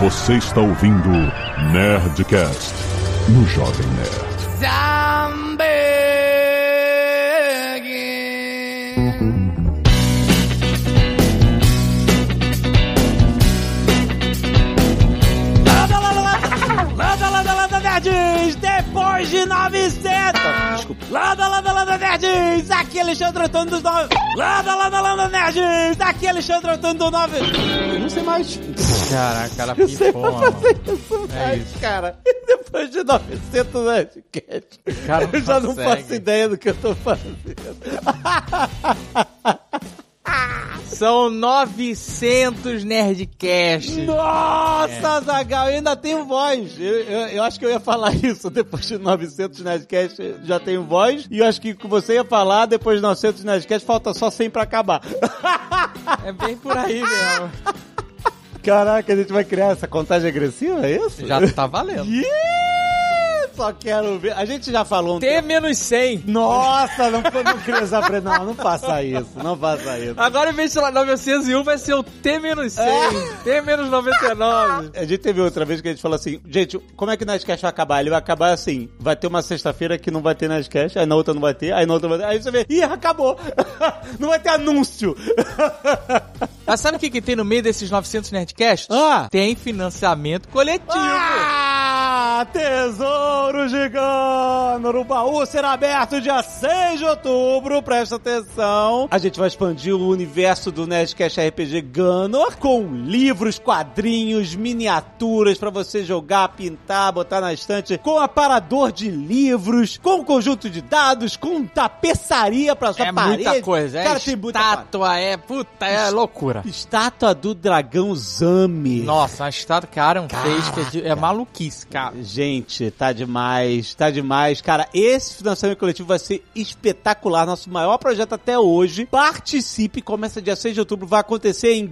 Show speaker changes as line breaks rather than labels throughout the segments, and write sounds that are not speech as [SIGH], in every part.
Você está ouvindo Nerdcast no Jovem Nerd.
I'm begging. Landa, landa, landa, landa, landa, landa, nerds! Depois de 900... Desculpa. Landa, landa, landa, nerds! Aqui é Alexandre Antônio dos 9... Landa, landa, landa, nerds! Aqui é Alexandre Antônio dos 9... Eu não sei mais...
Caraca, ela
Eu sei pra
pipou, mano. É
fazer tá É isso mais,
isso.
cara. E depois de 900 Nerdcast,
Cara,
eu já não
consegue.
faço ideia do que eu tô
É.
fazendo.
São 900 Nerdcast.
Nossa, Zagal, eu ainda tenho voz. Eu, eu- eu acho que eu ia falar [LAUGHS] isso depois de 900 Nerdcast, eu já tenho voz. E eu acho que o que você ia falar depois de 900 Nerdcast, falta só 100 pra acabar. [LAUGHS]
É bem por aí mesmo.
Caraca, a gente vai criar essa contagem agressiva, é isso?
Já tá valendo.
Ih, Só quero ver. A gente já falou um
T menos 100.
Nossa, não, não queria usar pra... Não, não faça isso, não faça isso.
Agora, em vez de ser lá 901, vai ser o T menos 100.
É.
T menos 99.
A gente teve outra vez que a gente falou assim, gente, como é que o Nerdcast vai acabar? Ele vai acabar assim, vai ter uma sexta-feira que não vai ter Nerdcast, aí na outra não vai ter, aí na outra vai ter, aí você vê, ih, acabou! [LAUGHS] Não vai ter anúncio!
Mas sabe o que, que tem no meio desses 900 Nerdcasts?
Ah.
Tem financiamento coletivo.
Ah, tesouro gigante! O baú será aberto dia 6 de outubro, presta atenção. Então, A gente vai expandir o universo do Nerdcast RPG Gunner com livros, quadrinhos, miniaturas pra você jogar, pintar, botar na estante, com aparador de livros, com conjunto de dados, com tapeçaria pra sua
É
parede.
muita coisa. É
Cara, tem muita
estátua, é puta, é loucura.
Estátua do dragão Zami.
Nossa, a estátua, cara, é um fez que é, de- é maluquice, cara.
Gente, tá demais, tá demais. Cara, esse financiamento coletivo vai ser espetacular. Nosso maior projeto até hoje. Participe, começa dia 6 de outubro, vai acontecer em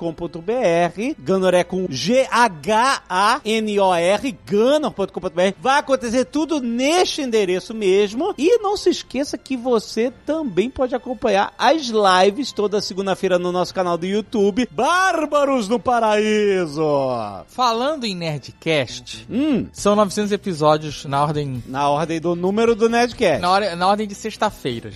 ganor.com.br. Ganor é com G-H-A-N-O-R, ganor.com.br. Vai acontecer tudo neste endereço mesmo. E não se esqueça que você também pode acompanhar as lives toda segunda-feira no nosso canal do YouTube. Bárbaros do Paraíso!
Falando em Nerdcast,
Hum.
são 900 episódios na ordem
Na ordem do número do Nerdcast.
Na, hora- na ordem de
[LAUGHS]
sexta-feiras.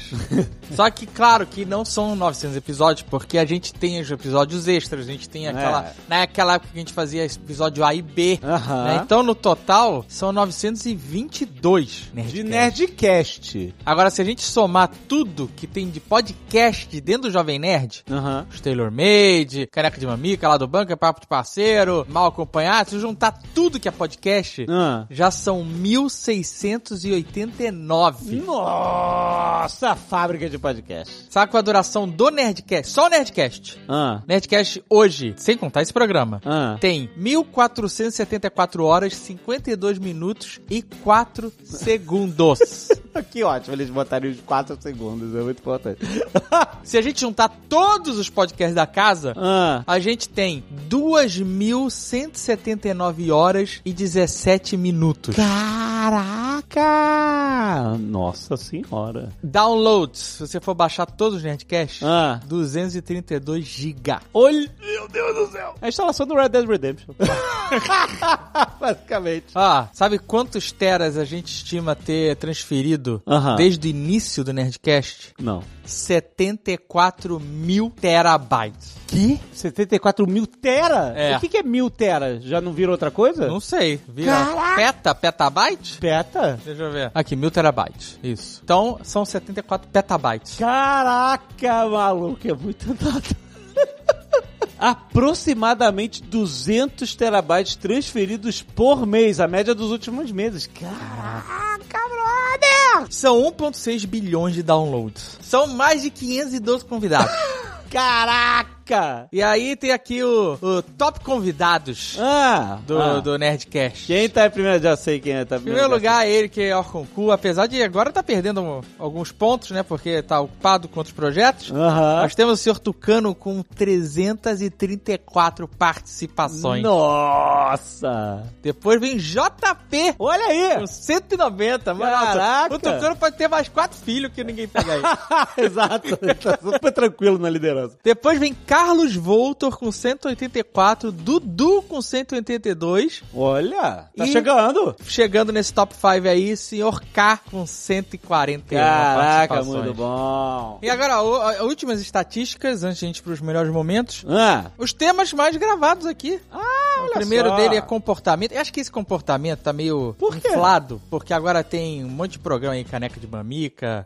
Só que, claro, que não são 900 episódios, porque a gente tem os episódios extras, a gente tem né, aquela...
É.
Naquela época que a gente fazia esse episódio A e B,
Aham.
né? Então, no total, são 922 Nerdcast.
De Nerdcast.
Agora, se a gente somar tudo que tem de podcast dentro do Jovem Nerd...
Aham.
Os Taylor Made, Careca de Mamica, lá do Banca, Papo de Parceiro, Mal Acompanhado, se juntar tudo que é podcast,
Ah.
já são 1689.
Nossa, fábrica de podcast.
Sabe qual é a duração do Nerdcast? Só o Nerdcast.
Ah.
Nerdcast hoje, sem contar esse programa,
Ah.
tem 1474 horas, 52 minutos e 4 segundos.
[LAUGHS] Que ótimo, eles botaram os 4 segundos, é muito importante.
[LAUGHS] Se a gente juntar todos os podcasts da casa,
ah.
a gente tem 2179 horas e 17 minutos.
Caraca! Ah, Nossa senhora.
Downloads, se você for baixar todos os Nerdcasts,
Ah.
232 GB.
Olha, meu Deus do céu. A instalação do Red
[LAUGHS]
Dead Redemption. Basicamente.
Ah, sabe quantos teras a gente estima ter transferido
Aham.
desde o início do Nerdcast?
Não.
74 mil terabytes.
Que? 74 mil tera?
É.
O que, que é mil tera? Já não viram outra coisa?
Não sei, vira
Caraca!
peta, petabyte?
Peta?
Deixa eu ver. Aqui, mil terabytes. Isso. Então, são 74 petabytes.
Caraca, maluco, é muito dado. Aproximadamente 200 terabytes transferidos por mês, a média dos últimos meses. Caraca, brother!
São 1.6 bilhões de downloads. São mais de 512 convidados.
[LAUGHS] Caraca!
e aí tem aqui o, o top convidados
Ah,
do,
ah.
do Nerdcast.
Quem tá em primeiro? Já sei quem é, tá em
Em primeiro
já sei.
lugar, ele que é Orconcu, apesar de agora tá perdendo alguns pontos, né? Porque tá ocupado com outros projetos.
Aham.
Nós temos o Sr. Tucano com 334 participações.
Nossa!
Depois vem JP
Olha aí!
com 190. Mano,
Caraca.
O Tucano pode ter
[LAUGHS]
mais quatro filhos que ninguém pega aí.
Exato, ele tá super tranquilo na liderança.
Depois vem Carlos Voltor com 184, Dudu com 182,
Olha, tá
E-
chegando.
chegando nesse top 5 aí, Sr. K com 141
Caraca,
participações.
muito bom.
E agora, o- a- últimas estatísticas, antes de a gente ir pros melhores momentos.
Ah,
Os temas mais gravados aqui.
olha
Ah,
o primeiro
só.
dele é comportamento. Eu acho que esse comportamento tá meio
Por quê?
inflado, porque agora tem um monte de programa aí, caneca de
[LAUGHS]
mamica,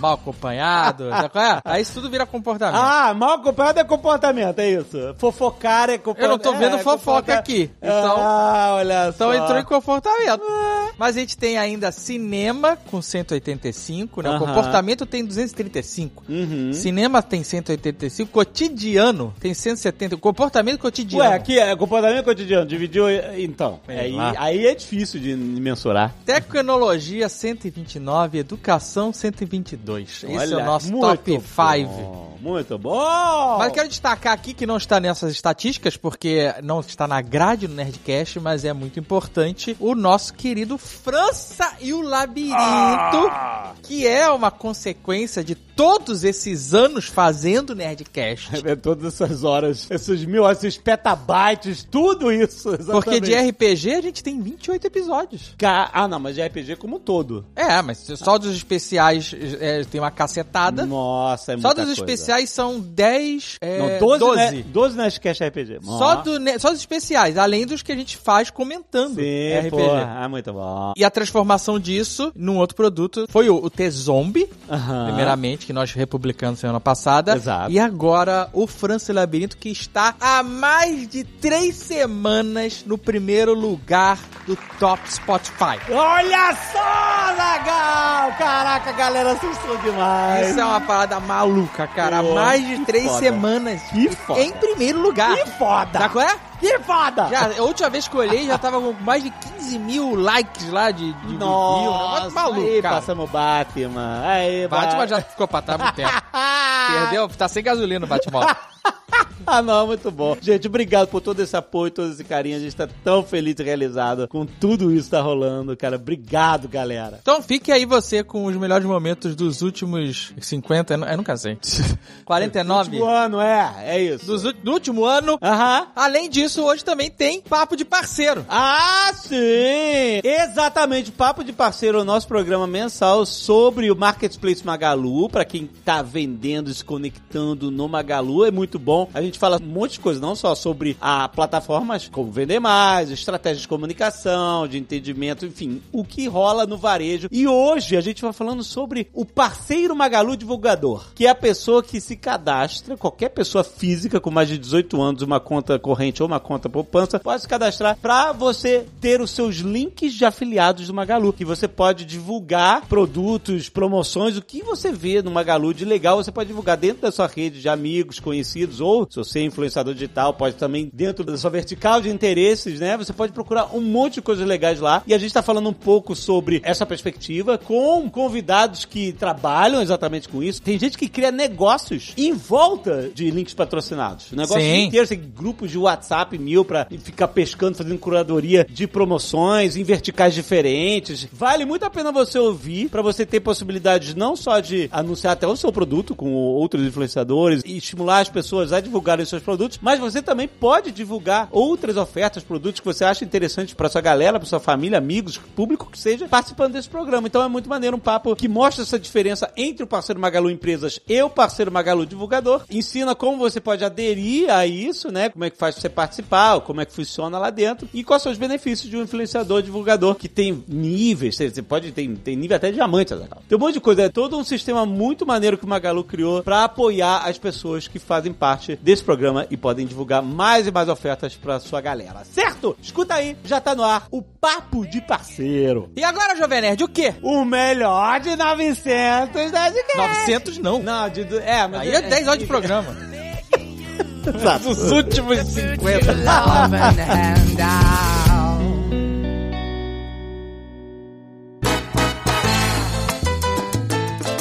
mal acompanhado, sabe qual é? Aí isso tudo vira comportamento.
Ah, mal acompanhado é comportamento, é isso. Fofocar é
Eu
comportamento.
não tô vendo
é,
fofoca
comporta-
aqui, então-
Ah, olha
Então
só. É.
entrou em comportamento. Mas a gente tem ainda cinema com 185, né? O
Aham.
comportamento tem 235.
Uhum.
Cinema tem 185, cotidiano tem 170. Comportamento cotidiano.
Ué, aqui é comportamento cotidiano, dividiu eh, então.
Sei
aí,
lá.
aí é difícil de mensurar.
Tecnologia 129, educação 122. Esse é
Olha,
o nosso
muito
top 5.
bom, Muito bom!
Mas quero destacar aqui que não está nessas estatísticas, porque não está na grade do Nerdcast, mas é muito importante, o nosso querido França e o Labirinto,
Ah!
que é uma consequência de todos esses anos fazendo Nerdcast.
É todas essas horas, esses mil, esses petabytes, tudo isso.
Porque de
exatamente.
RPG a gente tem 28 episódios.
Ca- Ah, não, mas de RPG como um todo.
É, mas só dos especiais é, tem uma cacetada.
Nossa, é
Só
muita
dos
coisa.
especiais são 10. É,
Não,
12.
12, 12. Né, 12 Nerdcast RPG.
Só, do, ne- só dos especiais, além dos que a gente faz comentando
Sim,
RPG.
porra. Ah, muito bom.
E a transformação disso num outro produto foi o, o T-Zombie,
Aham.
primeiramente, que nós republicamos semana passada.
Ah. Exato.
E agora o França e o Labirinto, que está há mais de três semanas no primeiro lugar do Top Spotify.
Olha só, legal! Caraca, galera, vocês são demais.
Isso é uma parada maluca, cara. Há
Pô,
mais de
que
três
foda.
semanas
Que foda.
em primeiro lugar.
Que foda!
Sabe qual é?
Que foda!
Já, a última vez que eu olhei já tava com mais de 15 mil likes lá de, de review. Um negócio maluco,
aí,
cara.
passamos o Batman. Aí,
Batman já ficou pra trás há
[LAUGHS]
muito tempo. Perdeu, tá sem gasolina o Batman.
[LAUGHS] Ah, não, muito bom. Gente, obrigado por todo esse apoio, todo esse carinho. A gente tá tão feliz e realizado com tudo isso que tá rolando, cara. Obrigado, galera.
Então fique aí você com os melhores momentos dos últimos 50, eu nu- eu nunca
[LAUGHS]
sei. 49
Último ano, é. É isso.
dos, ú- do último ano.
Aham.
Além disso, hoje também tem papo de parceiro.
Ah, sim! Exatamente, Papo de Parceiro é o nosso programa mensal sobre o Marketplace Magalu, pra quem tá vendendo, se conectando no Magalu, é muito bom. A gente fala um monte de coisa, não só sobre a plataforma, mas como vender mais, estratégias de comunicação, de entendimento, enfim, o que rola no varejo. E hoje a gente vai falando sobre o parceiro Magalu divulgador, que é a pessoa que se cadastra, qualquer pessoa física com mais de 18 anos, uma conta corrente ou uma conta poupança, pode se cadastrar para você ter os seus links de afiliados do Magalu, que você pode divulgar produtos, promoções, o que você vê no Magalu de legal, você pode divulgar dentro da sua rede de amigos, conhecidos, ou se você é influenciador digital, pode também dentro da sua vertical de interesses, né? Você pode procurar um monte de coisas legais lá. E a gente tá falando um pouco sobre essa perspectiva com convidados que trabalham exatamente com isso. Tem gente que cria negócios em volta de links patrocinados. O negócio
Sim.
inteiro, tem grupos de WhatsApp mil pra ficar pescando, fazendo curadoria de promoções em verticais diferentes. Vale muito a pena você ouvir pra você ter possibilidades não só de anunciar até o seu produto com outros influenciadores e estimular as pessoas a divulgarem seus produtos, mas você também pode divulgar outras ofertas, produtos que você acha interessante pra sua galera, pra sua família, amigos, público que seja, participando desse programa. Então é muito maneiro um papo que mostra essa diferença entre o parceiro Magalu Empresas e o parceiro Magalu Divulgador. Ensina como você pode aderir a isso, né? Como é que faz pra você participar, como é que funciona lá dentro e quais são os benefícios de um influenciador divulgador que tem níveis, você você pode tem, tem nível até diamante, Azaghal. tem um monte de coisa. É todo um sistema muito maneiro que o Magalu criou pra apoiar as pessoas que fazem parte desse programa e podem divulgar mais e mais ofertas pra sua galera, certo? Escuta aí, já tá no ar o Papo de Parceiro.
E agora, Jovem Nerd, o quê?
O melhor de 900 da
900 não.
Não, de, du- é, mas
Aí é 10 horas de programa.
Dos últimos
é
50.
love and hand out.
né,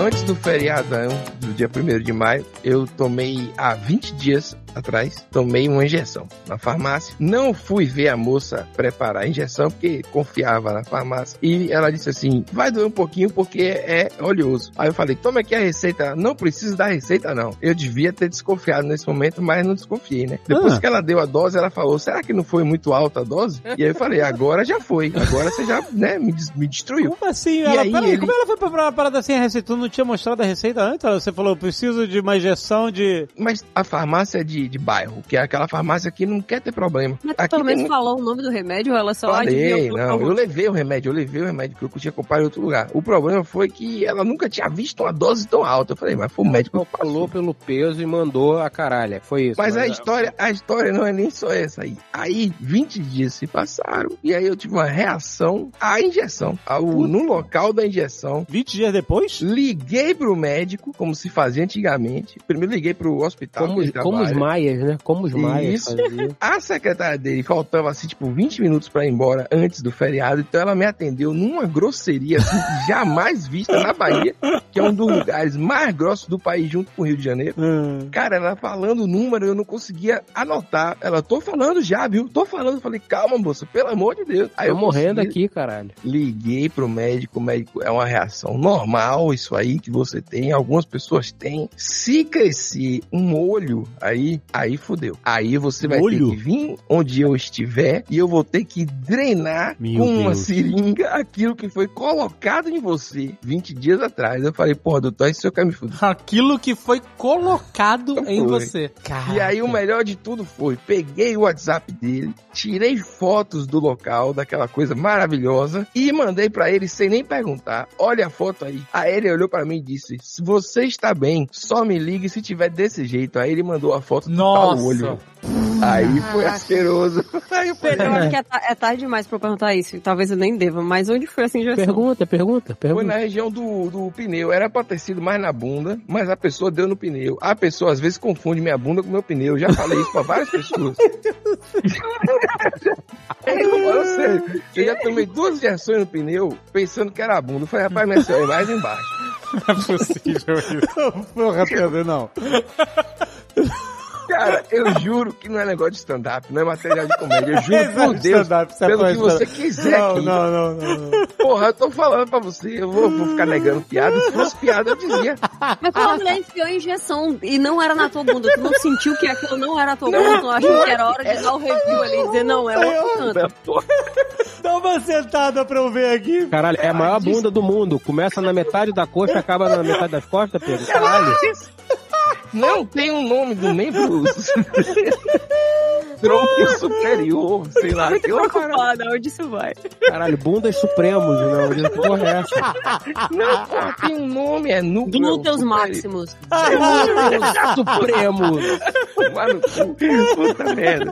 Antes do feriadão do dia 1 de maio, eu tomei há 20 dias atrás, tomei uma injeção na farmácia. Não fui ver a moça preparar a injeção, porque confiava na farmácia. E ela disse assim: vai doer um pouquinho porque é oleoso. Aí eu falei: toma aqui a receita. Ela, Não precisa da receita, não. Eu devia ter desconfiado nesse momento, mas não desconfiei, né? Depois
Ah.
que ela deu a dose, ela falou: será que não foi muito alta a dose? E aí eu falei: agora já foi. Agora você já, né, me, des- me destruiu.
Como assim?
E
ela,
aí
peraí,
ele-
como ela foi pra- pra parada sem a receita? Tu não tinha mostrado a receita antes? Ela- Você falou, eu preciso de uma injeção de...
Mas a farmácia de, de bairro, que é aquela farmácia que não quer ter problema.
Mas tu
Aqui
pelo
tem
menos
muito-
falou o nome do remédio ou ela só
Falei,
adivinhou?
não, eu levei o remédio, eu levei o remédio que eu tinha comprado em outro lugar. O problema foi que ela nunca tinha visto uma dose tão alta. Eu falei, mas foi o médico
Não
que
falou
falou.
pelo peso e mandou a caralha. Foi isso. é
Mas a história, a história não é nem só essa aí. Aí 20 dias se passaram e aí eu tive uma reação à injeção, ao, no local da injeção.
20 dias depois?
Liguei pro médico, como se fazia antigamente. Primeiro liguei pro hospital.
Como,
que ele
como os
trabalha.
maias, né? Como os maias
Isso.
faziam.
[LAUGHS] A secretária dele faltava assim, tipo, 20 minutos pra ir embora antes do feriado, então ela me atendeu numa grosseria assim, [LAUGHS] que jamais vista na Bahia, que é um dos lugares mais grossos do país, junto com o Rio de Janeiro.
Hum.
Cara, ela falando o número, eu não conseguia anotar. Ela, tô falando já, viu? Tô falando. Eu falei, calma, moça, pelo amor de Deus. Aí
Tô Tá morrendo
consegui-
aqui, caralho.
Liguei pro médico, o médico é uma reação normal, isso aí que você tem, algumas pessoas têm. Se crescer um olho, aí, aí fodeu. Aí
Um
você vai
Olho?
ter que vir onde eu estiver e eu vou ter que drenar
Meu
com uma
Deus.
seringa aquilo que foi colocado em você 20 dias atrás. Eu falei, porra, doutor, isso eu quero me fuder.
Aquilo que foi colocado em
Foi.
você. Caraca.
E aí o melhor de tudo foi, peguei o WhatsApp dele, tirei fotos do local, daquela coisa maravilhosa, e mandei pra ele sem nem perguntar. Olha a foto aí. Aí ele olhou pra mim e disse: "Se você está bem, só me ligue se tiver desse jeito". Aí ele mandou a foto do
Nossa.
pau olho. Aí foi asqueroso. Aí eu falei,
Pedro, eu acho que é, ta- é tarde demais pra eu perguntar isso. Talvez eu nem deva, mas onde foi essa injeção?
Pergunta, pergunta,
Foi
pergunta.
na região do, do pneu. Era pra ter sido mais na bunda, mas a pessoa deu no pneu. A pessoa às vezes confunde minha bunda com meu pneu. Eu Já falei isso pra várias
[LAUGHS]
pessoas. É, Eu tô falando sério. Eu já tomei duas versões no pneu pensando que era a bunda. Eu falei, rapaz, minha senhora, é mais embaixo.
Não é possível isso.
[LAUGHS] Porra, Pedro, não.
Cara, eu juro que não é negócio de stand-up, não é material de comédia.
[LAUGHS]
Eu juro
Exato,
por Deus.
stand-up, isso é
Pelo
pra
que você
stand-up.
quiser
Não,
aqui.
não, não, não, não.
Porra, eu tô falando pra você. Eu vou, vou ficar negando piada. Se fosse piada, eu dizia.
Mas quando a mulher enfiou a injeção e não era na tua bunda, tu não sentiu que aquilo não era a tua bunda, tu achou que era hora de dar o review ali e dizer, não, é outro canto.
Então tá, Dá uma sentada pra eu ver aqui.
Caralho, é a maior bunda do mundo. Começa na metade da coxa, acaba na metade das costas, Pedro. Caralho.
Não tem um nome do membro [LAUGHS] tronco superior, sei lá.
Muito
aquela parada.
preocupada, onde isso vai?
Caralho, bundas supremos. Não, que porra é essa?
Ah, Não, porra, tem um nome, é núcleo.
Glúteos
superior.
máximos.
Supremo.
Tomar no cu. Puta merda.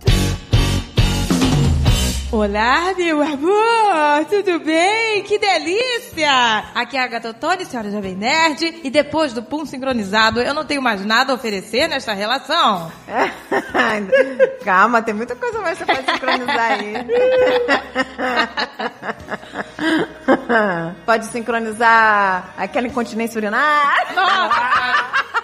Olá, meu amor! Tudo bem? Que delícia! Aqui é a Gatotone, senhora Jovem Nerd, e depois do pum sincronizado, eu não tenho mais nada a oferecer nesta relação.
[LAUGHS] Calma, tem muita coisa mais pra sincronizar
[LAUGHS]
aí. Pode sincronizar aquela
[LAUGHS]
incontinência urinária.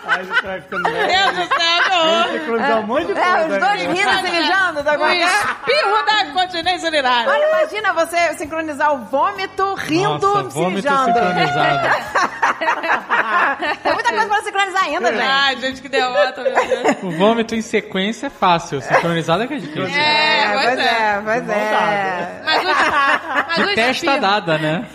Ai, gente vai ficando velho.
Meu Deus do céu,
Tem
meu
que sincronizar um monte de coisa.
É, os dois
aqui.
rindo se mijando da
O
garganta.
espirro da continência urinária.
Olha, imagina você sincronizar o vômito rindo
Nossa,
se
vômito
mijando. [LAUGHS]
sincronizado.
[LAUGHS] Tem muita coisa pra sincronizar ainda, gente.
Ai, gente, que derrota, meu Deus.
O vômito em sequência é fácil. Sincronizado é que é difícil.
É, pois é.
pois
né?
é.
Mas o, mas o
De testa
espirro-
dada, né?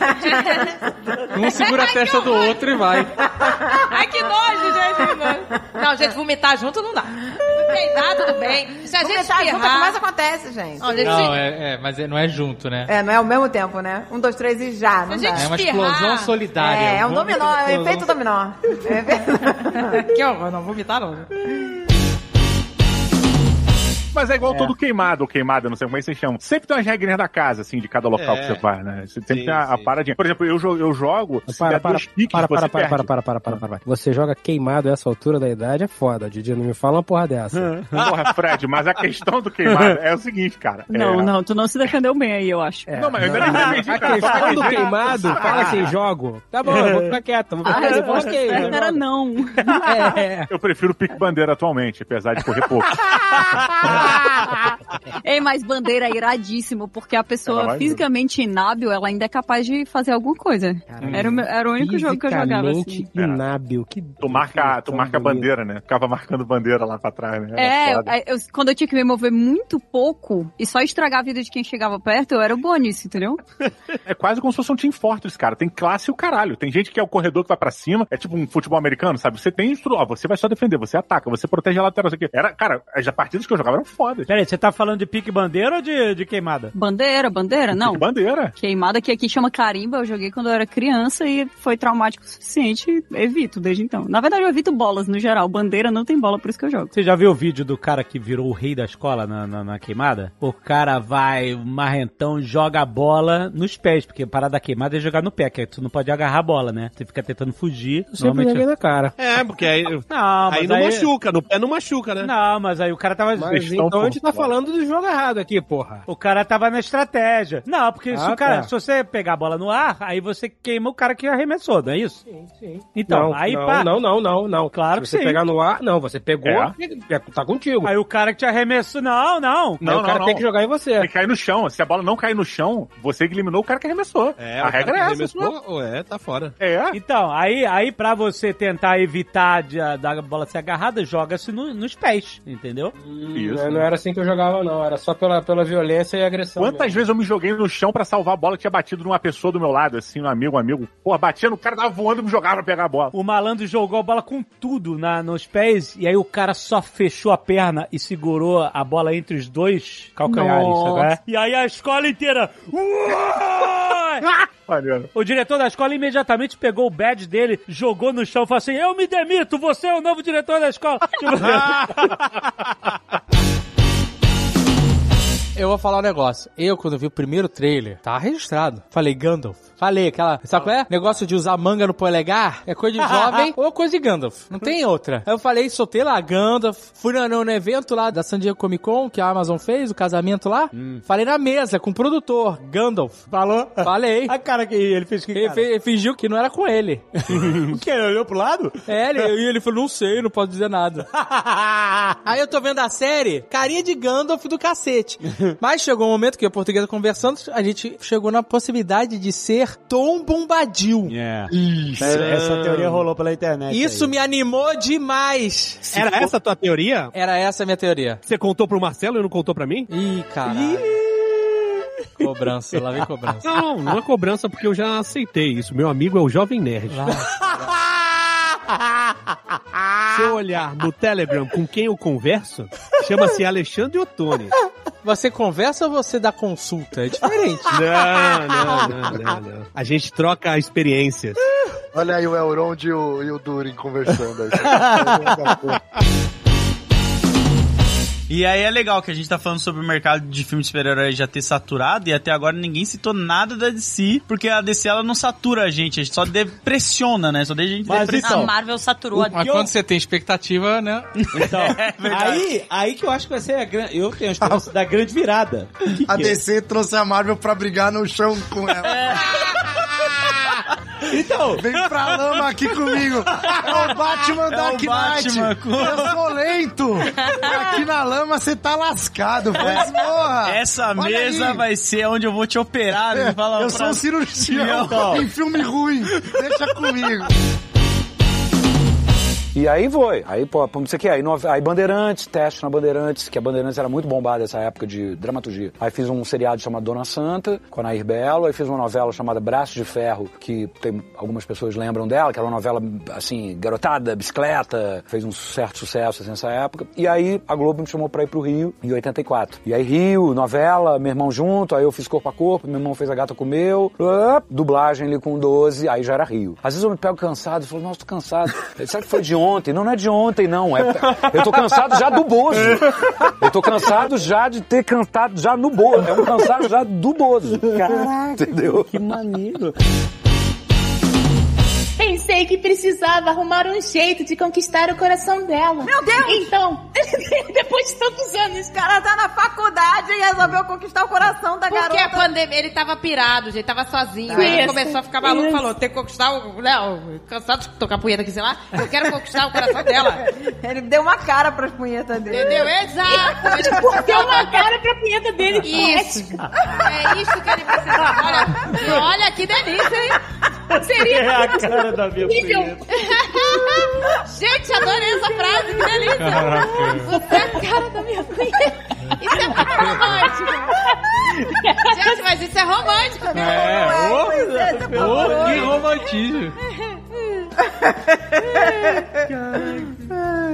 Um segura a testa do outro e vai.
[LAUGHS] Ai, que nojo, gente. que nojo. Não, gente, vomitar junto não dá. Deitar, tudo bem. Se a gente
Vomitar junto é o que mais
espirrar...
acontece, gente.
Não, gente,
Não, é, é, mas é- não é junto, né?
É, não é ao mesmo tempo, né? Um, dois, três e já. Não
A
dá.
gente-
É uma
espirrar.
explosão solidária.
É, é um
vômito
dominó, é
explosão
um efeito dominó. É
[LAUGHS]
efeito-
né? Que horror, não vomitar não.
Mas é igual todo queimado, ou queimada, não sei como é que vocês chamam. Sempre tem umas regrinhas da casa, assim, de cada local
É.
que você vai, né? Sempre
Sim,
tem a, a
sim.
paradinha. Por exemplo, eu, jo- eu jogo. se
é
Para,
der
para,
dois piques,
para, para,
você
para, para,
perde.
para, para, para, para, para. Você joga queimado a essa altura da idade, é foda, Didi. Não me fala uma porra dessa.
É.
Porra, Fred, mas a questão do queimado é o seguinte,
[LAUGHS]
cara.
Não,
é...
não, tu não se defendeu bem aí, eu acho.
Não, mas eu ainda não entendi, Ah,
A
cara. Só
questão do
entendi.
queimado, fala assim, jogo. Tá bom, eu vou ficar quieto. Vou
A
ficar quieto.
resposta
Ok,
certa era não.
É,
Eu prefiro pique-bandeira atualmente, apesar de
[LAUGHS]
correr pouco.
Ei, mas bandeira é iradíssimo, porque a
Ela
pessoa
vai
fisicamente inábil, ela ainda é capaz de fazer alguma coisa. Era o, meu- era o único jogo que eu jogava assim.
Fisicamente inábil. Que
É. Tu marca, tu
definição
marca
bonita.
a bandeira, né? Ficava marcando bandeira lá pra trás, né?
É,
Foda.
eu- eu- quando eu tinha que me mover muito pouco e só estragar a vida de quem chegava perto, eu era o bom nisso, entendeu?
[LAUGHS] É quase como se fosse um Team Fortress, cara. Tem classe e o caralho. Tem gente que é o corredor que vai pra cima. É tipo um futebol americano, sabe? Você tem instru... Ó, você vai só defender, você ataca, você protege a lateral. isso aqui. Era, cara, as partidas que eu jogava eram foda.
Peraí, você tá falando de pique bandeira ou de, de queimada?
Bandeira, bandeira, não.
De bandeira.
Queimada que aqui chama carimba, eu joguei quando eu era criança e foi traumático o suficiente, e evito desde então. Na verdade, eu evito bolas no geral, bandeira não tem bola, por isso que eu jogo.
Você já viu o vídeo do cara que virou o rei da escola na, na, na queimada? O cara vai, o marrentão, joga a bola nos pés, porque a parada da queimada é jogar no pé, que aí tu não pode agarrar a bola, né? Você fica tentando fugir.
Eu sempre joguei na cara.
É, porque aí,
Não, mas
aí não machuca, no pé não machuca, né?
Não, mas aí o cara tava.
Mas
Estão
então a gente tá
foda.
falando do jogo errado aqui, porra.
O cara tava na estratégia. Não, porque se
Ah,
o cara,
tá.
se você pegar a bola no ar, aí você queima o cara que arremessou, não é isso?
Sim, sim.
Então,
não,
aí
não,
pá.
não, não, não, não.
Claro
Se
que
você
sim.
pegar no ar, não, você pegou,
É.
é, tá contigo. Aí,
Aí o cara que te arremessou, não, não.
Não,
o
não,
cara
não.
tem que jogar em você.
Tem que cair no chão. Se a bola não cair no chão, você eliminou o cara que arremessou.
É,
a
o cara
regra
que
é essa.
arremessou,
não
ou é, tá fora.
É. É.
Então, aí, aí pra você tentar evitar de, a- da bola ser agarrada, joga-se no- nos pés, entendeu?
Isso.
Não era assim que eu jogava, não. Era só pela, pela violência e é agressão.
Quantas vezes eu me joguei no chão pra salvar a bola que tinha batido numa pessoa do meu lado, assim, um amigo, um amigo. Porra, batia no cara, tava voando e me jogava pra pegar a bola.
O malandro jogou a bola com tudo na, nos pés, e aí o cara só fechou a perna e segurou a bola entre os dois calcanhares,
Nossa.
sabe? E aí a escola inteira. "Uai!" [LAUGHS]
Maneiro.
O diretor da escola imediatamente pegou o badge dele, jogou no chão e falou assim: Eu me demito, você é o novo diretor da escola. Tipo,
Eu vou falar um negócio. Eu, quando vi o primeiro trailer, tá registrado. Falei, Gandalf. Falei, aquela. Sabe qual é? Negócio de usar manga no polegar é coisa
[LAUGHS]
de jovem ou coisa de Gandalf. Não tem outra. Aí eu falei, soltei lá, Gandalf. Fui no, no, no evento lá da San Diego Comic Con, que a Amazon fez, o casamento lá. Falei na mesa com o produtor, Gandalf.
Hum. Falou?
Falei.
A cara que ele fez que.
Ele, fe- ele fingiu que não era com ele.
[LAUGHS] O que? Ele olhou pro lado?
É, ele, e ele falou, não sei, não posso dizer nada.
[LAUGHS]
Aí eu tô vendo a série, carinha de Gandalf do [LAUGHS] cacete. Mas chegou um momento que eu e a portuguesa conversando, a gente chegou na possibilidade de ser Tom Bombadil.
é.
[LAUGHS]
Essa teoria rolou pela internet.
Isso me animou demais.
Era essa a tua teoria?
Era essa a minha teoria.
Você contou pro Marcelo e não contou pra mim?
Ih, caralho. [LAUGHS] Cobrança, lá vem cobrança.
Não, não é cobrança porque eu já aceitei isso. Meu amigo é o Jovem Nerd. Se eu olhar no Telegram com quem eu converso, chama-se Alexandre Ottoni.
Você conversa ou você dá consulta? É diferente.
Não, não, não, não, não. A gente troca experiências.
Olha aí o Elrond e o, e o Durin conversando. aí.
E aí é legal que a gente tá falando sobre o mercado de filmes de super-heróis já ter saturado e até agora ninguém citou nada da DC, porque a DC ela não satura a gente, a gente só depressiona, né? Só deixa a gente
Mas
depressiva.
então,
A Marvel saturou a
Mas quando
você tem expectativa, né?
[LAUGHS]
Então,
É
aí, [LAUGHS] aí que eu acho que vai ser a grande. Eu tenho a esperança da grande
[LAUGHS]
virada. Que que é?
trouxe a Marvel pra brigar no chão com ela. [LAUGHS]
Então,
Vem pra lama aqui comigo. É o Batman
É o Batman com...
Eu sou lento. Aqui na lama você tá lascado,
É.
mas porra.
Essa
Olha
mesa
aí.
vai ser onde eu vou te operar, né? Fala
Eu
pra-
sou um cirurgião então.
[LAUGHS]
Então.
em filme ruim. Deixa comigo.
E aí foi. Aí, pô, como você quer? Aí, no- aí Bandeirantes, teste na Bandeirantes, que a Bandeirantes era muito bombada nessa época de dramaturgia. Aí fiz um seriado chamado Dona Santa, com a Nair Belo. Aí fiz uma novela chamada Braço de Ferro, que tem, algumas pessoas lembram dela, que era uma novela, assim, garotada, bicicleta. Fez um certo sucesso assim, nessa época. E aí a Globo me chamou pra ir pro Rio em 84. E aí Rio, novela, meu irmão junto, aí eu fiz corpo a corpo, meu irmão fez a gata comeu. Ah, Dublagem ali com 12, aí já era Rio. Às vezes eu me pego cansado e falo, nossa, tô cansado. Será que foi de ontem. Não, não é de ontem, não. É, eu tô cansado já do Bozo. Eu tô cansado já de ter cantado já no Bozo. É um cansado já do Bozo. Caraca, entendeu? Que maneiro.
Pensei que precisava arrumar um jeito de conquistar o coração dela.
Meu Deus!
Então, depois de tantos anos,
O cara tá na faculdade e resolveu conquistar o coração da
Porque
garota.
a pandemia, ele tava pirado, gente, tava sozinho. [LAUGHS]
Tá.
Aí ele
Isso,
começou a ficar maluco,
isso.
falou, tem que conquistar o... Não, cansado de tocar punheta aqui, sei lá. Eu quero conquistar o
[LAUGHS]
coração dela.
[LAUGHS] Ele deu uma cara pras punhetas dele.
Entendeu? Exato! Ele
Tipo,
deu uma cara pra punheta dele.
Isso! É isso que ele precisa. Olha, olha que delícia, hein?
[LAUGHS]
Seria...
É a cara da minha
Nível-
punheta.
[LAUGHS] Gente, adorei essa frase, que delícia!
Caraca.
Você é a cara da minha punheta. Isso é muito romântico! Gente, mas isso é romântico, meu
É. ô, ô, que romantismo.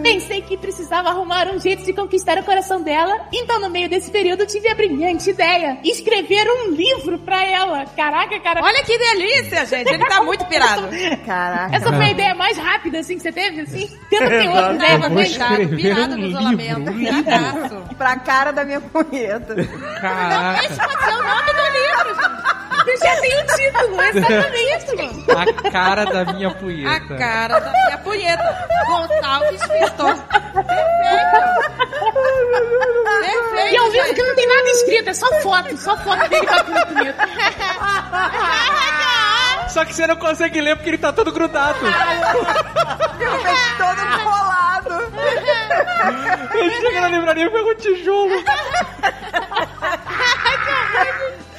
Pensei que precisava arrumar um jeito de conquistar o coração dela, então no meio desse período tive a brilhante ideia: escrever um livro pra ela. Caraca, cara.
Olha que delícia, gente. Ele tá muito pirado.
Caraca.
Essa foi a ideia mais rápida, assim, que você teve, assim? Tenta ter outra
né?
Exato.
ideia pra
Eu vou escrever um livro, um livro.
Piradaço.
Pra cara da minha punheta.
[LAUGHS] Caraca.
Mas é o nome do livro.
Você já tem o título, exatamente, mano.
A cara da minha punheta.
A cara da minha punheta. Gonçalves Pintor. Perfeito. Perfeito.
E é um livro
gente.
que não tem nada escrito, é só foto, só foto dele batendo punheta.
Só que você não consegue ler porque ele tá todo grudado.
todo colado.
Ele chega na livraria e pega um tijolo.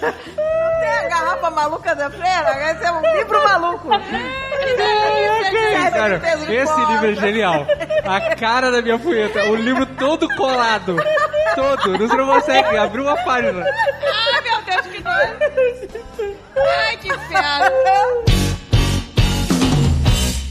Tem a garrafa maluca da freira, esse é um livro maluco. é
Cara,
Peso de
esse
bola.
livro é genial.
[LAUGHS]
A cara da minha punheta. O livro todo colado. Todo. Você não consegue abrir uma página.
Ai, meu Deus, que doido. Ai, que inferno.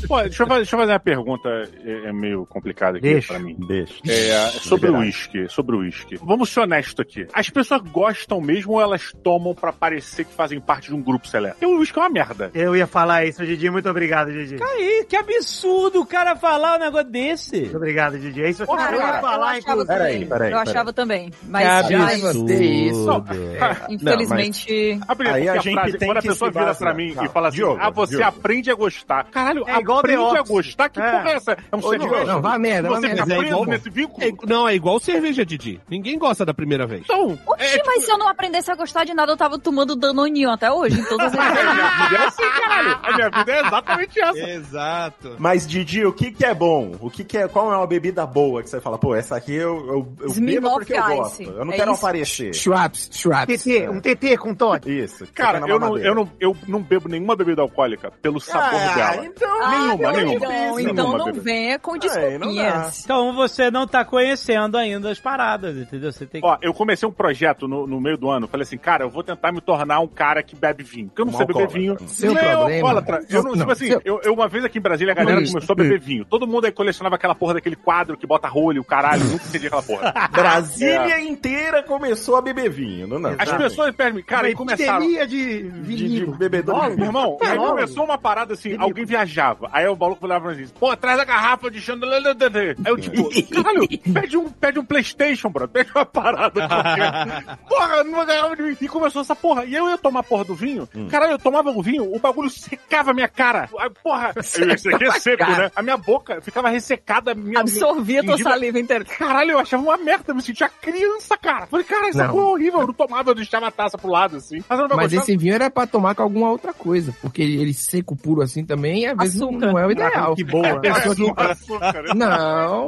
Pô, deixa, eu fazer, deixa eu fazer uma pergunta é, é meio complicada aqui
Deixa,
pra mim.
deixa.
É, sobre o
Liberado.
uísque, sobre o uísque. Vamos ser honestos aqui. As pessoas gostam mesmo ou elas tomam pra parecer que fazem parte de um grupo seleto? Porque o uísque é uma merda.
Eu ia falar isso, Didi. Muito obrigado, Didi.
Aí, que absurdo o cara falar um negócio desse.
Obrigado, Didi. É isso que
Cara,
eu
eu
ia falar,
achava
inclusive.
também.
Peraí, peraí,
Eu
peraí.
achava também. Mas
Que
ai,
absurdo.
Não,
Não,
Infelizmente.
mas- Abre, porque a frase, quando a pessoa vira pra mim e fala assim, ah, você aprende a gostar. Caralho,
É igual The
aprende a
Office.
gostar? Que
É.
porra é essa? É um
Ô, Didi,
serviço?
não, vá merda, vá
Você
merda.
fica
Mas é
preso
igual-
nesse vínculo?
É- não, é igual cerveja, Didi. Ninguém gosta da primeira vez.
Então,
Oxi, mas se eu não aprendesse a gostar de nada, eu tava tomando danoninho até hoje, em todas
[LAUGHS] Ah,
as
vida é assim, caralho. [LAUGHS] A minha vida é exatamente essa.
Exato.
Mas, Didi, o que que é bom? O que que é, qual é uma bebida boa que você fala, pô, essa aqui eu, eu, eu bebo
Smirnoff
porque eu
Ice.
gosto. Eu não
É
quero
isso.
aparecer. É.
Schweppes, Schweppes. TT, um TT com Todd.
Isso.
Cara,
Fica na
eu não,
mamadeira.
eu, não, eu não bebo nenhuma bebida alcoólica pelo sabor
Ah,
dela.
então-
nenhuma,
é
Ah, meu
nenhuma.
Deus,
Nenhuma
então não
bebida.
venha com desculpinhas.
Então você não tá conhecendo ainda as paradas, entendeu? Você tem que.
Ó, eu comecei um projeto no, no meio do ano. Falei assim, cara, eu vou tentar me tornar um cara que bebe vinho. Porque eu não
Um
sei beber
alcoólatra.
vinho.
Seu
não,
problema-
alcoólatra. Eu não,
Não,
tipo assim,
seu-
eu, eu uma vez aqui em Brasília a galera
Comunista.
começou a beber vinho. Todo mundo aí colecionava aquela porra daquele quadro que bota rolho, o caralho. eu Nunca entendi aquela porra.
[LAUGHS] [LAUGHS] Brasília
É.
inteira começou a beber vinho, não, não.
As pessoas perdem, cara,
Uma
e começaram.
epidemia
de
de
vinho.
bebedor de vinho.
Meu irmão, aí
Fenômeno.
começou uma parada assim, alguém viajava. Aí o maluco falava assim, pô, traz a garrafa de chandelier. Aí eu tipo, caralho, pede um, pede um Playstation, bro. Pede uma parada
[LAUGHS]
qualquer. Porra, numa garrafa de vinho. E começou essa porra. E eu ia tomar a porra do vinho. Caralho, eu tomava o vinho, o bagulho secava a minha cara. Aí, Porra, eu- isso aqui é seco,
Cara.
né? A minha boca ficava ressecada. a Minha,
Absorvia tua
gengiva-
saliva inteira.
Caralho, eu achava uma merda, eu me sentia criança, cara. Falei, cara, essa
Não.
porra é horrível. Eu não tomava, eu deixava a taça pro lado, assim. Mas, eu não
Mas
gostava.
esse vinho era pra tomar com alguma outra coisa, porque ele, ele seco puro assim também, às vezes não, não [LAUGHS] é o
Ah,
ideal.
Ah, que boa.
A pessoa que-
Açúcar, açúcar.
Não,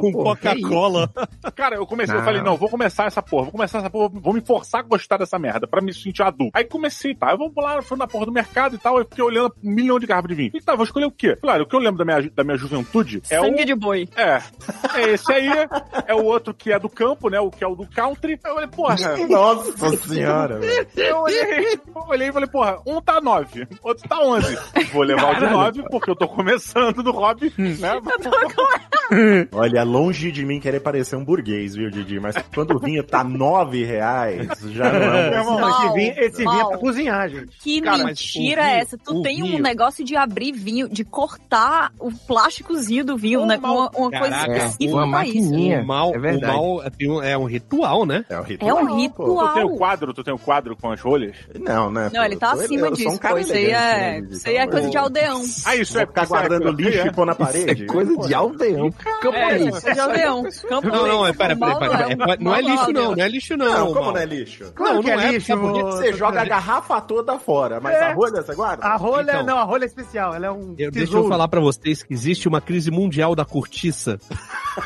[LAUGHS] Com
pô, que é
Coca-Cola.
isso.
Cara, eu comecei, eu
Não.
falei, não, vou começar essa porra, vou começar essa porra, vou me forçar a gostar dessa merda, pra me sentir adulto. Aí comecei, tá, eu vou lá, fui na porra do mercado e tal, eu fiquei olhando um milhão de garrafas de vinho. E tá, vou escolher o quê? Claro, o que eu lembro da minha, da minha juventude é
Sangue
o...
de boi.
É, é esse aí, é o outro que é do campo, né, o que é o do country. Aí Eu falei, porra...
Nossa senhora, [LAUGHS] velho.
Eu olhei, eu olhei e falei, porra, um tá 9, outro tá 11. Vou levar o de
Caralho.
[LAUGHS]
9 porque eu tô começando do hobby, né?
Olha, longe de mim querer parecer um burguês, viu, Didi? Mas quando o vinho tá nove reais, já não é um bom
Meu irmão, esse
sinal.
vinho- esse vinho é pra
Mal.
cozinhar, gente.
Que
Cara, mas
mentira
o
é
vinho-
essa? Tu
o
tem um
vinho-
negócio de abrir vinho, de cortar o plásticozinho do vinho, né? Uma, uma coisa específica pra isso. né?
O mal,
É
o
verdade.
mal é, tem um- é um ritual, né?
É um
ritual, É um pô. ritual.
Tu tem o quadro, tu tem o quadro com as folhas?
Não, né?
Não, ele tá acima disso. pô. isso aí é, isso aí é coisa de aldeão.
Ah, isso é
Ficar guardando lixo e pôr na parede.
Isso é coisa de aldeão.
É isso, é de aldeão. Campo
Não, não, é, pera,
Mal
pera, pera,
é um-
pera, é, não é
mal
lixo, não,
aldeão.
não é lixo, não,
Não, como
Mal.
não é lixo?
Claro
não,
que é
não
lixo,
sabe por quê? Você
ô,
joga a
doutor.
garrafa toda fora, mas
É.
a rolha você guarda?
A rolha,
Então.
não, a rolha é especial, ela é um
Eu-
tesouro.
deixa
Deixa eu falar pra vocês que existe uma crise mundial da cortiça.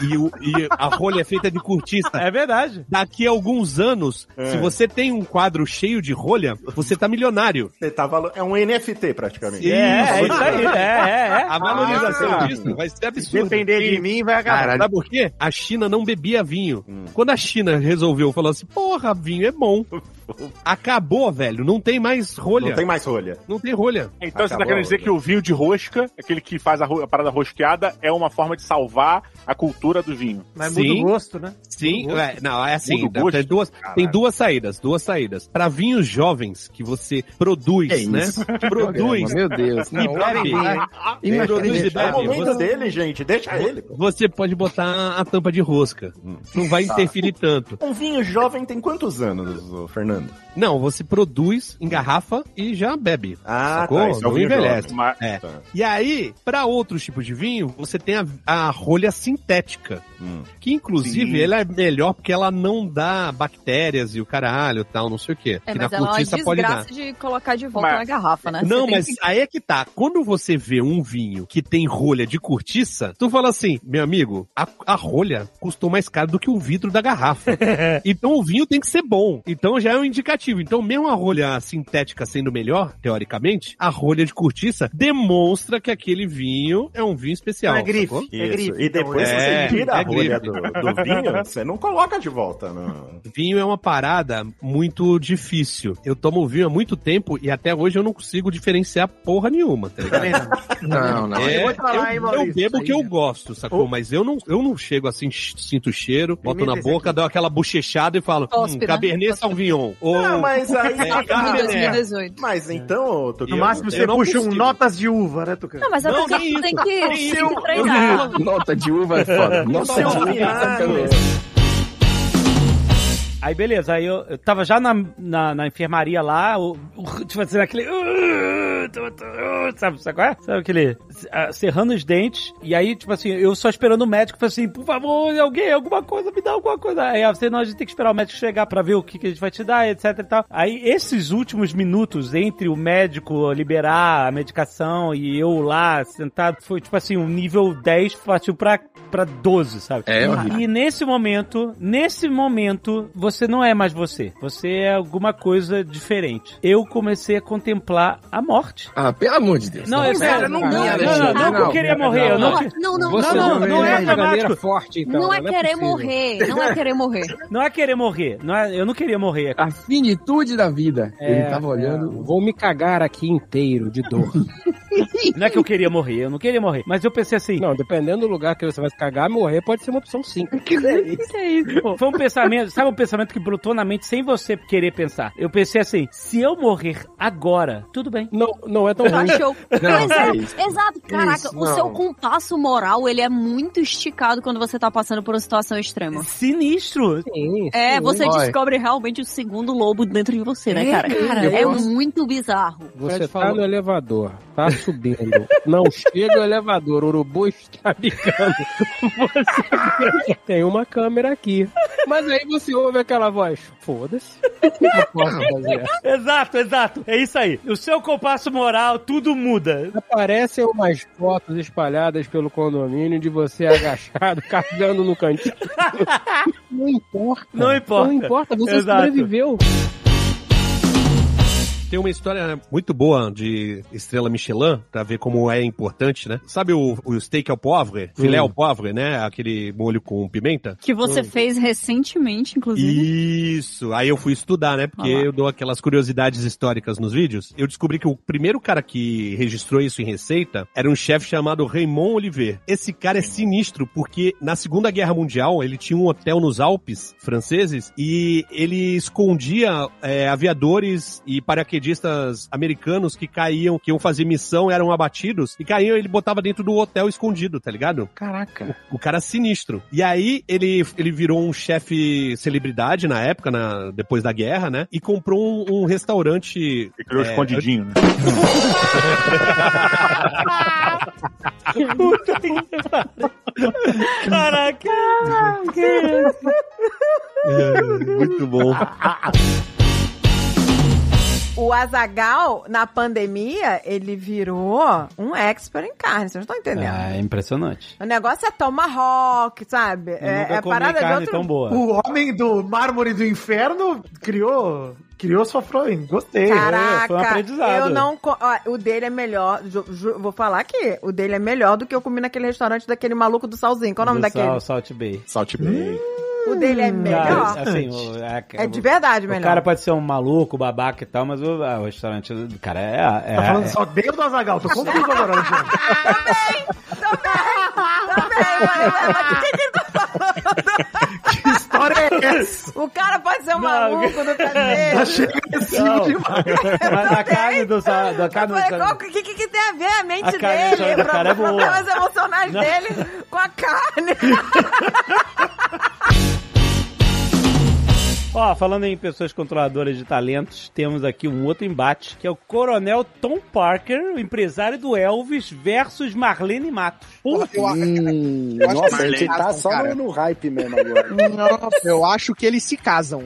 E, o- e a rolha é feita de cortiça. É
verdade.
Daqui a alguns anos,
É.
se você tem um quadro cheio de rolha, você tá milionário.
Você tá valo... É um NFT praticamente.
É,
Isso.
Ah,
A valorização
Ah.
disso vai ser absurda.
Depender de
E-
mim, vai acabar.
Cara, Sabe por quê? A China não bebia vinho.
Hum.
Quando a China resolveu, falou assim, porra, vinho
[LAUGHS]
é bom. Acabou, velho. Não tem mais rolha.
Não tem mais rolha.
Não tem rolha.
Então você tá querendo dizer que o vinho de rosca, aquele que faz a, ro- a parada rosqueada, é uma forma de salvar a cultura do vinho.
né?
Sim,
Muda o gosto.
é, não, é assim,
Muda o gosto?
tem, duas, tem
Caralho.
duas saídas, duas saídas. Pra vinhos jovens que você produz,
Que
né?
isso?
[LAUGHS] Produz.
Meu Deus,
e
não,
bebe.
olha,
E
imagina,
produz e
gente,
bebe.
é o momento
dele, gente, deixa ele,
Você pode botar a tampa de rosca. Não vai
Tá.
interferir tanto.
Um vinho jovem tem quantos anos, ô, Fernando?
Não, você produz em garrafa e já bebe.
Ah,
sacou?
tá, isso é o
não
vinho
envelhece.
jovem. Mas-
É.
tá.
E aí, pra outros tipos de vinho, você tem a, a rolha sintética. Que inclusive
Sim.
ela é melhor porque ela não dá bactérias e o caralho tal, não sei o quê.
É,
que na
mas ela é uma
cortiça pode dar.
desgraça de colocar de volta
Mas-
na garrafa, né?
Não,
Você tem
mas [LAUGHS]
que-
aí é que tá. Quando você vê um vinho que tem rolha de cortiça, tu fala assim, meu amigo, a, a rolha custou mais caro do que o vidro da
[LAUGHS]
garrafa. então o vinho tem que ser bom. Então já é um indicativo. Então mesmo a rolha sintética sendo melhor, teoricamente, a rolha de cortiça demonstra que aquele vinho é um vinho especial.
É grife,
sacou?
é Isso. grife. E depois
É,
você tira a
é
rolha
grife.
do, do vinho, você não coloca de volta, né? não.
Vinho é uma parada muito difícil. Eu tomo vinho há muito tempo e até hoje eu não consigo diferenciar porra nenhuma, tá ligado?
Não, não.
É,
Eu
eu,
vou te falar, hein, Maurício,
eu bebo o que
isso
eu
aí.
gosto, sacou? Mas eu não, eu não chego assim, ch- sinto o cheiro, boto
Imita
na
esse
boca, dou aquela bochechada e falo, hum,
Tospe, né?
Cabernet Sauvignon. Ou
Ah, mas aí.
tá
é,
assim.
Cabernet.
Mas então, Tucano,
No máximo você
eu não
puxa um
consigo.
notas de uva, né, Tucano?
Não, mas a
Não,
pessoa
nem
tem
isso. Nem
que, tem
isso.
que treinar.
Nota de uva é foda. Nota de uva é sacanagem.
Aí beleza, aí eu, eu tava já na, na, na enfermaria lá, o, o, tipo assim, aquele. "Uh, tô- tô- uh", sabe, sabe qual é? Sabe aquele. ah, Cerrando os dentes, e aí, tipo assim, eu só esperando o médico, falei assim, por favor, alguém, alguma coisa, me dá alguma coisa. Aí ela falou, não, a gente tem que esperar o médico chegar pra ver o que, que a gente vai te dar, etc e tal. Aí esses últimos minutos entre o médico liberar a medicação e eu lá sentado, foi tipo assim, um nível 10 partiu pra, pra 12, sabe?
É,
E-
horrível.
e nesse momento, nesse momento, você não é mais você. Você é alguma coisa diferente. Eu comecei a contemplar a morte.
Ah, pelo amor de Deus.
Não,
Não,
é sério,
cara,
não,
não
não,
dá,
não, não,
Alexandre,
não, que eu
não.
queria morrer. eu
Não,
não, que-
não, não,
não,
não,
não,
não,
não é
não, não.
dramático.
forte, então, Não é não é querer possível. morrer, não é querer morrer.
Não é querer morrer, não é- eu não queria morrer.
A finitude da vida.
É,
Ele tava olhando.
Vou me cagar aqui inteiro de dor. [LAUGHS] Não é que eu queria morrer, eu não queria morrer. Mas eu pensei assim. Não, dependendo do lugar que você vai cagar, morrer pode ser uma opção sim. [LAUGHS] [LAUGHS] Que é isso? Foi um pensamento, sabe um pensamento que brotou na mente sem você querer pensar. Eu pensei assim, se eu morrer agora, tudo bem. Não, não é tão
Tá show. Mas é, exato. Caraca,
Isso,
o seu
não.
compasso moral, ele é muito esticado quando você tá passando por uma situação extrema.
Sinistro.
É, você
Vai.
descobre realmente o segundo lobo dentro de você, né,
É,
cara?
cara,
é
eu posso-
muito bizarro.
Você tá
falou.
no elevador, tá subindo. Não chega o elevador, o urubu está bicando. Você [LAUGHS] tem uma câmera aqui. Mas aí você ouve aquela voz, foda-se.
Exato, exato. É isso aí. O seu compasso moral, tudo
[LAUGHS]
muda.
Aparecem umas fotos espalhadas pelo condomínio de você agachado, [LAUGHS] cagando no cantinho. Não importa.
Não importa.
Não importa, você
Exato.
sobreviveu.
Tem uma história muito boa de estrela Michelin, pra ver como é importante, né? Sabe o, o steak ao pobre? Filé
Hum.
ao pobre, né? Aquele molho com pimenta?
Que você
Hum.
fez recentemente, inclusive.
Isso. Aí eu fui estudar, né? Porque
Ah lá.
eu dou aquelas curiosidades históricas nos vídeos. Eu descobri que o primeiro cara que registrou isso em receita era um chefe chamado Raymond Oliver. Esse cara é sinistro porque na Segunda Guerra Mundial ele tinha um hotel nos Alpes franceses e ele escondia é, aviadores e paraquedistas americanos que caíam, que iam fazer missão, eram abatidos e caíam. Ele botava dentro do hotel escondido, tá ligado?
Caraca.
O cara sinistro. E aí ele, ele virou um chefe celebridade na época, na, depois da guerra, né? E comprou um, um restaurante. E
criou escondidinho,
né?
Puta que pariu. Caraca.
muito bom.
O Azagal, na pandemia, ele virou um expert em carne, vocês não estão entendendo.
Ah, é impressionante.
O negócio é tomahawk, sabe? é
nunca
é
comi
parada de
carne
outro.
tão
[LAUGHS]
boa.
O homem do mármore do inferno criou, criou sua flor. Gostei. é, um
Caraca, eu não. co- ó, o dele é melhor. ju- ju- vou falar aqui. O dele é melhor do que eu comi naquele restaurante daquele maluco do Salzinho. Qual é o nome
Do
daquele?
Sal, Salt Bay.
Salt Bay.
O dele é melhor.
Cara, assim, o- é,
É de verdade
o
melhor.
cara pode ser um maluco, babaca e tal, mas o, ah, o restaurante do cara é... é-
Tá falando
é-
só dele do Azagal, tô confuso agora. né, Alexandre.
que história [LAUGHS] é essa? O cara pode ser um maluco do cabelo.
Não, [LAUGHS] Mas a carne do... sa- da carne do
Falei, qual- O que, que, que tem a ver a mente
A carne do
dele?
Sandro Cara é boa.
problemas emocionais
Não.
dele com a carne.
Ó, falando em pessoas controladoras de talentos, temos aqui um outro embate, que é o Coronel Tom Parker, o empresário do Elvis, versus Marlene Matos.
Hum,
eu acho que
nossa,
eles
você tá
casam,
só
cara.
no hype mesmo agora.
Nossa, eu acho que eles se casam.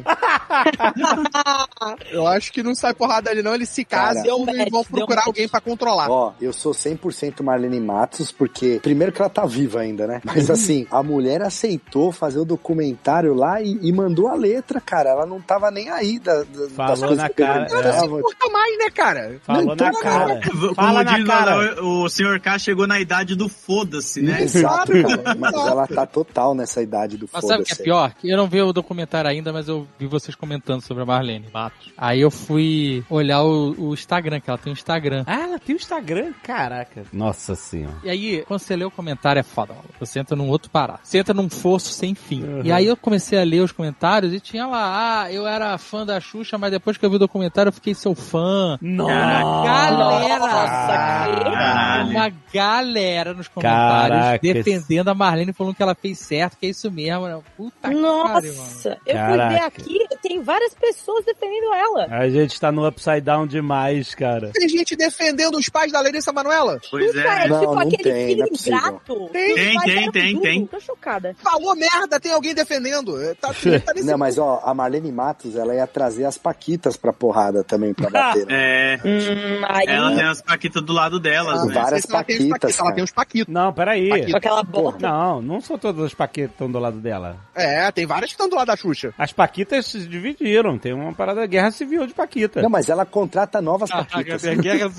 eu acho que não sai porrada ali, não. um Eles se casam
Cara,
e eu- e vão procurar alguém pra controlar.
Ó, eu sou 100% Marlene Matos, porque primeiro que ela tá viva ainda, né? Mas assim, a mulher aceitou fazer o documentário lá e, e mandou a letra, cara. Ela não tava nem aí da, da, das
Falou
coisas
na
que
cara,
eu
Não se
lembrava.
importa mais, né, cara?
Falou
Não
na
importa
cara.
mais.
Como
Fala na
diz
cara.
o, o senhor K chegou na idade do foda-se, né?
Exato,
[LAUGHS]
cara. Mas ela tá total nessa idade do
Mas sabe o que é
foda-se.
pior? Que Eu não vi o documentário ainda, mas eu vi vocês comentando sobre a Marlene Matos. Aí eu fui olhar o, o Instagram, que ela tem um Instagram.
Ah, ela tem o Instagram? Caraca.
Nossa senhora. E aí, quando você lê o comentário é foda. ó. Você entra num outro pará. Você entra num fosso sem fim.
Uhum.
E aí eu comecei a ler os comentários e tinha lá, ah, eu era fã da Xuxa, mas depois que eu vi o documentário eu fiquei seu fã. Nossa! Galera!
Caralho.
Uma galera nos comentários
Caraca.
defendendo a Marlene, falando que ela fez certo, que é isso mesmo. né? Puta que pariu,
Nossa,
mano.
eu fui ver
Caraca.
aqui, tem várias pessoas defendendo ela.
A gente tá no upside down demais, cara.
Tem gente defendendo os pais da Larissa Manoela?
Pois é. Cara, é Não, tipo não aquele tem, filho não é possível. ingrato.
Tem,
Tem,
mas
tem,
era um então
tem,
duro.
tem.
Tô chocada.
Falou merda, tem alguém defendendo.
[LAUGHS]
Tá, tá nesse
Não, mas ó, a Marlene Matos, ela ia trazer as Paquitas pra porrada
[LAUGHS]
também, pra bater. né?
É.
Hum,
Ela tem as paquitas do lado delas, né?
Várias Paquitas, cara.
os paquitos.
Não, peraí.
Paquitos. Com aquela
boca. Não, não são todas as paquitas que estão do lado dela.
É, tem várias que estão do lado da Xuxa.
As paquitas se dividiram. Tem uma parada da guerra civil de paquita.
Não, mas ela contrata novas
paquitas.
é
guerra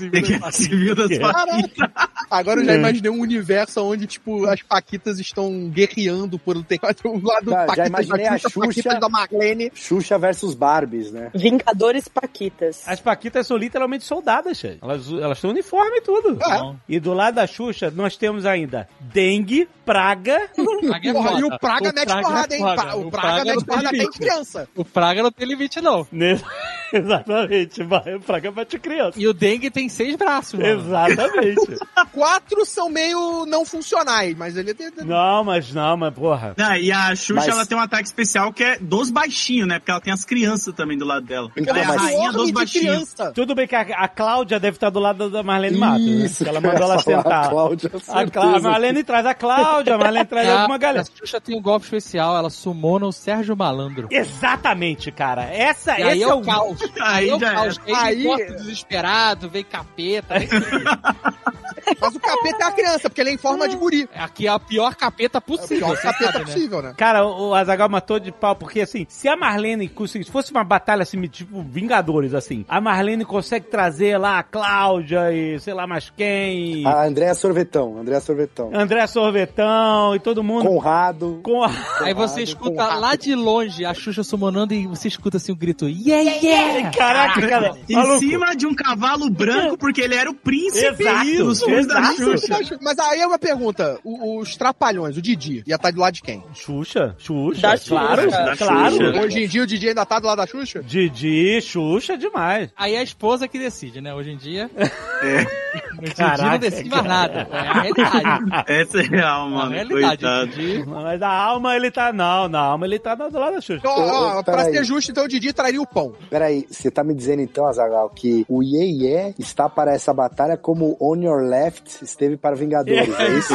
civil, das
Caraca. Agora eu
É.
já imaginei um universo onde, tipo, as paquitas estão guerreando por ter [LAUGHS] do lado
Cara,
paquitas
já imaginei
da
a
Xuxa,
Xuxa,
paquitas da Marlene.
Xuxa versus Barbies, né?
Vingadores Paquitas.
As Paquitas são literalmente soldadas, Xande. Elas, elas têm uniforme e tudo.
Ah, é?
E do lado da Xuxa, nós temos ainda dengue, praga.
é
Porra,
foda.
e o Praga mete
Praga
porrada,
é
hein?
foda.
Pra- o
O
Praga
Praga
mete
não tem
porrada até em
limite.
criança.
O Praga não tem limite, não.
[LAUGHS] Exatamente, vai. O Praga bate criança.
E o dengue tem seis braços, mano.
[LAUGHS] Exatamente.
Quatro são meio não funcionais, mas ele tem.
não, mas não, mas porra.
Não, e a Xuxa,
Mas-
ela tem um ataque especial que é dos baixinhos, né? Porque ela tem as crianças também do lado dela.
então,
Ela é a rainha dos baixinhos.
Tudo bem que a, a Cláudia deve estar do lado da Marlene Matos, né?
Isso
Porque ela
que eu
mandou
ia
ela
falar,
sentar.
a Cláudia,
a,
certeza.
Clá- a Marlene traz a Cláudia, a Marlene traz
Ah,
alguma galera.
[LAUGHS] A Xuxa tem um golpe especial, ela sumona o Sérgio Malandro.
Exatamente, cara. Essa
E aí
esse
é o
[LAUGHS]
caos. [LAUGHS] Aí, é o
já
caos.
era.
Aí, ele corta desesperado, vem capeta. vem tudo.
Mas o capeta é a criança, porque ele é em forma de guri.
Aqui é a pior capeta possível.
É o pior
você
capeta
sabe, né?
possível, né?
Cara, o Azagal matou de pau, porque assim, se a Marlene conseguisse, se fosse uma batalha assim, tipo Vingadores, assim, a Marlene consegue trazer lá a Cláudia e sei lá mais quem. e
A Ah, Andréa Sorvetão, Andréa Sorvetão.
Ah,
André Sorvetão e todo mundo.
Conrado.
Conrado.
Aí você escuta lá de longe a Xuxa sumonando e você escuta assim o grito Yeah, yeah!
Caraca, cara.
Em
maluco.
cima de um cavalo branco, porque ele era o príncipe dos filmes da Xuxa.
Mas aí é uma pergunta. O- Os trapalhões, o Didi, ia estar do lado de quem?
Xuxa? Xuxa?
Da
claro,
Xuxa. Da
claro.
Xuxa.
Hoje em dia o Didi ainda tá do lado da Xuxa?
Didi, Xuxa demais.
Aí é a esposa que decide, né? Hoje em
[LAUGHS]
dia. O Didi
É. Caraca,
não decide mais
cara.
nada. É a realidade.
[LAUGHS] Essa é real,
É a
mano.
realidade. O
Coitado.
Didi
Mas a alma ele tá. Não, na alma ele tá do lado da Xuxa.
Ó, ó,
Ô, ô,
pra
peraí.
ser justo, então o Didi traria o pão.
Peraí, você tá me dizendo então, Azagal, que o Ye Ye está para essa batalha como On Your Left esteve para Vingadores, é isso?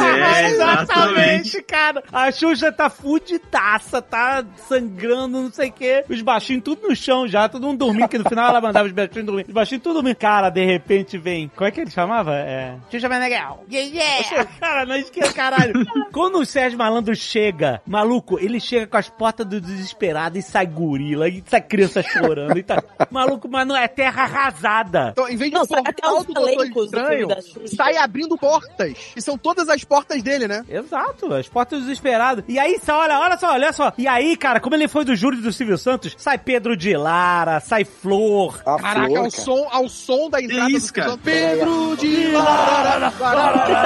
exatamente.
É, exatamente, cara. A Xuxa tá fudidaça, tá sangrando, não sei o quê. Os baixinhos tudo no chão já, todo mundo dormindo, que no final ela mandava os baixinhos dormir. Os baixinhos tudo dormindo. Cara, de repente vem. Como é que ele chamava? É. Xuxa Meneghel. Yeah, yeah. Cara, não esquece, caralho. Quando o Sérgio Malandro chega, maluco, ele chega com as portas do desesperado e sai gorila, e sai criança chorando e tá. Maluco, mas não é terra arrasada.
Então, em vez de
Não,
um
sai até
portal
os
do Doutor
elencos do filme
Estranho,
da Xuxa.
sai abrindo portas. E são todas as portas dele, né?
Exato,
[LAUGHS]
as portas desesperadas. E aí, só, olha, olha só, olha só. E aí, cara, como ele foi do júri do Silvio Santos, sai Pedro de Lara, sai Flor.
A
Caraca,
flor, cara.
ao, som, ao som da entrada do
isso, cara?
Santo Pedro de Lara.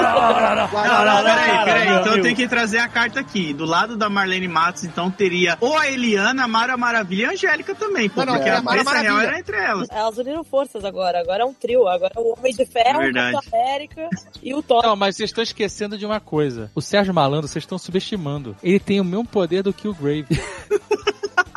Não, não, peraí, peraí. Então
Brasil.
eu tenho que trazer a carta aqui. Do lado da Marlene Matos, então teria ou a Eliana, a Mara Maravilha e a Angélica também. Pô,
Não, não,
porque
é
a
a Mara
pressa real
Maravilha.
era entre elas.
Elas uniram forças agora, agora é um trio. Agora é o Homem de Ferro, o
Verdade.
Capitão América e o Thor.
Não, mas vocês estão esquecendo de uma coisa. O Sérgio Malandro, vocês estão subestimando. Ele tem o mesmo poder do que o
[LAUGHS]
Grave.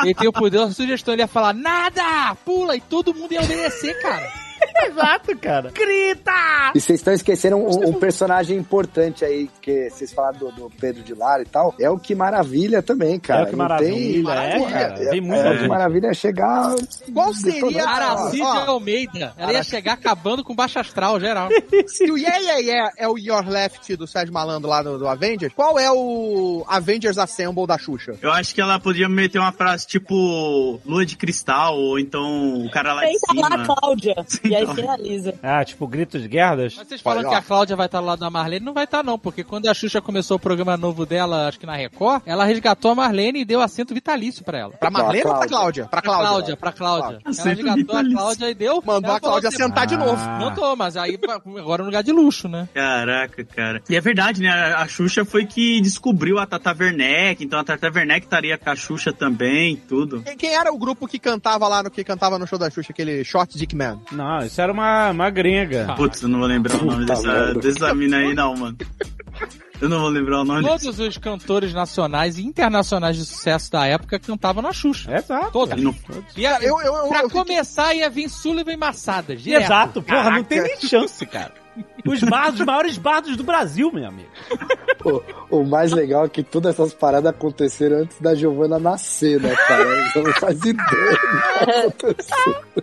Ele tem o poder da sugestão. Ele ia falar, nada! Pula! E todo mundo ia obedecer, cara.
Exato, cara. Grita!
E vocês estão esquecendo um, um personagem importante aí, que vocês falaram do, do Pedro de Lara e tal. É o que maravilha também, cara.
É o que
Não
maravilha, é, cara. Tem
é,
muita
o que
gente.
maravilha é chegar.
Qual seria
Aracide
ó, ó,
Almeida. Ela ia chegar acabando com baixa astral geral.
se o Yeah Yeah Yeah é o Your Left do Sérgio Malandro lá do, do Avengers, qual é o Avengers Assemble da Xuxa?
Eu acho que ela podia meter uma frase tipo Lua de Cristal, ou então o cara lá de
Senta lá,
cima.
Cláudia. E aí
Então.
finaliza.
Ah, tipo, gritos de guerras?
Mas vocês falam que a Cláudia vai estar do lado da Marlene, não vai estar não, porque quando a Xuxa começou o programa novo dela, acho que na Record, ela resgatou a Marlene e deu assento vitalício pra ela.
Pra Marlene ou pra
Cláudia.
Cláudia?
Pra
Pra Cláudia.
Cláudia, pra Cláudia. Ela
Assento
resgatou a
vitalício.
Cláudia e deu.
Mandou
ela
a Cláudia
falou assim,
sentar de novo.
Ah.
Não tô, mas aí pra- agora é um lugar de luxo, né?
Caraca, cara. E é verdade, né? A Xuxa foi que descobriu a Tata Werneck, então a Tata Werneck estaria com a Xuxa também, tudo.
Quem, quem era o grupo que cantava lá no que cantava no show da Xuxa, aquele Short Dick Man?
Não, isso era uma, uma
Ah.
gringa.
Putz, eu não vou lembrar o nome
Puta
dessa,
merda.
dessa mina aí, não, mano. Eu não vou lembrar o nome
Todos os cantores nacionais e internacionais de sucesso da época cantavam na Xuxa.
Exato.
Todos.
Não-
Ia,
Eu, eu, eu,
pra
eu fiquei-
começar, ia vir Sullivan e Massada, direto.
Exato, porra, não tem nem chance, cara. Os bardos, os maiores bardos do Brasil, meu amigo.
O, o mais legal é que todas essas paradas aconteceram antes da Giovana nascer, né, cara? Então não faz ideia.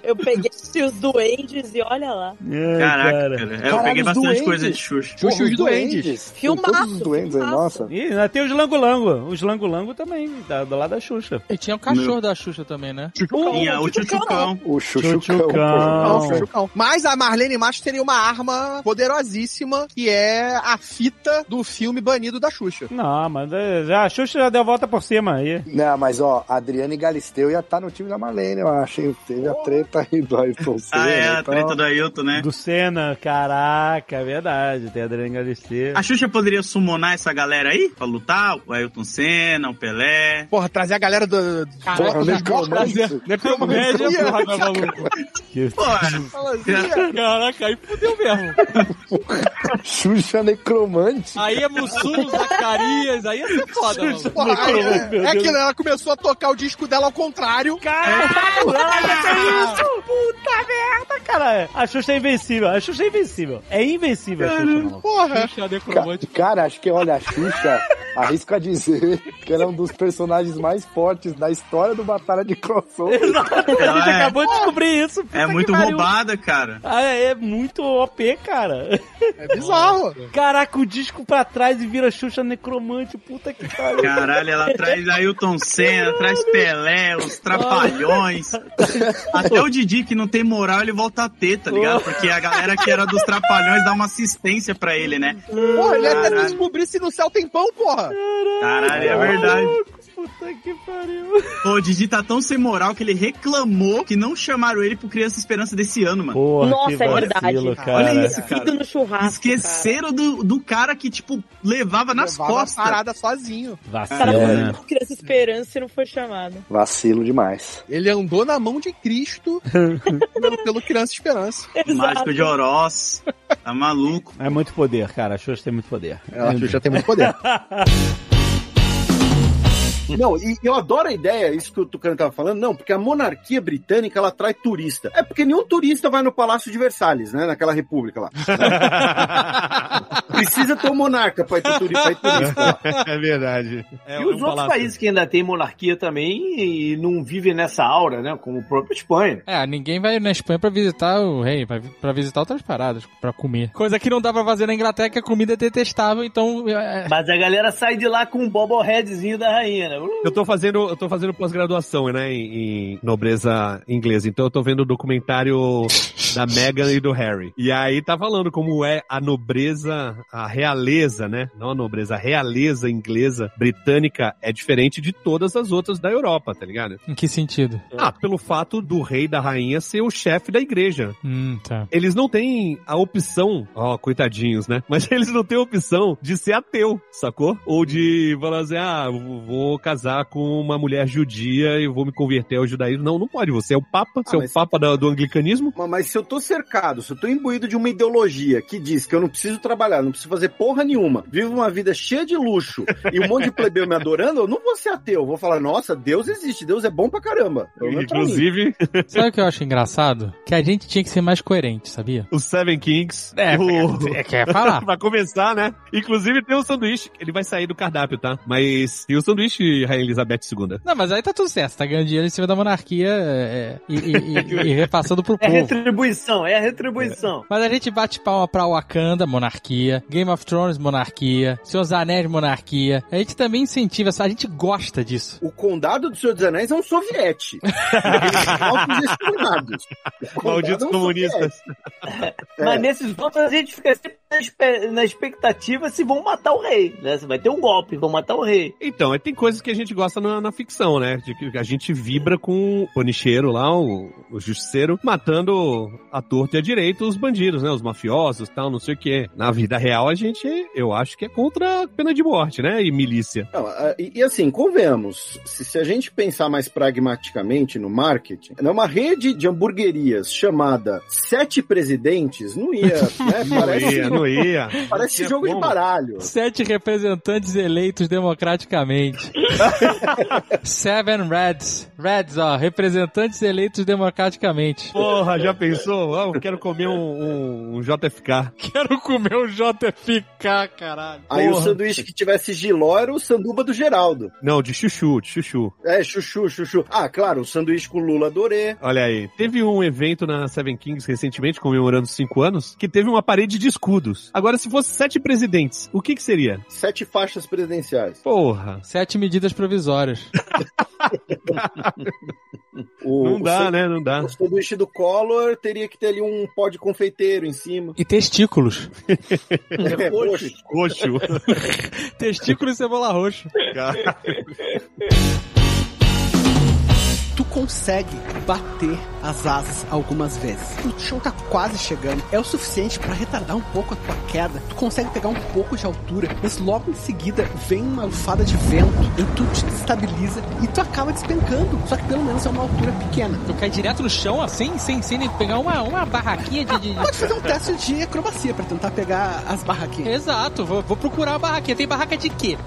Eu peguei [LAUGHS] os duendes e olha lá.
Caraca, cara. É, eu
Caralho,
peguei
os
bastante
duendes.
coisa de Xuxa.
Porra,
Xuxa e os Duendes.
Com todos
Filmaço,
os duendes aí,
filmaço.
nossa.
E ainda né, tem os langolango. Os langolango também, da- do lado da Xuxa.
E tinha o cachorro da Xuxa também, né?
Tinha o Tchutchucão.
O Chuchucão.
Chuchucão.
porra.
Não,
Nossa,
Não.
Chuchucão. Mas a Marlene Matos teria uma arma poderosíssima, que é a fita do filme Banido da Xuxa.
Não, mas é, já- a Xuxa já deu a volta por cima aí.
Não, mas ó, Adriane Galisteu ia estar no time da Marlene, eu acho. hein? Teve a treta aí do Ayrton Senna.
Ah, é, a
então- [LAUGHS]
treta do Ailton, né?
Do Senna, caraca, é verdade. Tem a Adriana Galisteu.
A Xuxa poderia summonar essa galera aí pra lutar? O Ailton Senna, o Pelé.
Porra, trazer a galera do. do- é
Porra,
é
melhor isso.
Comédia, porra, maluco.
Pô,
assim,
Caraca, aí fudeu mesmo.
Xuxa Necromante.
Aí é Mussulo, Zacarias, aí é ser foda, maluco.
Porra, aí, é,
Meu
é
Deus.
que ela começou a tocar o disco dela ao contrário.
Caralho, olha que isso! Puta merda, cara! A Xuxa é invencível, a Xuxa é invencível. É invencível a Xuxa, maluco.
Porra.
Xuxa,
Ca-
necromante.
Cara, acho que, olha, a Xuxa, Arrisco a dizer que era um dos personagens mais fortes da história do Batalha de Crossover.
Ela
gente acabou de descobrir isso.
É muito roubada, cara.
Ah, é muito OP, cara. É
bizarro.
Caraca, o disco pra trás e vira Xuxa Necromante, puta que pariu.
Caralho, ela traz Ailton Senna, traz Pelé, os Trapalhões. [LAUGHS] Até o Didi, que não tem moral, ele volta a ter, tá ligado? Porque a galera que era dos Trapalhões dá uma assistência pra ele, né?
Porra, ele até
Caralho.
descobrisse no céu tem pão, porra!
Caralho, é verdade.
Puta que pariu.
Pô, o Didi tá tão sem moral que ele reclamou que não chamaram ele pro Criança Esperança desse ano, mano.
Porra, Nossa, que é verdade. vacilo, cara.
Olha isso, cara.
Fica no churrasco.
Esqueceram do, do cara que, tipo, levava nas
Levava a
costas.
parada sozinho.
Vacilo,
né?
É,
O Criança Esperança não foi chamado.
vacilo demais.
Ele andou na mão de Cristo pelo, pelo Criança
[LAUGHS]
Esperança.
Mágico de Oroz. Tá maluco.
É muito poder, cara. A Xuxa tem muito poder.
Ela, É, a Xuxa tem muito poder.
Não, e eu adoro a ideia, isso que o Tucano tava falando, não, porque a monarquia britânica ela atrai turista. É porque nenhum turista vai no Palácio de Versalhes, né? Naquela república
[LAUGHS]
lá. Precisa ter um monarca pra ir ter turi- pra ir turista. lá.
É verdade.
É,
e os
é um
outros
palácio.
países que ainda têm monarquia também e não vivem nessa aura, né? Como o próprio Espanha.
É, ninguém vai na Espanha pra visitar o rei, pra, vi- pra visitar outras paradas, pra comer. Coisa que não dá pra fazer na Inglaterra, que a comida é detestável, então... é-
Mas a galera sai de lá com um bobbleheadzinho da rainha, né?
Eu tô fazendo, eu tô fazendo pós-graduação, né, em, em nobreza inglesa. Então eu tô vendo o documentário da Meghan e do Harry. E aí tá falando como é a nobreza, a realeza, né? Não a nobreza, a realeza inglesa, britânica é diferente de todas as outras da Europa, tá ligado?
Em que sentido?
Ah, pelo fato do rei e da rainha ser o chefe da igreja.
Hum, tá.
Eles não têm a opção, ó, coitadinhos, né? Mas [LAUGHS] eles não têm a opção de ser ateu, sacou? Ou de falar assim, ah, eu vou casar com uma mulher judia e vou me converter ao judaísmo. Não, não pode. Você é o papa, você é o
mas-
papa da- do anglicanismo.
Mas- Mas se eu tô cercado, se eu tô imbuído de uma ideologia que diz que eu não preciso trabalhar, não preciso fazer porra nenhuma, vivo uma vida cheia de luxo e um monte de plebeu me adorando, eu não vou ser ateu. Eu vou falar, nossa, Deus existe, Deus é bom pra caramba. Pelo menos pra mim.
[LAUGHS] Sabe o que eu acho engraçado? Que a gente tinha que ser mais coerente, sabia?
O Seven Kings.
É,
[LAUGHS]
é, é, quer falar.
Vai começar, né? Inclusive tem um sanduíche, ele vai sair do cardápio, tá? Mas tem o sanduíche Rainha Elizabeth II.
Não, mas aí tá tudo certo, tá ganhando dinheiro em cima da monarquia é, e, e- e- e repassando
[LAUGHS] É,
pro povo.
retribuição, é a retribuição.
Mas a gente bate palma pra Wakanda, monarquia, Game of Thrones, monarquia, Senhor dos Anéis, monarquia. A gente também incentiva, essa- a gente gosta disso.
O condado do Senhor dos Anéis é um soviete.
[LAUGHS]
Autogestionados. O condado é um
É.
Mas nesses outros a gente fica sempre na espe- na expectativa se vão matar o rei. Né? Se Vai ter um golpe, vão matar o
[LAUGHS]
rei.
Então, é, tem coisas que a gente gosta na, na ficção, né? De que a gente vibra com o ponicheiro lá, o, o justiceiro, matando a torta e a direita os bandidos, né? Os mafiosos tal, não sei o quê. Na vida real, a gente, eu acho que é contra a pena de morte, né? E milícia.
Não, a- e, e assim, convenhamos, se, se a gente pensar mais pragmaticamente no marketing, né, uma rede de hamburguerias chamada Sete Presidentes não
[LAUGHS]
ia, né?
Não
parece, um
ia, não ia.
[LAUGHS] Parece
Não tinha
jogo de
como.
baralho.
Sete representantes eleitos
[LAUGHS]
democraticamente. Seven Reds. Reds, ó, representantes eleitos democraticamente.
Porra, já pensou? Ah, eu quero comer um, um- um JFK.
Quero comer um JFK, caralho.
Aí o
Porra.
sanduíche que tivesse giló era o sanduba do Geraldo.
Não, de chuchu, de chuchu.
É, chuchu, chuchu. Ah, claro, o sanduíche com Lula adorei.
Olha aí, teve um evento na Seven Kings recentemente, comemorando os cinco anos, que teve uma parede de escudos. Agora, se fosse sete presidentes, o que que seria?
Sete faixas presidenciais.
Porra.
Sete medidas provisórias.
[LAUGHS] O-
Não
o
dá,
san-
né? Não dá.
O sanduíche do Collor teria que ter ali um pó de confeiteiro em
[LAUGHS]
cima.
E testículos.
É, coxo.
Coxo.
[LAUGHS]
testículos e cebola roxa.
Tu consegue bater as asas algumas vezes. O chão tá quase chegando. É o suficiente pra retardar um pouco a tua queda. Tu consegue pegar um pouco de altura, mas logo em seguida vem uma alfada de vento e tu te destabiliza e tu acaba despencando. Só que pelo menos é uma altura pequena.
Tu cai direto no chão assim, sem, sem nem pegar uma, uma barraquinha de. de-
Pode fazer um teste de acrobacia pra tentar pegar as barraquinhas.
Exato, vou, vou procurar a barraquinha. Tem barraca de quê?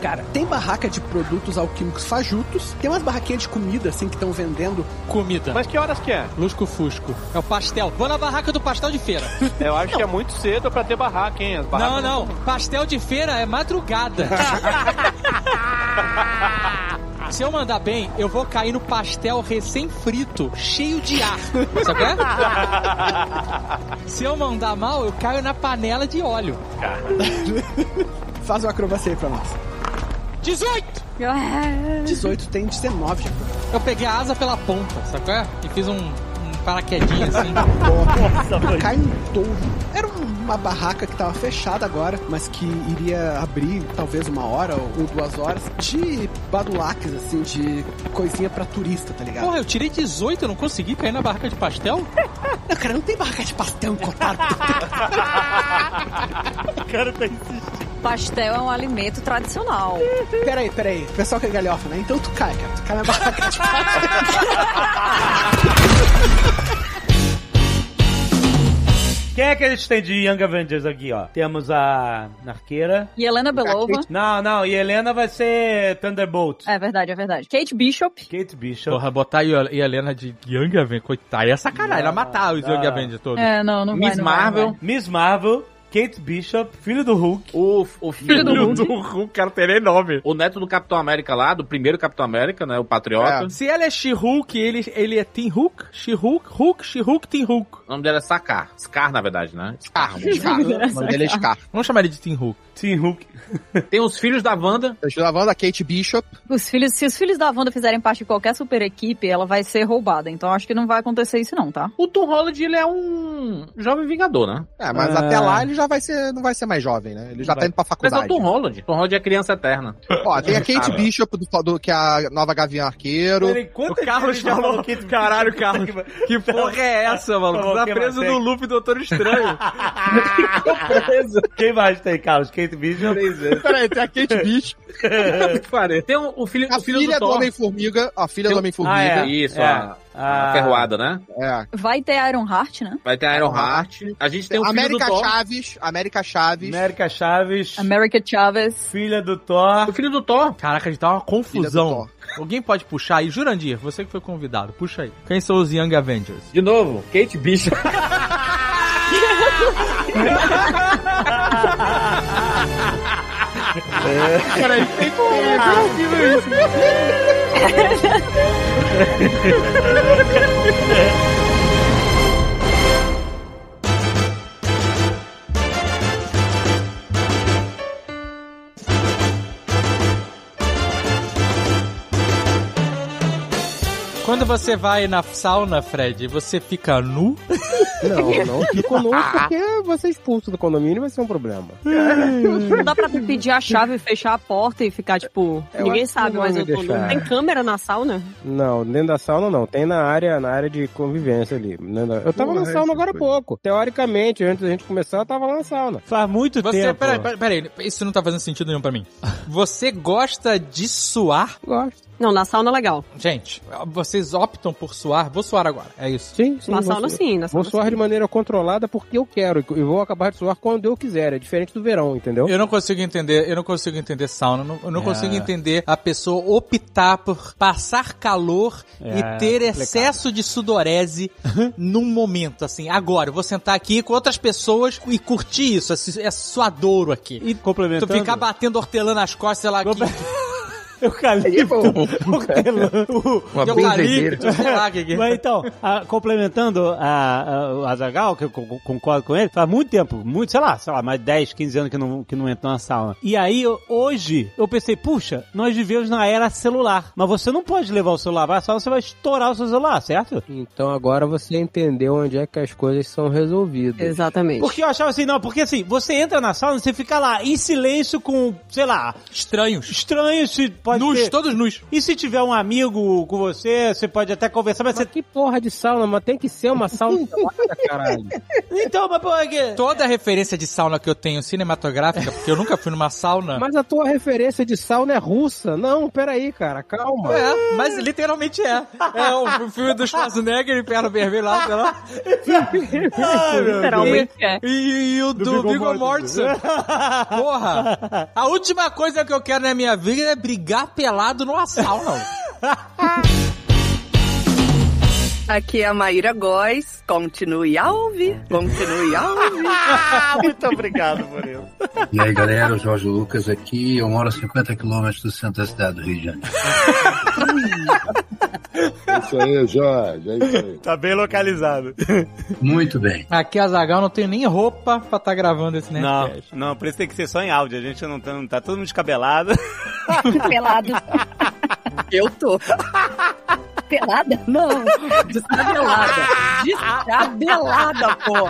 Cara, tem barraca de produtos alquímicos fajutos, tem umas barraquinhas de comidas assim que estão vendendo comida.
Mas que horas que é?
Lusco Fusco. É o pastel. Vou na barraca do pastel de feira.
[LAUGHS] Eu acho que é muito cedo pra ter barraca, hein? As
Não,
barracas
não. Pastel de feira é
[LAUGHS]
madrugada. Se eu mandar bem, eu vou cair no pastel recém-frito, cheio de ar. Sabe? qual é? Se eu mandar mal, eu caio na panela de
[LAUGHS]
óleo. [LAUGHS] Faz uma acrobacia aí pra nós.
18!
18 tem 19 já.
Eu peguei a asa pela ponta, sabe qual é? E fiz um, um paraquedinho assim.
Nossa, cai um touro. Era uma barraca que tava fechada agora, mas que iria abrir talvez uma hora ou ou duas horas de badulaques, assim, de coisinha pra turista, tá ligado?
Porra, eu tirei 18, eu não consegui cair na barraca de pastel?
Não, cara, não tem barraca de
[LAUGHS]
pastel encotado.
cara tá
Pastel é um alimento tradicional.
Peraí, peraí. O pessoal que é galhofa, né? Então tu cai, cara. Tu cai na
[LAUGHS] É
barraca de pastel.
[LAUGHS] Quem é que a gente tem de Young Avengers aqui, ó? Temos a Narqueira.
E Helena Belova.
Não, não, e Helena vai ser Thunderbolt.
É verdade, é verdade. Kate Bishop.
Kate Bishop.
Porra, botar e e a Helena de Young Avenger, coitada, ia é sacanagem, ela matar os
não.
Young Avengers todos.
É, não, não vai,
Ah, Miss
não vai, não
Marvel.
vai.
Miss Marvel. Kate Bishop, filho do Hulk.
O, o
Filho do Hulk.
Hulk, cara, tem nem nome. O neto do Capitão América lá, do primeiro Capitão América, né? O Patriota.
Se ela é She-Hulk, ele, ele é Team Hulk, She-Hulk, Hulk, She-Hulk, Team Hulk.
O nome dela é Sakar. Scar, na verdade, né?
[LAUGHS]
Scar.
Scar.
O nome dele é Scar.
Vamos chamar ele de Team Hulk.
Team Hulk.
Tem os filhos da Wanda.
Os filhos da Wanda, Kate Bishop.
Os filhos, se os filhos da Wanda fizerem parte de qualquer super equipe, ela vai ser roubada. Então acho que não vai acontecer isso, não, tá?
O Tom Holland, ele é um jovem vingador, né?
É, mas
Ah.
até lá ele já vai ser, não vai ser mais jovem, né? Ele já tá indo pra
Mas é
faculdade.
o Tom Holland. Tom Holland é criança eterna.
Ó, tem a Kate
Ah,
Bishop, do, do- que é a nova Gavião Arqueiro.
o Carlos falou, caralho, Carlos, que porra é essa, maluco? Tá
Ah, Quem
preso
mais
no
tem? Ah.
loop Doutor Estranho.
tá
Quem mais tem, Carlos? Kate Bishop.
[LAUGHS]
[LAUGHS]
Peraí, tem a [LAUGHS] Kate
[LAUGHS]
Bishop.
Tem um, o, o filho,
A
o filho
filha
do,
do,
Thor.
Homem-Formiga. A filha
Tem-
do Homem-Formiga.
Ah, é. Isso,
É.
a, a
Ah.
ferroada, né?
É.
Vai ter Iron Heart, né?
Vai ter a Iron Heart. A gente tem o filho
América
do Thor.
[LAUGHS]
Chaves. América Chaves.
América Chaves.
America Chavez.
Filha do Thor.
O filho do Thor.
Caraca, a gente tá uma confusão. Alguém pode puxar aí? Jurandir, você que foi convidado, puxa aí. Quem são os Young Avengers?
De novo, Kate Bishop.
Peraí, tem como. É possível
[LAUGHS] Quando você vai na sauna, Fred, você fica nu?
Não, não fico nu
Ah.
porque você é expulso do condomínio vai ser um problema.
Não dá pra tu pedir a chave, fechar a porta e ficar, tipo,
Eu acho
ninguém
que
sabe,
não
mas
vai
eu
me
tô nu.
deixar.
Tem câmera na sauna?
Não, dentro da sauna não. Tem na área, na área de convivência ali. Dentro da- Eu tava
Porra,
na sauna
essas
agora há pouco. Teoricamente, antes da gente começar, eu tava lá na sauna.
Faz muito
Você, peraí, peraí, peraí, isso não tá fazendo sentido nenhum pra mim. Você gosta de suar?
Gosto.
Não, na sauna é legal.
Gente, vocês optam por suar? Vou suar agora, é isso.
Sim,
Na sauna, sim, na
Vou
sauna,
suar
sim.
de maneira controlada porque eu quero. E vou acabar de suar quando eu quiser. É diferente do verão, entendeu?
Eu não consigo entender, eu não consigo entender sauna, não- eu não
É.
consigo entender a pessoa optar por passar calor
É,
e ter
complicado.
excesso de
[LAUGHS]
sudorese num momento, assim, agora, eu vou sentar aqui com outras pessoas e curtir isso, esse- é suadouro aqui. E tu
complementando?
ficar batendo hortelã nas costas, sei lá, que... [LAUGHS]
[LAUGHS]
Eucalipto.
Uma
Eucalipto.
benzedeira. sei lá o que que é.
Mas então, a- complementando a, a, o Azagal, que eu co- co- concordo com ele, faz muito tempo, muito, sei lá, sei lá, mais 10, 15 anos que não, que não entro na sauna. E aí, eu- hoje, eu pensei, puxa, nós vivemos na era celular. Mas você não pode levar o celular pra sauna, você vai estourar o seu celular, certo?
Então agora você entendeu onde é que as coisas são resolvidas.
Exatamente.
Porque eu achava assim, não, porque assim, você entra na sauna, você fica lá em silêncio com, sei lá...
Estranhos.
Estranhos, se pode
Nus,
ter-
todos nus.
E se tiver um amigo com você, você pode até conversar, mas, você...
que porra de sauna, mas tem que ser uma sauna gelada, caralho.
Então, mas porra, que...
é Toda referência de sauna que eu tenho cinematográfica, porque eu nunca fui
[LAUGHS]
numa sauna...
Mas a tua referência de sauna é russa. Não, peraí, cara, calma.
É, mas literalmente é. É o filme do Schwarzenegger, Inferno Vermelho lá, sei lá.
Ai, meu
Literalmente
E-
é.
E, e o do,
Do
Viggo
Viggo
Mortensen. Porra! A última coisa que eu quero na minha vida é brigar pelado numa sauna.
Aqui é a Maíra Góes. Continue a ouvir. Continue Ah, a ouvir.
Muito obrigado por isso.
E aí, galera, o Jorge Lucas aqui. Eu moro a 50 quilômetros do centro da cidade do Rio de [LAUGHS] Janeiro.
É isso aí, Jorge. É isso aí.
[LAUGHS] Tá bem localizado.
Muito bem.
Aqui, Azagal, não tenho nem roupa pra estar gravando esse
Não,
Nerdcast.
não, por isso tem que ser só em áudio. A gente não tá, não tá todo mundo descabelado.
Pelado.
Eu tô.
Pelada? Não. Descabelada. Descabelada, pô.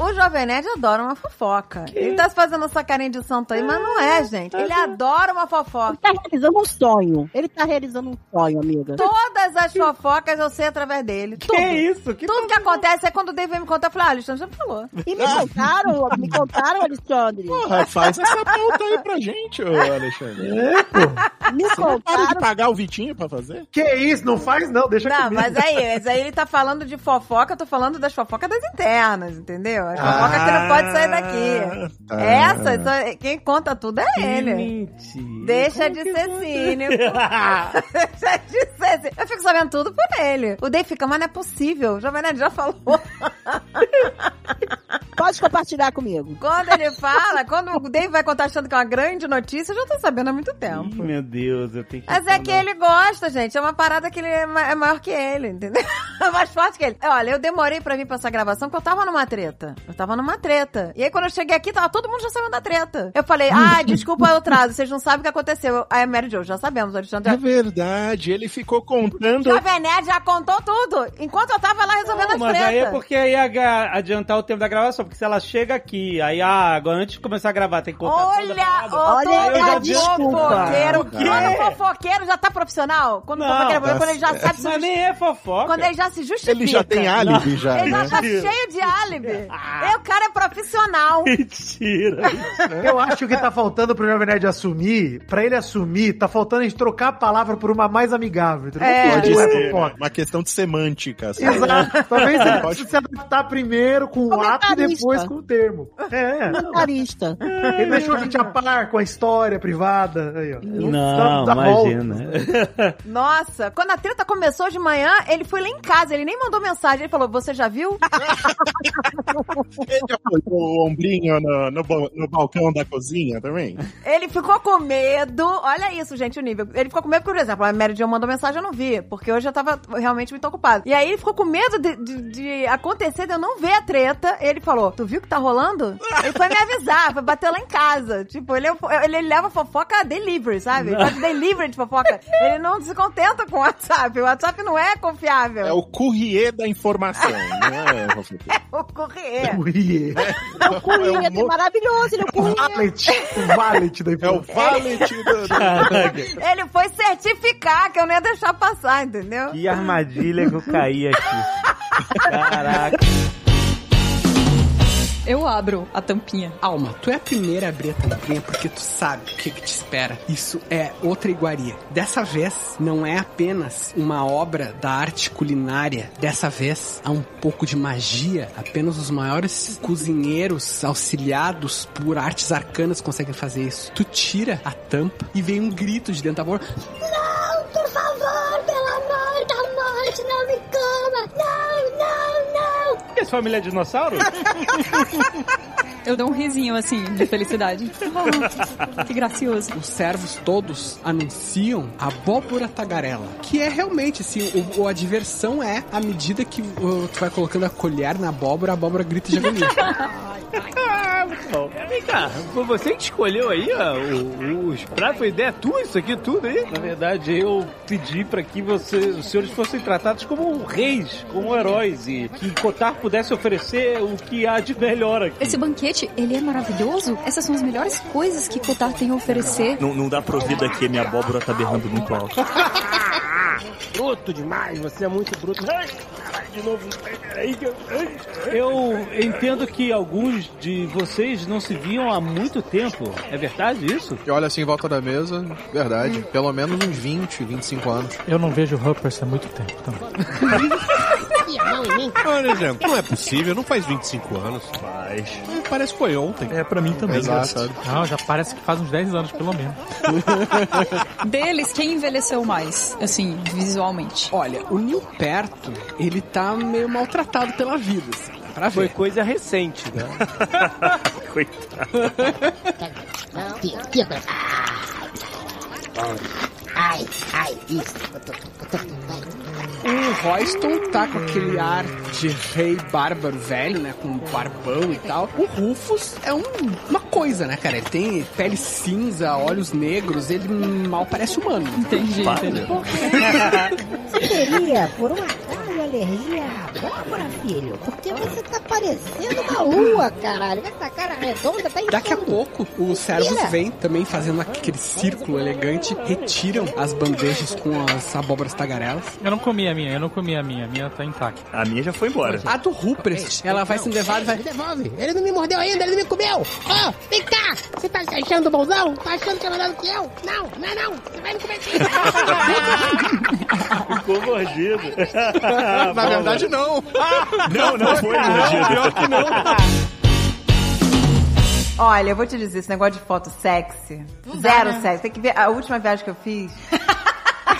O Jovem Nerd adora uma fofoca. Ele tá se fazendo essa carinha de santo aí, mas não é, gente. Ele adora uma fofoca.
Tá realizando um sonho. Ele tá realizando um sonho, amiga.
Todas as fofocas eu sei através dele. Que tudo.
isso?
Que tudo que acontece é quando o David me conta, eu falo, ah, Alexandre já me falou.
E me contaram, me contaram, Alexandre.
Porra, faz essa pauta aí pra gente, ô Alexandre.
É,
Você não para de pagar o Vitinho pra fazer?
Que isso, não faz não, deixa
Não,
comigo.
mas aí,
[LAUGHS]
mas aí ele tá falando de fofoca, eu tô falando das fofocas das internas, entendeu? As fofocas que não pode sair daqui.
tá.
Essa, só- quem conta tudo é ele. Deixa de ser cínico. Deixa de ser cínico. Eu fico sabendo tudo por ele. O Dave fica, mas não é possível. O Jovem Nerd já falou.
Pode compartilhar comigo.
Quando ele fala, quando o Dave vai contar achando que é uma grande notícia, eu já tô sabendo há muito tempo.
[LAUGHS] Meu Deus, eu [LAUGHS] tenho que.
Mas é que ele gosta, gente. É uma parada que ele é, ma- é maior que ele, entendeu? [LAUGHS] É mais forte que ele. Olha, eu demorei pra vir pra essa gravação porque eu tava numa treta. Eu tava numa treta. E aí quando eu cheguei aqui, tava todo mundo já sabendo da treta. Eu
Hum.
falei, ah, desculpa o atraso, vocês não sabem o que aconteceu. Aí a Mary Jo, já sabemos, Alexandre.
É verdade, ele ficou contando.
Jovem Nerd já contou tudo, enquanto eu tava lá resolvendo
Não,
as
mas
tretas.
aí é porque ia ga- adiantar o tempo da gravação, porque se ela chega aqui, aí ah, agora antes de começar a gravar tem que contar toda a
Olha,
parada.
olha,
Aí eu já
olha
vi-
fofoqueiro.
O quê?
Quando o fofoqueiro já tá profissional, quando o
Não,
fofoqueiro é
tá
profissional, quando ele já
certo.
sabe se
Mas
justi-
nem é fofoca.
Quando ele já se justifica.
Ele já tem álibi, já,
Ele já
né?
tá cheio de
[LAUGHS]
álibi. É, o cara é profissional.
Mentira.
Eu acho que tá faltando pro Jovem Nerd assumir, pra ele assumir, tá faltando a gente trocar a palavra por uma mais amigável, entendeu?
É.
Não
Pode
é
ser
fofoca.
uma questão de semântica. sabe?
Exato. né?
É.
Talvez ele
Pode-
precise se adaptar primeiro com o ato e depois com o termo. É.
Comentarista.
Ele deixou a gente a par com a história privada. Aí, ó.
Não,
Dá- dá volta.
imagina.
Nossa, quando a treta começou de manhã, ele foi lá em casa, ele nem mandou mensagem, ele falou, você já viu?
Ele já foi [LAUGHS] o ombrinho no, no ba- no balcão da cozinha também?
Ele ficou com medo. Olha isso, gente, o nível. Ele ficou com medo, por exemplo, a Mary Jo mandou mensagem, eu não vi, porque hoje eu tava realmente muito ocupada. E aí ele ficou com medo de, de- de acontecer, de eu não ver a treta. Ele falou: Tu viu o que tá rolando? Ele foi me avisar, foi bater lá em casa. Tipo, ele, é um fo- ele, ele leva fofoca delivery, sabe? Ele faz delivery de fofoca. Ele não se contenta com o WhatsApp. O WhatsApp não é confiável.
É o
[LAUGHS]
courrier da informação, não é?
O correr.
Courrier.
O
um
Coringa é
Ah,
maravilhoso, ele é o Coringa.
Valet. O valet da
É o valet do... do-
Ele foi certificar que eu não ia deixar passar, entendeu?
Que armadilha que eu caí aqui. Caraca.
Eu abro a tampinha. Alma, tu é a primeira a abrir a tampinha porque tu sabe o que, que te espera. Isso é outra iguaria. Dessa vez, não é apenas uma obra da arte culinária. Dessa vez, há um pouco de magia. Apenas os maiores cozinheiros auxiliados por artes arcanas conseguem fazer isso. Tu tira a tampa e vem um grito de dentro da boca.
Não, por favor, pelo amor da morte, não me coma! Não, não, não!
Essa família é dinossauro?
[LAUGHS]
Eu dou um risinho assim, de felicidade.
que gracioso.
Os servos todos anunciam abóbora tagarela. Que é realmente assim, o, a diversão é à medida que uh, tu vai colocando a colher na abóbora, a abóbora grita de agonia.
Ah, Bom, vem cá, foi você que escolheu aí ó, o- os pratos, foi ideia é tua
[LAUGHS]
isso aqui, tudo aí?
Na verdade, eu pedi pra que você- os senhores fossem tratados como reis, como heróis, e que Cotar pudesse oferecer o que há de melhor aqui.
Esse banquete, ele é maravilhoso? Essas são as melhores coisas que Kotar tem a oferecer.
Não, não dá pra ouvir daqui, minha abóbora tá berrando muito alto.
Bruto demais, você é muito bruto. Ai, caralho, de novo. Ai, ai, ai.
Eu entendo que alguns de [LAUGHS] vocês não se viam há muito tempo. É verdade isso? Hum.
E olha assim em volta da mesa, verdade. Pelo menos uns 20, 25 anos.
Eu não vejo Ruppers há muito tempo também. enfiar a mão em mim.
Olha, gente, não é possível, não faz 25 anos. Faz. Parece que foi ontem.
É, pra mim também,
Exato.
engraçado. Não, já parece que faz uns 10 anos, pelo menos.
Deles, quem envelheceu mais, assim, visualmente?
Olha, o Neil Perto, ele tá meio maltratado pela vida, assim. Pra
Foi
ver.
coisa recente, né?
[LAUGHS]
Coitado.
Não, tira, tira pra Ai, ai, isso. Eu tô, eu tô,
O Royston tá com aquele ar de rei bárbaro velho, né? Com barbão e tal. O Rufus é um- uma coisa, né, cara? Ele tem pele cinza, olhos negros, ele mal parece humano.
Entendi, entendi.
[LAUGHS]
Você teria, por um acaso, alergia à abóbora, filho? Porque você tá parecendo uma lua, caralho. Com essa cara redonda, tá
Daqui a pouco, os servos
Tira.
vêm também fazendo aquele círculo elegante, retiram as bandejas com as abóboras tagarelas.
Eu não comi a minha, eu não comi a minha. A minha tá intacta. A minha já foi embora.
A do Ruprecht,
É,
ela vai
então,
se levar e vai.
Me devolve. Ele não me mordeu ainda, ele não me comeu. Ó, vem cá. Você tá se achando bonzão? Tá achando que é melhor do que eu? Não, não é não. Você vai me comer aqui.
Ficou mordido.
[LAUGHS] Na
verdade,
não.
Não, não foi mordido. Pior que não.
Olha, eu vou te dizer, esse negócio de foto sexy. Zero sexy. Tem que ver a última viagem que eu fiz. [LAUGHS]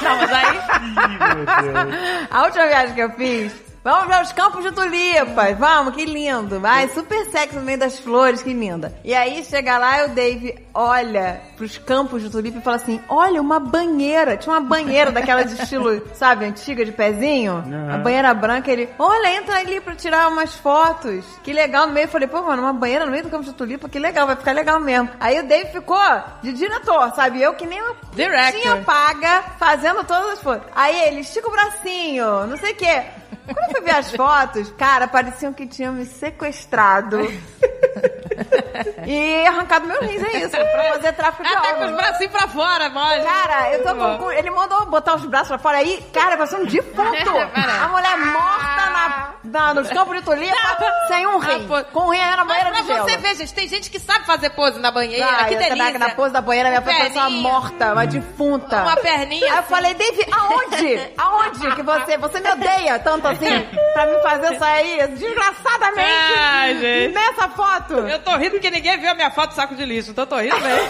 Não, mas aí. a última viagem que eu fiz. Vamos ver os campos de tulipas. Vamos, que lindo. Ai, super sexy no meio das flores, que linda. E aí chega lá e o Dave olha pros campos de tulipa e fala assim: Olha, uma banheira. Tinha uma banheira daquela de estilo, [LAUGHS] sabe, antiga de pezinho.
Aham.
A banheira branca, ele, olha, entra ali pra tirar umas fotos. Que legal no meio. Eu falei, pô, mano, uma banheira no meio do campo de tulipa, que legal, vai ficar legal mesmo. Aí o Dave ficou de diretor, sabe? Eu que nem uma
Director.
putinha paga, fazendo todas as fotos. Aí ele estica o bracinho, não sei o quê. Quando eu fui ver as fotos, cara, pareciam que tinham
[LAUGHS]
me sequestrado. e arrancado meu rins, é isso. Pra
[LAUGHS]
fazer tráfico de
Até
órgãos.
tá com os bracinhos pra fora, mano.
Cara, eu tô com. cu- Ele mandou botar os braços pra fora aí. Cara, parece um
[LAUGHS]
defunto.
Parece.
A mulher morta na, na,
Ah.
nos campos de tulipa sem um rim. Com um rim era banheira
Mas
de
pra
gelo.
você ver, gente, tem gente que sabe fazer pose na banheira,
Ah,
que
eu tava
delícia.
Na pose da banheira, minha
Perninha.
pessoa morta, uma defunta.
Uma perninha
Aí eu
assim.
falei, Dave, aonde? Aonde que você... Você me odeia tanto assim pra me fazer sair desgraçadamente
Ai, gente.
nessa foto?
Eu tô rindo porque ninguém viu a minha foto do saco de lixo, então eu tô rindo mesmo.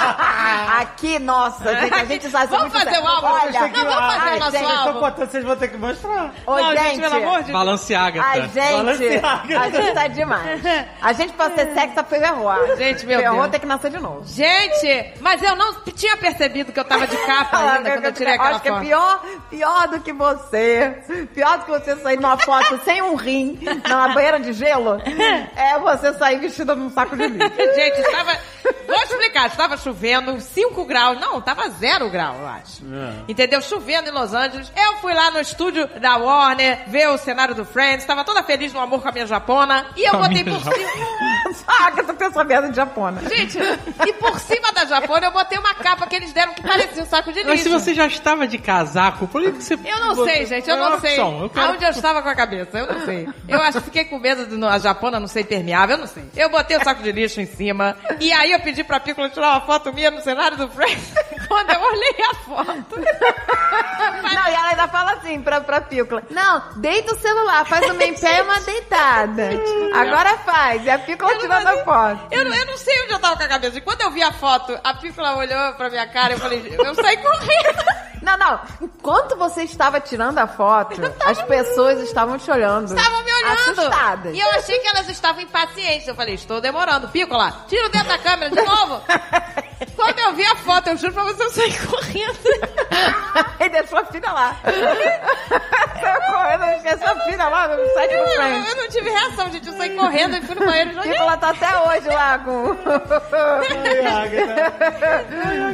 [LAUGHS] Aqui, nossa, gente, a gente sabe tá
Vamos fazer o álbum?
Olha,
Não, vamos fazer
ai,
o nosso
gente, eu tô
álbum.
contando,
vocês vão ter que mostrar.
Ô,
não,
gente,
gente, pelo amor de
Balenciaga,
Ai,
tá?
gente,
Balenciaga.
a gente tá demais. A gente pra ser sexy foi verroa.
Gente, meu
Ferrou,
Deus.
tem que nascer de novo.
Gente, mas eu não tinha percebido que eu tava de
[LAUGHS]
capa ainda quando eu tirei aquela
acho que é
foto.
pior, pior do que você. Pior do que você sair numa foto [LAUGHS] sem um rim, numa banheira
[LAUGHS]
de gelo, é você sair vestida num saco de lixo.
Gente, estava. Vou explicar, estava chovendo 5 graus. Não, estava 0 grau, eu acho.
É.
Entendeu? Chovendo em Los Angeles. Eu fui lá no estúdio da Warner ver o cenário do Friends. Estava toda feliz no amor com a minha japona. E eu
Com a
botei
minha
por cima.
[LAUGHS] Ah, que eu tô com essa merda de japona.
Gente, e por cima da japona eu botei uma capa que eles deram que parecia um saco de lixo.
Mas se você já estava de casaco, por que que você...
Eu não sei, gente, eu
É uma
não sei.
opção, eu quero-
Aonde eu estava com a cabeça, eu não sei. Eu acho que fiquei com medo de no- a japona não ser impermeável, eu não sei. Eu botei o saco de lixo em cima, e aí eu pedi pra Piccolo tirar uma foto minha no cenário do Friends. [LAUGHS] Quando eu olhei a foto...
Não, e ela ainda fala assim pra, pra Pícola. Não, deita o celular, faz
[LAUGHS]
uma em pé e uma deitada. Agora faz. E a Pícola tirando a foto.
Eu, não- eu não sei onde eu tava com a cabeça. E quando eu vi a foto, a Piccola olhou pra minha cara e eu falei, eu saí correndo. [LAUGHS]
Não, não. Enquanto você estava tirando a foto, as pessoas estavam te olhando.
Estavam me olhando.
Assustadas.
E eu achei que elas estavam impacientes. Eu falei, estou demorando. Piccola, tira o dedo da câmera de
[LAUGHS]
novo. Quando eu vi a foto, eu juro pra você, eu saí correndo.
[LAUGHS] E deixou a
[LAUGHS]
filha lá. Saiu correndo, esqueceu a filha lá no site do
Eu-
frente.
Eu não tive reação, gente. Eu saí correndo e fui no banheiro e joguei.
Pícola tá até hoje lá com...
Ai,
Caraca,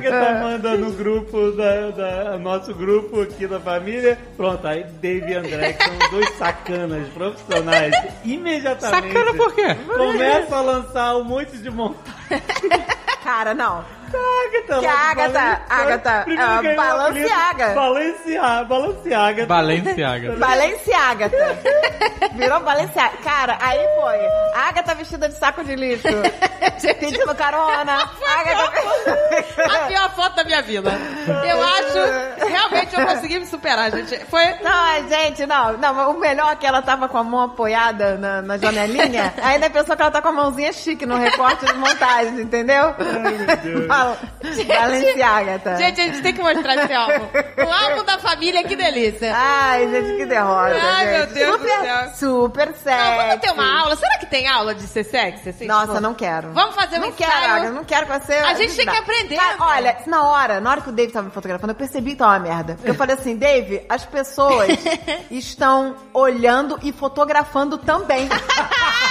É.
tá mandando no grupo, da, da- nosso grupo aqui da família. Pronto, aí Dave e André, que são dois sacanas profissionais, imediatamente.
Sacana por quê?
Começa a lançar um monte de montagem.
[LAUGHS] Cara, não. Que a Agatha, Agatha, ah, Balenciaga.
Balenciaga, Balenciaga.
[LAUGHS]
Balenciaga.
Balenciaga. Virou Balenciaga. Cara, aí foi.
tá
Agatha vestida de saco de lixo. [LAUGHS]
Tipo,
Pedindo carona. [LAUGHS] Agatha...
A pior foto da minha vida. Eu acho, realmente eu consegui me superar, gente. Foi...
Não, é, gente, não. não o melhor é que ela tava com a mão apoiada na, na
[LAUGHS]
janelinha. Ainda pensou que ela tá com a mãozinha chique no recorte de montagem, entendeu? Ai, meu [LAUGHS] Deus. Balenciaga, tá?
Gente, a gente tem que mostrar esse álbum. O álbum da família, que delícia.
Ai, gente, que derrota.
Ai, meu
gente.
Deus do
super,
céu.
Super
Não,
sexy.
vamos ter uma aula. Será que tem aula de ser sexy? assim,
Nossa,
tipo,
não quero.
Vamos fazer um
Não
ensaio.
quero, Agatha, não quero que você...
A gente tem
dá.
que aprender,
Cara,
cara.
olha, na hora, na hora que o Dave tava me fotografando, eu percebi que tava uma merda. Porque eu falei assim, Dave, as
[LAUGHS]
pessoas estão olhando e fotografando também.
delícia!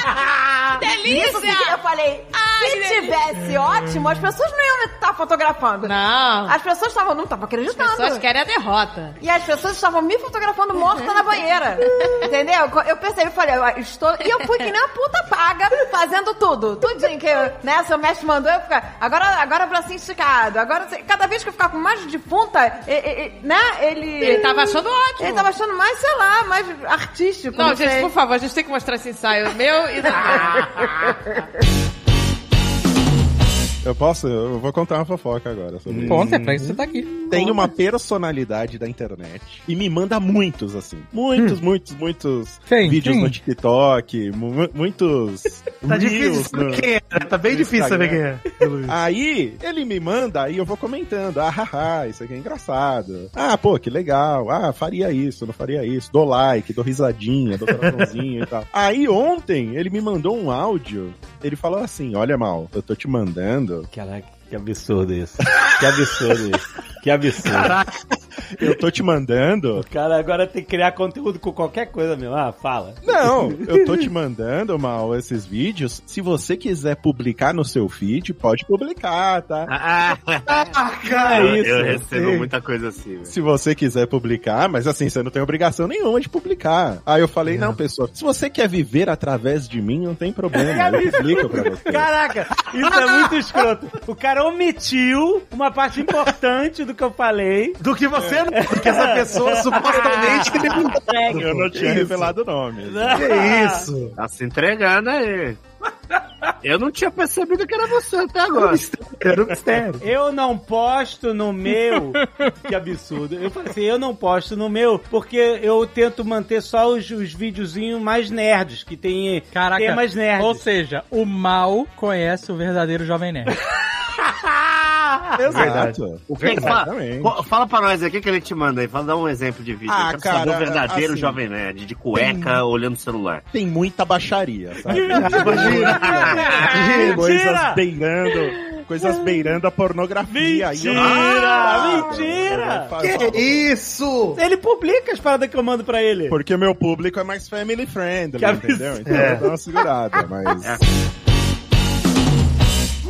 Ah, Isso que eu falei,
Ai, que
se tivesse ótimo, as pessoas não iam estar fotografando.
Não.
As pessoas estavam, não estavam acreditando.
As pessoas querem a derrota.
E as pessoas estavam me fotografando morta
[LAUGHS]
na banheira. Entendeu? Co- Eu percebi, falei, eu estou. E eu fui que nem uma puta paga, fazendo tudo. Tudinho que, eu- né, seu mestre mandou eu ficar. Agora, agora bracinho esticado. Agora, se- cada vez que eu ficar com mais de punta, e- e- e- né, ele.
Ele tava achando ótimo.
Ele tava achando mais, sei lá, mais artístico.
Não, gente,
sei.
por favor, a gente tem que mostrar esse ensaio meu e
Eu posso? Eu vou contar uma fofoca agora. Sobre isso.
Conta, é pra isso que você tá aqui.
Hum. Tem
Conta.
uma personalidade da internet e me manda muitos, assim.
Hum.
Muitos, muitos, muitos vídeos
Quem?
no TikTok, mu- muitos.
[LAUGHS] Tá difícil saber quem é, né? Tá bem difícil saber quem [LAUGHS] é.
Aí, ele me manda, aí eu vou comentando. Ah, haha, isso aqui é engraçado. Ah, pô, que legal. Ah, faria isso, não faria isso. Dou like, dou risadinha, dou coraçãozinho e tal. Aí ontem, ele me mandou um áudio. Ele falou assim: Olha, Mal, eu tô te mandando.
Caraca, que absurdo isso. Que absurdo isso.
Que absurdo. Eu tô te mandando.
Cara, agora tem que criar conteúdo com qualquer coisa mesmo. Ah, fala.
Não, eu
[LAUGHS]
tô te mandando, Mal, esses vídeos. Se você quiser publicar no seu feed, pode publicar, tá?
Ah,
Caraca,
Eu-
Ah, isso.
eu recebo
Sim.
muita
coisa assim.
Se você quiser publicar, mas assim, você não tem obrigação nenhuma de publicar. Aí eu
É.
falei, não, pessoa, se você quer viver através de mim, não tem problema. Eu publico pra você.
Caraca, isso é muito escroto. O cara omitiu uma parte importante do que eu falei. É. Do que você não. Porque essa pessoa [LAUGHS] supostamente
Eu não tinha revelado o
[LAUGHS]
nome.
isso?
Tá se entregando aí. Eu não tinha percebido que era você até agora.
Era
[LAUGHS]
um mistério. Eu não posto no [LAUGHS] meu. Que absurdo. Eu falei assim, eu não posto no meu, porque eu tento manter só os, os videozinhos mais nerds, que tem
Caraca.
temas nerds.
É, Ou seja, o mal conhece o verdadeiro Jovem Nerd.
Ah! Exato.
O que
Vem, fala,
exatamente.
fa- fala pra nós aqui o que ele te manda aí. Fala, dá um exemplo de vídeo.
Ah,
Eu quero saber
cara,
o verdadeiro
assim,
Jovem Nerd, de cueca, olhando o celular.
Tem muita baixaria, sabe?
Mentira!
coisas beirando. Coisas beirando a pornografia. Aí eu-
Mentira!
Ah,
mentira!
vai falar.
isso? Ele publica as paradas que eu mando pra ele.
Porque o meu público é mais family friendly,
Que absurdo.
entendeu? Então
É.
eu dou uma segurada, mas.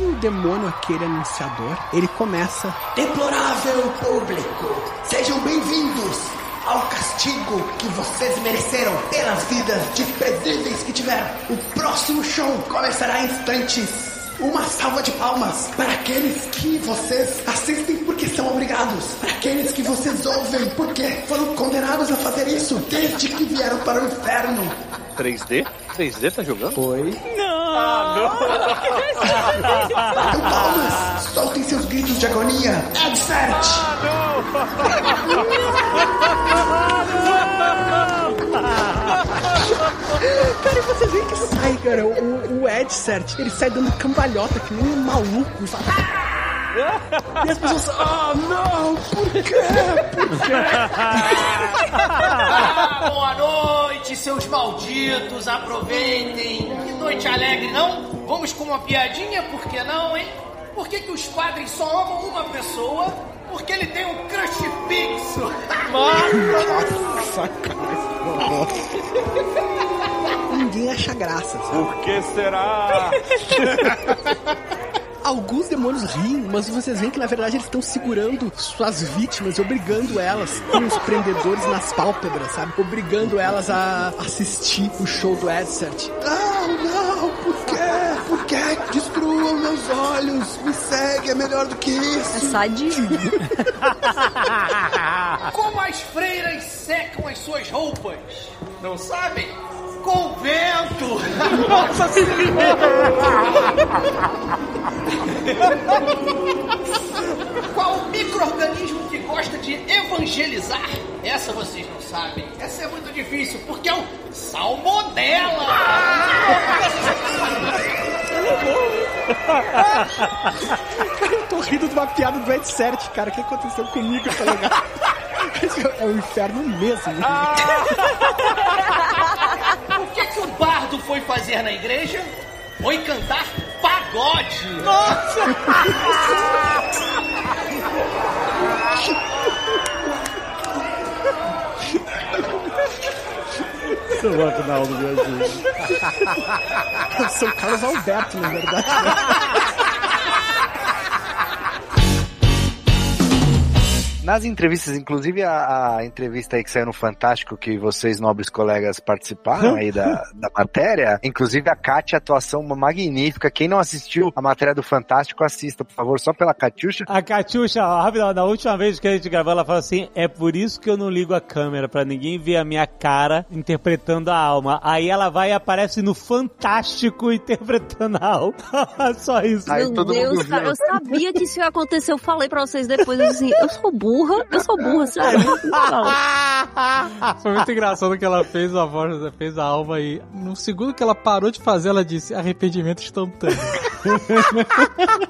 O Um demônio, aquele anunciador, ele começa.
Deplorável público, sejam bem-vindos ao castigo que vocês mereceram pelas vidas desprezíveis que tiveram. O próximo show começará em instantes. Uma salva de palmas para aqueles que vocês assistem porque são obrigados, para aqueles que vocês ouvem porque foram condenados a fazer isso desde que vieram para o inferno. 3D? 3D tá jogando? Foi. Batam palmas, soltem seus gritos de agonia. Advert!
Cara, e vocês veem que sai, cara. O, o Ed Cert, ele sai dando cambalhota que nem um maluco. sabe? E as pessoas, ah, não, por quê? Por
Ah, boa noite, seus malditos. Aproveitem. Que noite alegre, não? Vamos com uma piadinha, por que não, hein? Por que, que os padres só amam uma pessoa? Porque ele tem um crush fixo. Nossa,
quê? Ninguém acha graça. sabe?
Por que será?
Alguns demônios riem, mas vocês veem que na verdade eles estão segurando suas vítimas, obrigando elas com os prendedores nas pálpebras, sabe? Obrigando elas a assistir o show do Ed Cert.
Não, não, por quê? Por quê? Destrua. com meus olhos, me segue, é melhor do que isso. É
sadismo.
Como [LAUGHS] as freiras secam as suas roupas? Não sabem? Com o vento! Nossa Senhora! [LAUGHS] Qual micro-organismo que gosta de evangelizar? Essa vocês não sabem. Essa é muito difícil, porque é o salmonela!
Eu tô rindo de uma piada do Ed Sert, cara. O que aconteceu comigo? Tá legal? Isso
[LAUGHS]
é o inferno mesmo. né?
Ah. [LAUGHS] O que, é que o bardo foi fazer na igreja? Foi cantar pagode!
Nossa!
Seu Ronaldo, me ajuda.
São Carlos Alberto, na verdade.
Nas entrevistas, inclusive a, a entrevista aí que saiu no Fantástico, que vocês, nobres colegas, participaram
[LAUGHS]
aí da, da matéria, inclusive a Kátia, atuação magnífica. Quem não assistiu a matéria do Fantástico, assista, por favor, só pela Catiuxa.
A Catiuxa, ó, rapidão, na última vez que a gente gravou, ela falou assim: é por isso que eu não ligo a câmera, pra ninguém ver a minha cara interpretando a alma. Aí ela vai e aparece no Fantástico interpretando a alma. [LAUGHS] Só isso.
Meu Deus, cara, eu sabia que isso ia acontecer. Eu falei pra vocês depois, eu disse assim, eu sou burra, eu sou burra, é sério.
[LAUGHS]
[LAUGHS]
Foi muito engraçado que ela fez a voz, fez a alma e no segundo que ela parou de fazer, ela disse arrependimento instantâneo.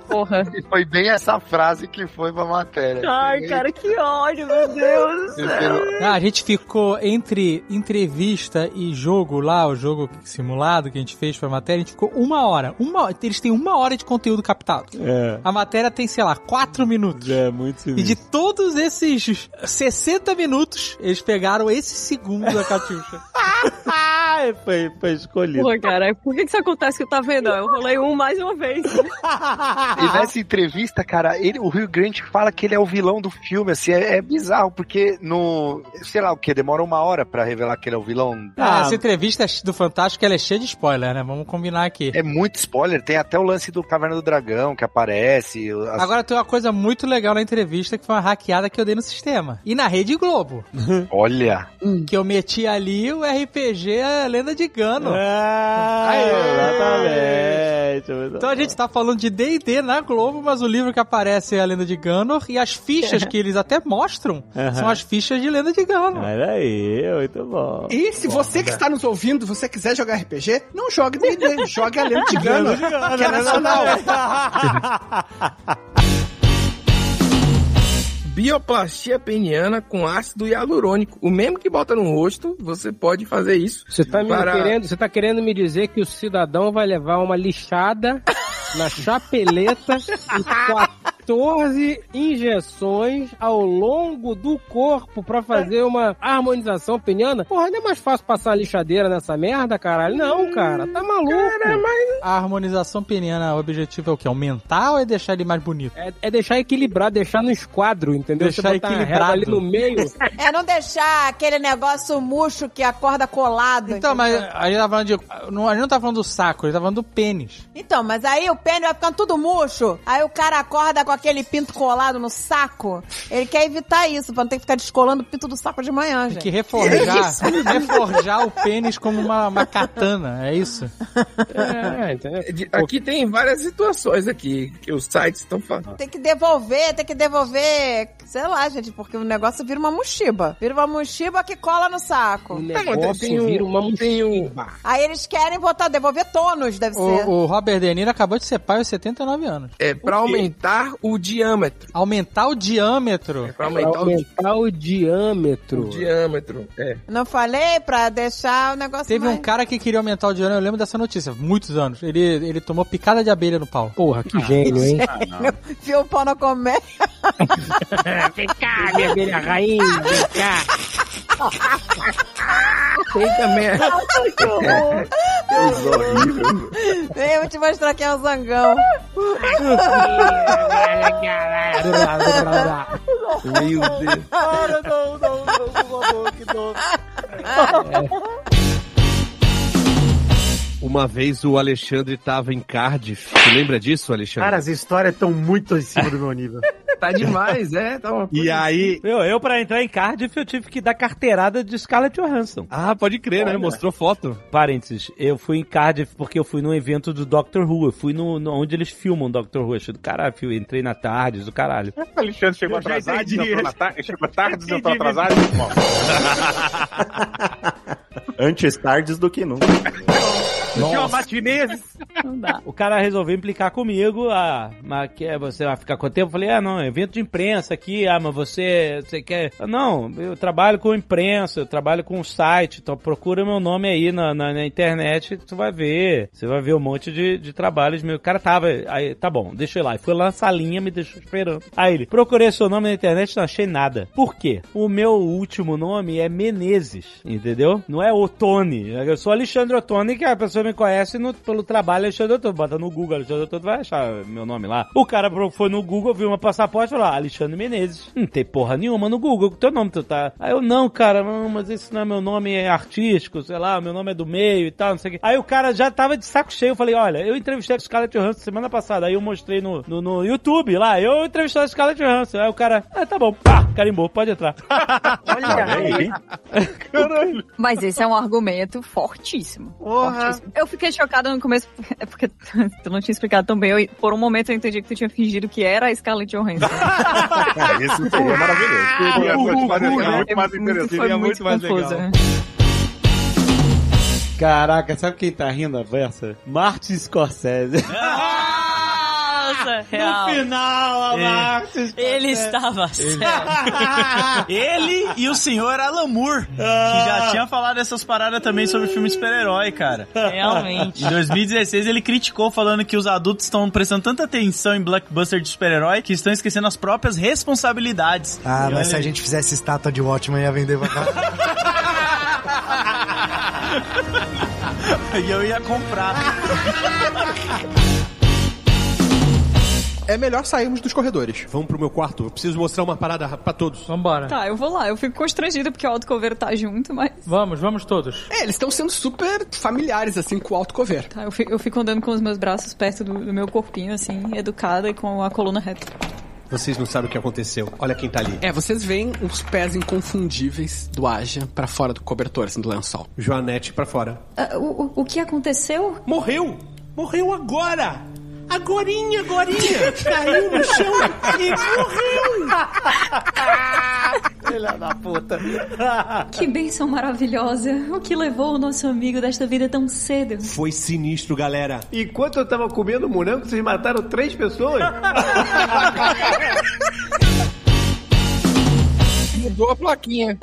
Porra. E foi bem essa frase que foi pra matéria. assim.
Ai, cara, que ódio, meu Deus do céu.
Ah, a gente ficou entre entrevista e jogo lá, o jogo simulado que a gente fez pra matéria, a gente ficou uma hora. Uma, hora- eles têm uma hora de conteúdo captado.
É.
A matéria tem, sei lá, quatro minutos.
É, muito sinistro.
E de todos esses 60 minutos, eles pegaram esse segundo da
[LAUGHS]
Catiuxa.
foi, foi escolhido.
Porra, cara, por que, que isso acontece que eu tá vendo? Eu rolei um mais uma vez.
E
ah.
nessa entrevista, cara, ele- o Rio Grande fala que ele é o vilão do filme, assim, é, é bizarro, porque no. sei lá o que, demora uma hora pra revelar que ele é o vilão.
Ah, essa entrevista do Fantástico ela é cheia de spoiler, né? Vamos combinar aqui.
É muito spoiler, tem até o lance do Caverna do Dragão que aparece. as-
Agora tem uma coisa muito legal na entrevista que foi uma hackeada que eu dei no sistema. E na Rede Globo.
[LAUGHS] Olha.
Hum.
que eu meti ali o RPG é a Lenda de Gano.
É,
É,
exatamente.
Então a gente tá falando de D&D na Globo, mas o livro que aparece é a Lenda de Ganor e as
[LAUGHS]
fichas que eles até mostram
Aham.
são as fichas de Lenda de Ganor.
Olha aí, muito bom.
E se você que está nos ouvindo, você quiser jogar RPG, não jogue D&D, jogue a Lenda de Gano,
Lenda de Gano,
que é nacional.
Bioplastia peniana com ácido hialurônico. O mesmo que bota no rosto, você pode fazer isso.
Você tá, me
Para- [LAUGHS]
querendo, você tá querendo me dizer que o cidadão vai levar uma lixada na chapeleta e 14 injeções ao longo do corpo pra fazer uma harmonização peniana? Porra, não é mais fácil passar uma lixadeira nessa merda, caralho? Não, cara, tá maluco.
A harmonização peniana, o objetivo é o quê? Aumentar ou é deixar ele mais bonito?
É, é deixar equilibrado, deixar no esquadro, entendeu?
Deixar
você botar uma régua ali
equilibrado.
no meio,
É não deixar aquele negócio murcho que acorda colado.
[LAUGHS] Então,
entendeu?
mas a gente tá falando de... Não, a gente não tá falando do saco, a gente tá falando do pênis.
Então, mas aí o pênis vai ficando tudo murcho. Aí o cara acorda com aquele pinto colado no saco. Ele quer evitar isso, pra não ter que ficar descolando o pinto do saco de manhã, gente.
Que reforjar, reforjar o pênis como uma, uma katana, é isso?
É, entendeu? De- Aqui tem várias situações aqui que os sites estão falando.
Tem que devolver, tem que devolver. Sei lá, gente, porque o negócio vira uma mochiba. Vira uma mochiba que cola no saco.
tem um- tem um-
Tá
Aí eles querem botar, devolver tonos, deve
O,
ser.
o Robert De Niro acabou de ser pai aos 79 anos.
É pra aumentar o diâmetro. É,
Aumentar o diâmetro?
pra aumentar
Então-
o
aumentar o diâmetro.
O diâmetro, é.
Não falei pra deixar o negócio
Teve
mais...
um cara que queria aumentar o diâmetro, eu lembro dessa notícia, muitos anos. Ele, ele tomou picada de abelha no pau. Ah,
Porra, que gênio,
[LAUGHS]
hein?
Gênio. Viu o pau na comédia?
[LAUGHS] Vem cá, minha abelha rainha, vem cá.
Tem também. É,
Vem, eu vou te mostrar quem é
[LAUGHS]
o Zangão.
Cara,
Meu Deus.
não, não, não, não, não, que não.
O
[LAUGHS] Uma vez o Alexandre tava em Cardiff. Tu lembra disso, Alexandre?
Cara, as histórias estão muito em cima do meu nível.
[LAUGHS] Tá demais, é. Tá uma
E aí.
Eu, eu, pra entrar em Cardiff, eu tive que dar carteirada de Scarlett Johansson.
Ah, pode crer, né? Mostrou foto.
Parênteses, eu fui em Cardiff porque eu fui num evento do Doctor Who. Eu fui no, no- onde eles filmam Doctor Who. Eu achei do caralho, eu entrei na tarde, do caralho.
O Alexandre chegou
Eu já
atrasado,
entendi.
entrou na tarde,
[LAUGHS]
chegou tarde,
Entendi,
entrou atrasado. Bom.
Antes tardes do que nunca.
Não dá.
O cara resolveu implicar comigo. Ah, mas quer, você vai ficar quanto tempo? Eu falei, ah, não, é evento de imprensa aqui. Ah, mas você, você quer. Ah, Não, eu trabalho com imprensa, eu trabalho com site. Então procura meu nome aí na, na, na internet, tu vai ver. Você vai ver um monte de, de trabalhos meus. O cara tava, aí, tá bom, deixa eu ir lá. E foi lá na salinha, me deixou esperando. Aí ele, procurei seu nome na internet, não achei nada. Por quê? O meu último nome é Menezes, entendeu? Não é Otone. Eu sou Alexandre Otone, que a pessoa me conhece no- pelo trabalho Alexandre Otone. Bota no Google Alexandre Otone, vai achar meu nome lá. O cara pro- foi no Google, viu uma passaporte e falou, ah, Alexandre Menezes. [LAUGHS] Não tem porra nenhuma no Google, com teu nome tu tá... Aí eu, não, cara, não, mas esse não é meu nome, é artístico, sei lá, meu nome é do meio e tal, não sei o quê. Aí o cara já tava de saco cheio, eu falei, olha, eu entrevistei a Scarlett Johansson semana passada, aí eu mostrei no, no, no YouTube lá, eu entrevistei a Scarlett Johansson. Aí o cara, ah, tá bom, pá, carimbou, pode entrar.
Mas esse é um argumento fortíssimo.
Porra.
fortíssimo. Eu fiquei chocada no começo, porque- é porque [LAUGHS] tu não tinha explicado tão bem. Eu- por um momento eu entendi que tu tinha fingido que era a Scarlett Johansson.
Isso seria maravilhoso.
Ah,
Seria muito mais-
Google,
muito mais
Ah, né?
interessante.
Foi
Seria
muito
muito
né?
mais
confusa.
legal.
Caraca, sabe quem tá rindo a versa? Martin Scorsese.
Nossa, real. É.
final,
a
É.
Marcos.
Ele estava
certo.
[LAUGHS] Ele e o senhor Alan Moore, que já tinha falado essas paradas também sobre filme de super-herói, cara.
Realmente.
Em 2016 ele criticou falando que os adultos estão prestando tanta atenção em blockbuster de super-herói que estão esquecendo as próprias responsabilidades. E
Ah,
olha
mas se a
aí.
gente fizesse estátua de Watchman, ia vender pra caralho.
[LAUGHS]
[LAUGHS] E eu ia comprar.
É melhor sairmos dos corredores. Vamos pro meu quarto. Eu preciso mostrar uma parada ra- pra todos.
Vambora.
Tá, eu vou lá. Eu fico constrangida porque o Alto Coveiro tá junto, mas.
Vamos, vamos todos.
É, eles estão sendo super familiares, assim, com o Alto Coveiro. Tá, eu fico, eu fico andando com os meus braços perto do, do meu corpinho, assim, educada e com a coluna reta.
Vocês não sabem o que aconteceu. Olha quem tá ali.
É, vocês veem os pés inconfundíveis do Aja pra fora do cobertor, assim, do lençol.
Joanete pra fora.
Ah, o, o- o que
[LAUGHS]
aconteceu?
Morreu! Morreu agora! Agorinha, agorinha! Caiu no chão e
morreu!
Filha da puta.
que bênção maravilhosa. O que levou o nosso amigo desta vida tão cedo?
Foi sinistro, galera.
Enquanto eu tava comendo morango, vocês mataram três pessoas?
Mudou a plaquinha.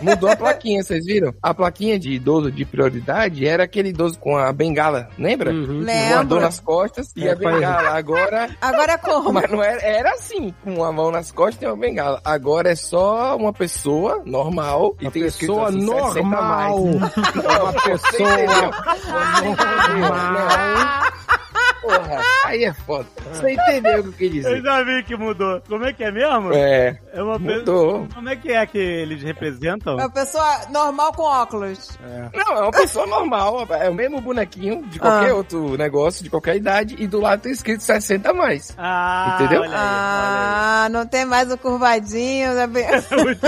Mudou a plaquinha, vocês viram? A plaquinha de idoso de prioridade era aquele idoso com a bengala, lembra? Uhum.
Lembro.
Voador nas costas e
É,
a bengala.
faz-
Agora.
Agora é como?
Mas não era, era assim, com uma mão nas costas e uma bengala. Agora é só uma pessoa normal e tem escrito
pessoa
assim, 60 [LAUGHS] mais.
normal.
Não,
Uma
você
pessoa
entendeu? [LAUGHS] Porra, aí é foda. Você entendeu o que eu quis dizer?
Eu já vi que mudou. Como é que é mesmo?
É.
É uma pe-
Mudou.
Como é que é que eles representam?
É uma pessoa normal com óculos.
Não, é uma pessoa normal, é o mesmo bonequinho de qualquer
Ah.
outro negócio, de qualquer idade, e do lado tem escrito 60 a mais.
Ah,
Entendeu?
Ah, não tem mais o curvadinho.
[LAUGHS]
né?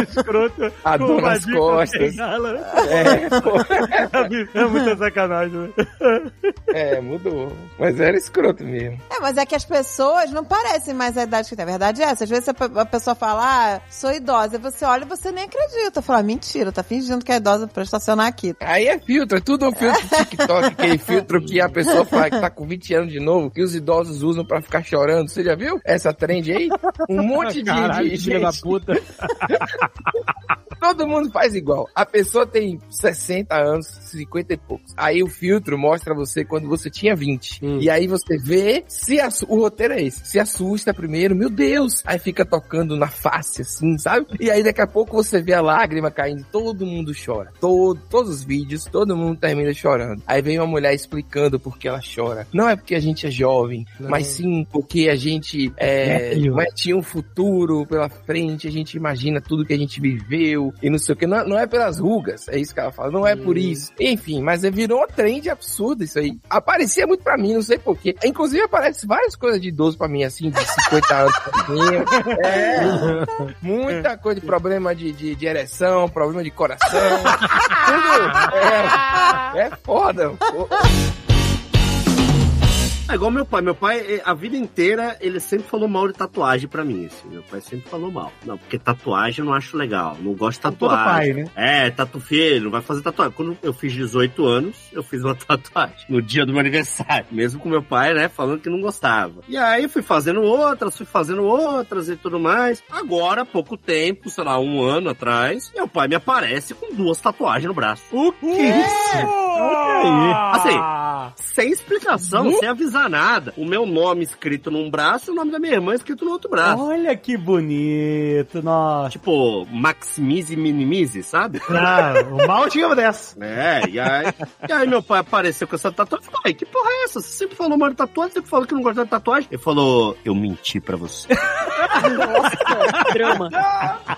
escroto.
A dor nas
Curvadinho com
costas.
bengala. [LAUGHS]
É,
é muita sacanagem. né?
[LAUGHS]
É, mudou. Mas era escroto mesmo.
É, mas é que as pessoas não parecem mais a idade que tem. A verdade é essa. Às vezes a pe- a pessoa fala, ah, sou idosa. E você olha e você nem acredita. Fala, mentira, tá fingindo que é idosa pra estacionar aqui.
Aí é filtro, é tudo um filtro TikTok, aquele filtro que a pessoa fala que tá com 20 anos de novo, que os idosos usam pra ficar chorando. Você já viu essa trend aí? Um monte de,
Caralho,
de
filha da
puta. Todo mundo faz igual. A pessoa tem 60 anos, 50 e poucos. Aí o filtro mostra você quando você tinha 20. E aí você vê, se assu- o roteiro é esse, se assusta primeiro, meu Deus. Aí fica tocando na face assim, sabe? E aí daqui a pouco você vê a lágrima caindo, todo mundo chora. Todo, todos os vídeos, todo mundo termina chorando. Aí vem uma mulher explicando por que ela chora. Não é porque a gente é jovem, mas sim porque a gente é,
Velho.
mas tinha um futuro pela frente, a gente imagina tudo que a gente viveu, azul e não sei o que. Não, não é pelas rugas, é isso que ela fala. Não é por isso. Enfim, mas é- virou uma trend absurda isso aí. Aparecia muito pra mim, não sei porquê. Inclusive aparece várias coisas de idoso pra mim, assim, de 50 anos pra mim. É. [LAUGHS] Muita coisa de problema de, de, de ereção, problema de coração. Tudo. É, é foda.
É igual meu pai. Meu pai, eh, a vida inteira, ele sempre falou mal de tatuagem pra mim. assim. Meu pai sempre falou mal. Não, porque tatuagem eu não acho legal. Não gosto de
todo
tatuagem.
pai, né?
É, tatu feio, não vai fazer tatuagem. Quando eu fiz 18 anos, eu fiz uma [LAUGHS] tatuagem. No dia do meu aniversário. Mesmo com meu pai, né? Falando que não gostava. E aí fui fazendo outras, fui fazendo outras e tudo mais. Agora, há pouco tempo, sei lá, um ano atrás, meu pai me aparece com duas tatuagens no braço. O que Assim, sem explicação,
Nu-
sem avisar nada. O meu nome escrito num braço e o nome da minha irmã escrito no outro braço.
Olha que bonito, nossa.
Tipo, maximize e minimize, sabe?
Ah, o mal tinha uma dessa.
[LAUGHS] É, e aí, e aí meu pai apareceu com essa tatuagem e falou, ai, que porra é essa? Você sempre falou mal de tatuagem, sempre falou que não gosta de tatuagem. Ele falou, eu menti pra você.
Drama.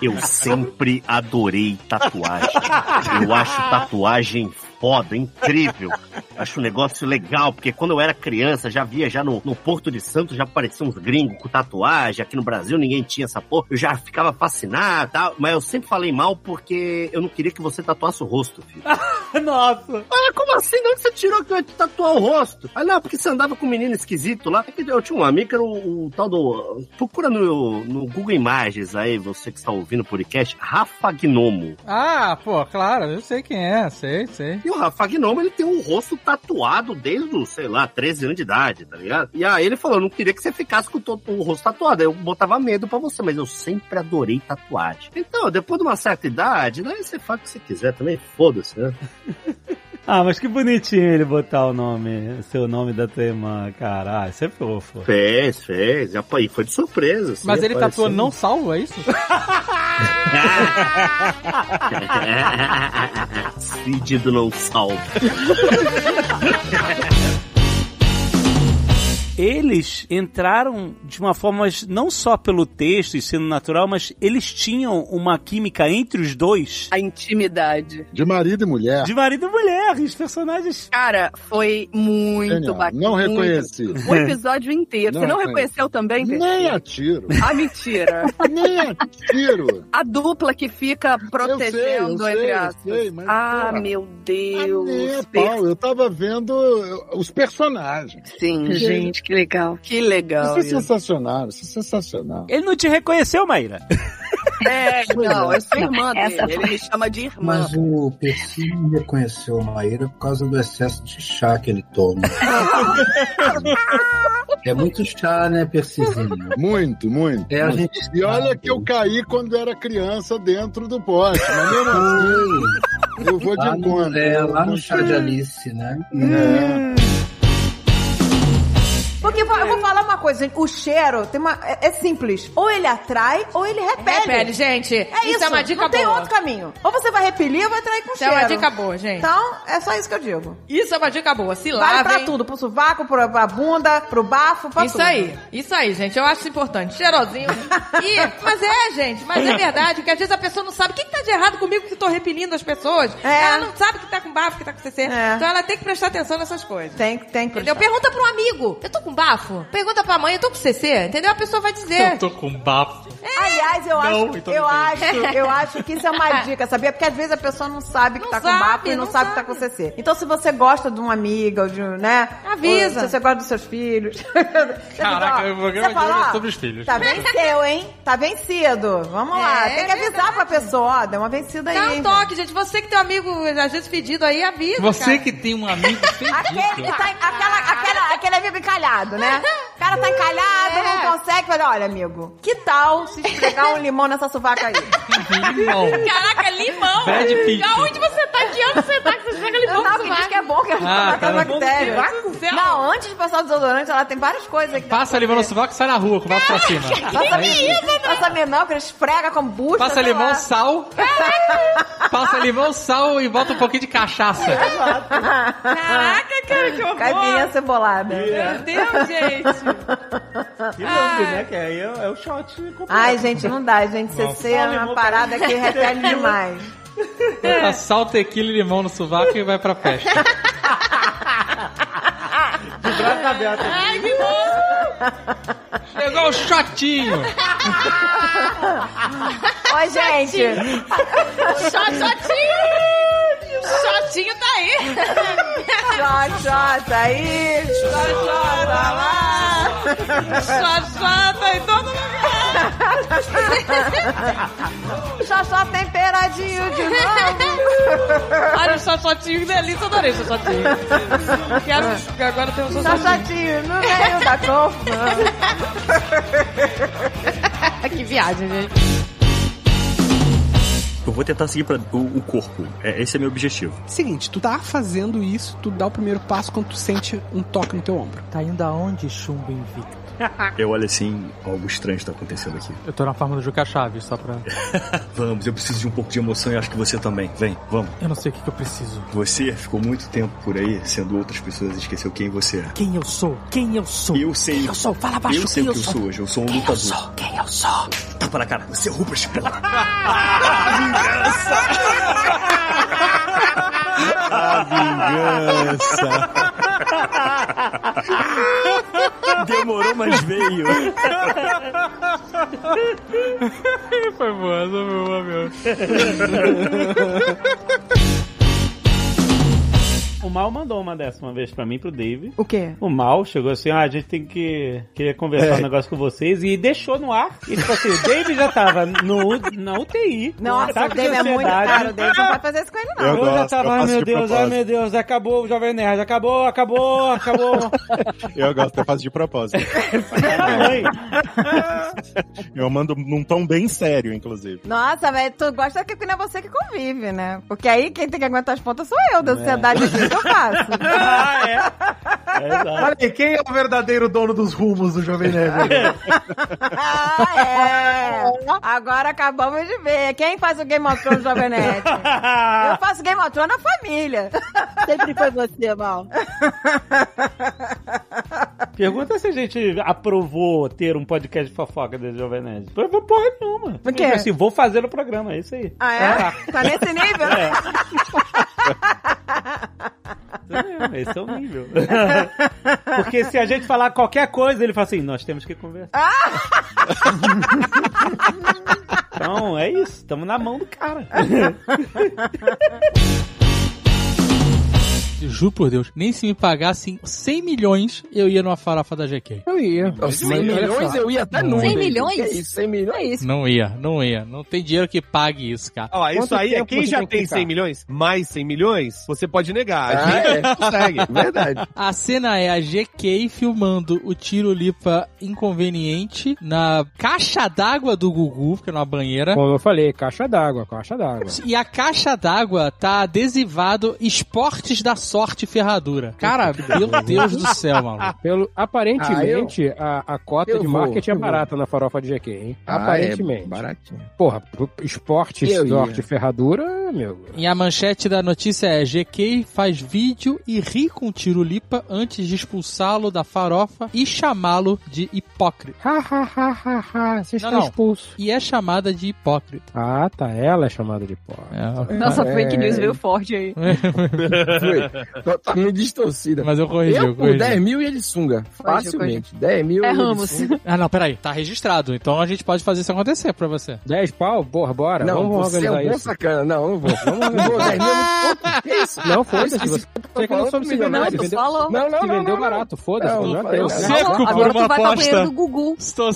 Eu sempre adorei tatuagem. [LAUGHS] Eu acho tatuagem foda, incrível. Acho um negócio legal, porque quando eu era criança, já via já no, no Porto de Santos, já apareciam uns gringos com tatuagem. Aqui no Brasil ninguém tinha essa porra. Eu já ficava fascinado, tal. mas eu sempre falei mal porque eu não queria que você tatuasse o rosto, filho.
Nossa.
Ah, como assim? De onde você tirou que eu ia te tatuar o rosto? Ah, não, porque você andava com um menino esquisito lá. É que Eu tinha um amigo que era o, o tal do. Procura no, no Google Imagens aí, você que está ouvindo o podcast, Rafa Gnomo.
Ah, pô, claro, eu sei quem é, sei, sei.
E o Rafa Gnomo, ele tem um rosto tatuado desde, os, sei lá, 13 anos de idade, tá ligado? E aí ele falou, eu não queria que você ficasse com o, to- o rosto tatuado. Eu botava medo pra você, mas eu sempre adorei tatuagem. Então, depois de uma certa idade, daí você faz o que você quiser também,
[LAUGHS]
foda-se, né?
Ah, mas que bonitinho ele botar o nome, seu nome da tua irmã, caralho, isso é fofo.
Fez, fez. E apa- e foi de surpresa. assim,
Mas
tá
ele tatuou
apareceu. [LAUGHS]
não [LAUGHS] salvo, é
[LAUGHS]
[LAUGHS]
isso?
Pedido não salvo.
Eles entraram de uma forma, mas não só pelo texto e sendo natural, mas eles tinham uma química entre os dois.
A intimidade.
De marido e mulher.
[LAUGHS] De marido e mulher, os personagens.
Cara, foi muito
Genial.
bacana.
Não
muito.
reconheci.
O episódio inteiro.
Não
Você não
reconheci.
reconheceu também?
Nem a tiro.
Ah, mentira.
Nem a tiro.
A dupla que fica protegendo,
eu sei,
entre
eu
aspas.
sei, mas,
ah,
porra.
meu
É,
Deus.
Paulo, eu tava vendo eh, os personagens.
Sim, gente, que legal. Que legal.
Isso é sensacional, isso é sensacional.
Ele não te reconheceu, Maíra?
É, não, eu sou Não, irmã dele. essa Ele me chama de irmã. [LAUGHS]
Mas o Percy reconheceu a Maíra por causa do excesso de chá que ele toma. é muito chá, né, Percyzinho?
Muito, muito.
É, a gente
E olha que eu caí quando era criança dentro do pote, mas mesmo assim, eu vou de
Lá no-
encontro.
é, lá no chá de Alice, né?
É.
Porque eu vou- eu vou falar uma coisa, gente. O cheiro tem uma, é, é simples. Ou ele atrai ou ele repele.
Repele, gente.
É isso.
Isso é uma dica
Não tem
boa.
outro caminho. Ou você vai repelir ou vai atrair com
Isso é
cheiro.
uma dica boa, gente.
Então, é só isso que eu digo.
Isso é uma dica boa. Se
Vale
lavem.
pra tudo. Pro sovaco, pro, pra bunda, pro bafo, pra
Isso
tudo.
aí, isso aí, gente. Eu acho isso importante. Cheirosinho. E, mas é, gente, mas é verdade, que às vezes a pessoa não sabe o que, que tá de errado comigo que tô repelindo as pessoas.
É.
Ela não sabe que tá com bafo, que tá com CC. Então ela tem que prestar atenção nessas coisas.
Tem, tem que
Entendeu? Pergunta pra um amigo. Eu tô com bafo? Pergunta pra mãe, eu tô com CC? Entendeu? A pessoa vai dizer. É.
tô com bafo.
Aliás, eu,
Não,
acho,
então
eu,
não
acho,
tem. [LAUGHS]
eu acho que isso é uma dica, sabia? Porque às vezes a pessoa não sabe que tá com bafo e não, sabe, que tá com CC. Então, se você gosta de uma amiga, ou de um, né?
Avisa.
Ou se você gosta dos seus filhos.
Caraca, o programa
Você
de hoje
fala,
é
ó,
sobre os filhos.
Tá venceu, hein? Tá vencido. Vamos lá.
É
Tem que avisar pra pessoa, ó, deu uma vencida aí.
Dá
hein,
um toque, gente. Você que tem um amigo, às vezes, pedido aí, avisa.
Você
cara.
que tem um amigo
[LAUGHS] Aquele
fedido.
que tá, aquela, aquela, aquele amigo encalhado, né? O cara tá encalhado, não consegue. Olha, olha, amigo, que tal se esfregar um limão nessa sovaca aí?
Limão.
Caraca, limão!
Bad pitch.
Aonde você tá? Que onde você tá que você chega limão?
Não, que diz que é bom que é
Ah,
ah,
tá.
bactéria.
Meu
Não, antes de passar o desodorante, ela tem várias coisas aqui.
Passa limão no sovaco e sai na rua com o braço pra cima.
é
Passa menina, passa menão, que ele esfrega com bucha.
tá Passa
sei
limão,
lá.
sal. Passa limão, sal e bota um pouquinho de cachaça.
Caraca, cara, que horror!
É.
Caipirinha cebolada.
Meu Deus, gente!
Que lambe, né? Que aí é, é o shot completo.
Ah. Ai, gente, não dá, gente. CC é
Fala,
uma
tá
irmão,
parada que
[LAUGHS]
repele
[LAUGHS]
demais. É.
Bota sal, tequila e limão no sovaco e vai pra festa.
[LAUGHS]
De braço aberto.
Ai, que bom!
Chegou
[LAUGHS]
o shotinho!
Oi,
gente.
Xoxotinho! Xoxotinho tá aí!
Xoxota aí! Xoxota lá!
Xoxota em todo
lugar! Xoxota temperadinho de novo!
Olha o xoxotinho, que delícia, adorei o xoxotinho. Quero que agora tem um xoxotinho.
Xoxotinho no meio da confusão.
[LAUGHS] que viagem, gente.
Eu vou tentar seguir pra o, o corpo. É, esse é meu objetivo.
Seguinte, tu tá fazendo isso, tu dá o primeiro passo quando tu sente um toque no teu ombro.
Tá indo aonde, chumbo
[LAUGHS]
invicto?
Eu olho assim, algo estranho está acontecendo aqui.
Eu tô na forma do Juca Chaves, só pra.
Vamos, eu preciso de um pouco de emoção e acho que você também. Vem, vamos.
Eu não sei o que, que eu preciso.
Você ficou muito tempo por aí, sendo outras pessoas, e esqueceu quem você é.
Quem eu sou? Quem eu sou?
Eu sei.
Quem eu sou? Fala baixo.
Eu sei
quem
o que eu sou hoje, eu sou um
quem
lutador.
Eu sou? Quem eu sou?
Tapa na cara, você é o Rupert
[LAUGHS]
Black. A vingança! Demorou, mas [LAUGHS] veio.
Foi boa, foi boa, meu.
O Mal mandou uma dessa uma vez pra mim e pro Dave.
O quê?
O Mal chegou assim, ah, a gente tem que... Queria conversar
É.
um negócio com vocês e deixou no ar. E tipo assim, o Dave já tava no, na UTI. com um
Nossa, o
ataque de
Dave é muito
ansiedade.
caro, o Dave não pode fazer isso com ele, não.
Eu, já tava, ai meu Deus, ai meu Deus, acabou o Jovem Nerd, acabou, acabou, acabou.
Eu gosto, eu faço de propósito. eu mando num tom bem sério, inclusive.
Nossa, velho, tu gosta que não é você que convive, né? Porque aí quem tem que aguentar as pontas sou eu, da
É.
ansiedade aqui, o que eu faço.
[LAUGHS]
Olha aí, quem é o verdadeiro dono dos rumos do Jovem
[LAUGHS]
Nerd?
Ah, é! Agora acabamos de ver. Quem faz o Game of Thrones Jovem Nerd? Eu faço Game of Thrones na família. Sempre foi você, Mal.
Pergunta se a gente aprovou ter um podcast de fofoca desse Jovem Nerd. Aprovou porra nenhuma.
Por quê?
Eu, Assim, vou fazer o programa, é isso aí.
Ah, é? Tá nesse nível?
É, Esse é o nível. [LAUGHS] Porque se a gente falar qualquer coisa, ele fala assim, nós temos que conversar.
Ah!
[LAUGHS] Então, é isso. Estamos na mão do cara.
Juro por Deus, nem se me pagassem 100 milhões, eu ia numa farofa da GQ.
Eu ia.
100 milhões eu ia até
Não.
nunca.
100
milhões? É isso, 100 milhões?
Não ia, não ia. Não tem dinheiro que pague isso, cara.
Ó, isso aí é quem já tem 100 milhões, mais 100 milhões, você pode negar. A gente não consegue.
A cena é a GK filmando o tiro lipa inconveniente na caixa d'água do Gugu, porque é numa banheira.
Como eu falei, caixa d'água, caixa d'água.
E a caixa d'água tá adesivado Esportes da Sorte Ferradura. Cara, meu Deus do céu, maluco.
Pelo, aparentemente, a, a cota
Ah, eu
de
vou,
marketing é
eu vou.
barata na farofa de GQ, hein?
Ah,
aparentemente.
é
baratinho. Porra, pro- esporte,
Eu ia.
sorte, ferradura, meu.
E a manchete da notícia é: GK faz vídeo e ri com Tirulipa antes de expulsá-lo da farofa e chamá-lo de hipócrita.
Ha, ha, ha, ha, ha. Você está
Não, não.
expulso.
E é chamada de hipócrita.
Ah, tá. Ela é chamada de porra.
Nossa,
É.
fake news veio forte aí.
Foi. Totalmente distorcida.
Mas eu corrigi, eu
Eu, por
corrigi.
né?
10 mil ia de sunga. Facilmente. 10 mil. ia
[LAUGHS]
de sunga.
Ah, não, peraí. Tá registrado. Então a gente pode fazer isso acontecer pra você.
10 pau? Porra, bora.
Não,
vamos
você é um
organizar
bom
isso.
sacana. Não, não vou.
Vamos [LAUGHS]
Não vou, 10 mil. é Que isso?
Não, foda-se.
Isso
Você,
eu tô
você que não
falando
soube se
comigo,
vender.
não,
se
tu
vendeu,
falou. Não, não,
se
não,
vendeu
não,
barato, foda-se.
É,
Não,
Não,
não
não,
falei
não.
nada. Seco por
Agora
uma
tu vai pra
aposta.
banheiro do Gugu.
Estou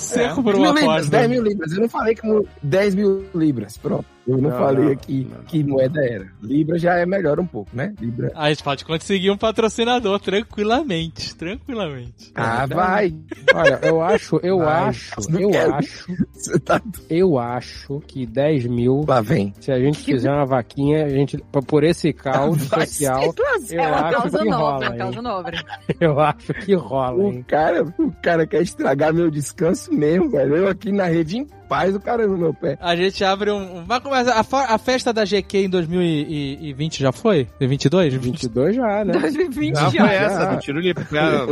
É. mil libras, 10 mil libras. Eu não falei que mo- 10 mil libras. Pronto. Eu não,
Não,
falei
não,
aqui que moeda era. Libra já é melhor um pouco, né? Libra.
A gente pode conseguir um patrocinador tranquilamente. Tranquilamente.
Ah,
[LAUGHS]
vai.
né? Olha, eu acho, eu
Ah,
Vai.
acho, eu
[LAUGHS]
acho,
tá
eu acho que 10 mil.
Lá vem.
Se a gente fizer uma vaquinha, a gente, p- por
[LAUGHS]
esse caos
Vai
social,
ser
eu
uma
acho
causa
que
nova,
rola.
uma
hein?
Causa nobre.
Eu acho que rola,
O cara, o cara quer estragar meu descanso mesmo, velho. Eu aqui na rede paz do caramba no meu pé.
A gente abre um. um- Vai começar. A, fo- a festa da GQ em 2020 já foi? 22?
22 já,
né?
2020
Já foi essa, do Tirulipa, foi [LAUGHS] a-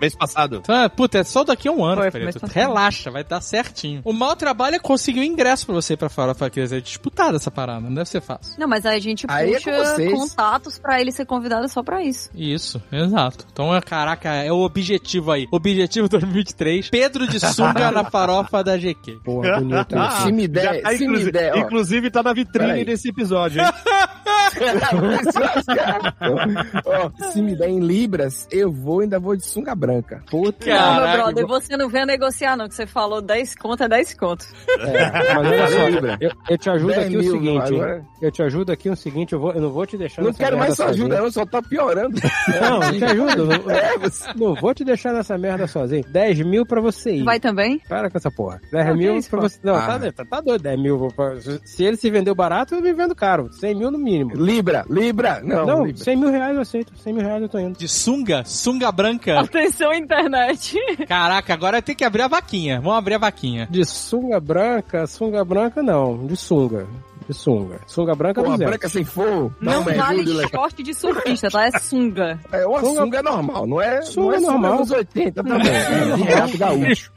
mês passado.
Então, é, puta, é só daqui a um ano,
Foi,
Felipe.
foi, mas tá
Relaxa, vai dar certinho. O mau trabalho é conseguir o ingresso pra você ir pra fora, pra querer dizer, é disputada essa parada, não deve ser fácil.
Não, mas a gente
Aí é
puxa
com vocês.
contatos pra ele ser convidado só pra isso.
Isso, exato. Então, é, caraca, é o objetivo aí. Objetivo 2023, Pedro de
[LAUGHS]
Sunga na farofa da GQ.
Porra, bonito. Se me der,
Já tá,
se
inclusi-
me der, ó.
Inclusive, tá na vitrine
Peraí.
desse episódio, hein?
[LAUGHS] Ó, se me der em libras, eu vou ainda vou de sunga branca. Puta
não, meu brother, você não vem negociar, não, que você falou 10 conto é 10 conto.
É, mas olha só, eu, eu te ajudo
10
aqui o
mil,
seguinte.
agora-
hein? Eu te ajudo aqui o seguinte, eu, vou, eu não vou te deixar
Não
nessa
quero
merda
mais sua
sozinho.
ajuda, não, só tá piorando.
Não, eu te ajudo. Não,
[LAUGHS] É,
não vou te deixar nessa merda sozinho. 10 mil pra você ir.
[LAUGHS] Vai também?
Para com essa porra.
Ah,
10 mil
que isso,
pra
pô?
você. Não,
Ah.
tá, tá, tá doido. 10 mil. vou pra- se- Se ele se vendeu barato, eu me vendo caro. 100 mil no mínimo.
Libra, Libra. Não,
não
Libra.
100 mil reais eu aceito. 100 mil reais eu tô indo.
De sunga? Sunga branca?
Atenção,
[LAUGHS]
internet.
Caraca, agora tem que abrir a vaquinha. Vamos abrir a vaquinha.
De sunga branca? Sunga branca não. De sunga. De sunga. Sunga branca
Porra,
200.
branca sem fogo. dá
Não
um mergulho
vale
legal.
short de surfista, tá? É sunga.
É uma sunga, normal, não é?
Sunga
não é
normal.
dos 80 também. É, de gato gaúcho.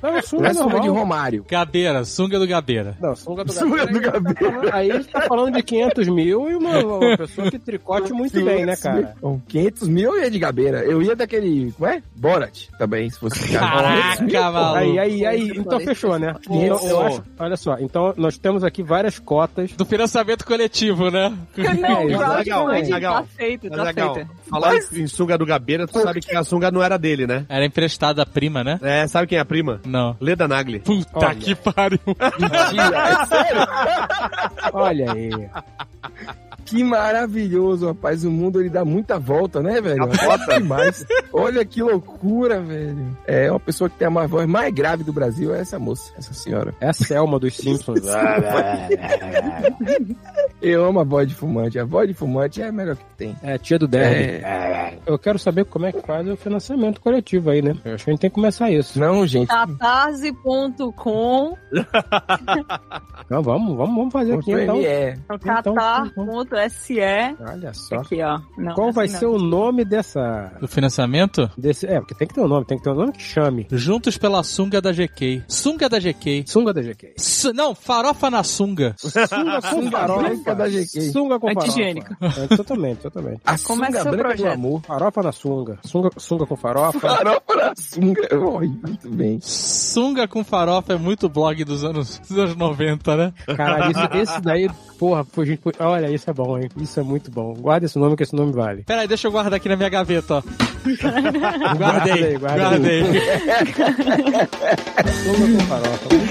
Não,
sunga Não é sunga normal. de
Romário.
Gabeira, sunga do Gabeira.
Não, sunga do
Sunga
Gabeira. Aí a gente tá falando de 500 mil e uma, uma pessoa que tricote muito bem, né, cara?
500 mil eu ia de gabeira. Eu ia daquele. Como é? Borat também,
[LAUGHS]
se fosse.
Caraca,
500 mil, pô.
maluco. Aí, aí, aí, então fechou, né?
Pô.
Então, eu acho- olha só, então nós temos aqui várias cotas.
Do financiamento coletivo, né?
É,
[LAUGHS]
exato.
Mas, Zagal,
crowdfunding,
Zagal,
tá feito, tá
mas, Zagal,
feito.
Falar em sunga do Gabeira, tu sabe que a sunga não era dele, né?
Era emprestada a prima, né?
É, sabe quem é a prima?
Não.
Leda Nagli.
Puta que pariu.
Olha aí.
Que maravilhoso, rapaz. O mundo ele dá muita volta, né, velho? Volta demais. Olha que loucura, velho. É uma pessoa que tem a mais voz mais grave do Brasil, é essa moça, essa senhora.
É a Selma
[LAUGHS]
dos Simpsons.
Eu amo a voz de fumante. A voz de fumante é a melhor que tem.
É, tia do Derby. Eu quero saber como é que faz o financiamento coletivo aí, né? Eu acho que a gente tem que começar isso.
Não, gente.
Catarse.com
Não, vamos, vamos, vamos fazer aqui então.
é.
tá,
tá
catar.se
Olha só.
é. Aqui, ó. Não,
Qual vai
assim não.
ser o nome dessa.
Do financiamento?
Desse, é, porque tem que ter um nome, tem que ter um nome que chame.
Juntos pela sunga da GK. Sunga da GK.
Sunga da GK.
não, farofa na sunga.
Sunga com farofa. Sunga com farofa.
Antigênica.
É, totalmente, totalmente.
A Começa sunga o seu branca do projeto.
amor. Farofa na sunga. Sunga, sunga com farofa.
Farofa na sunga. é Oi, muito bem.
Sunga com farofa é muito blog dos anos, [LAUGHS] dos anos 90, né?
Caralho, isso- esse daí, porra, foi gente. foi- Olha, isso é bom, hein? Isso é muito bom. Guarda esse nome que esse nome vale.
Peraí, deixa eu guardar aqui na minha gaveta, ó. Guardei,
Guarda aí, guarda aí.
guardei.
Sunga com farofa. Muito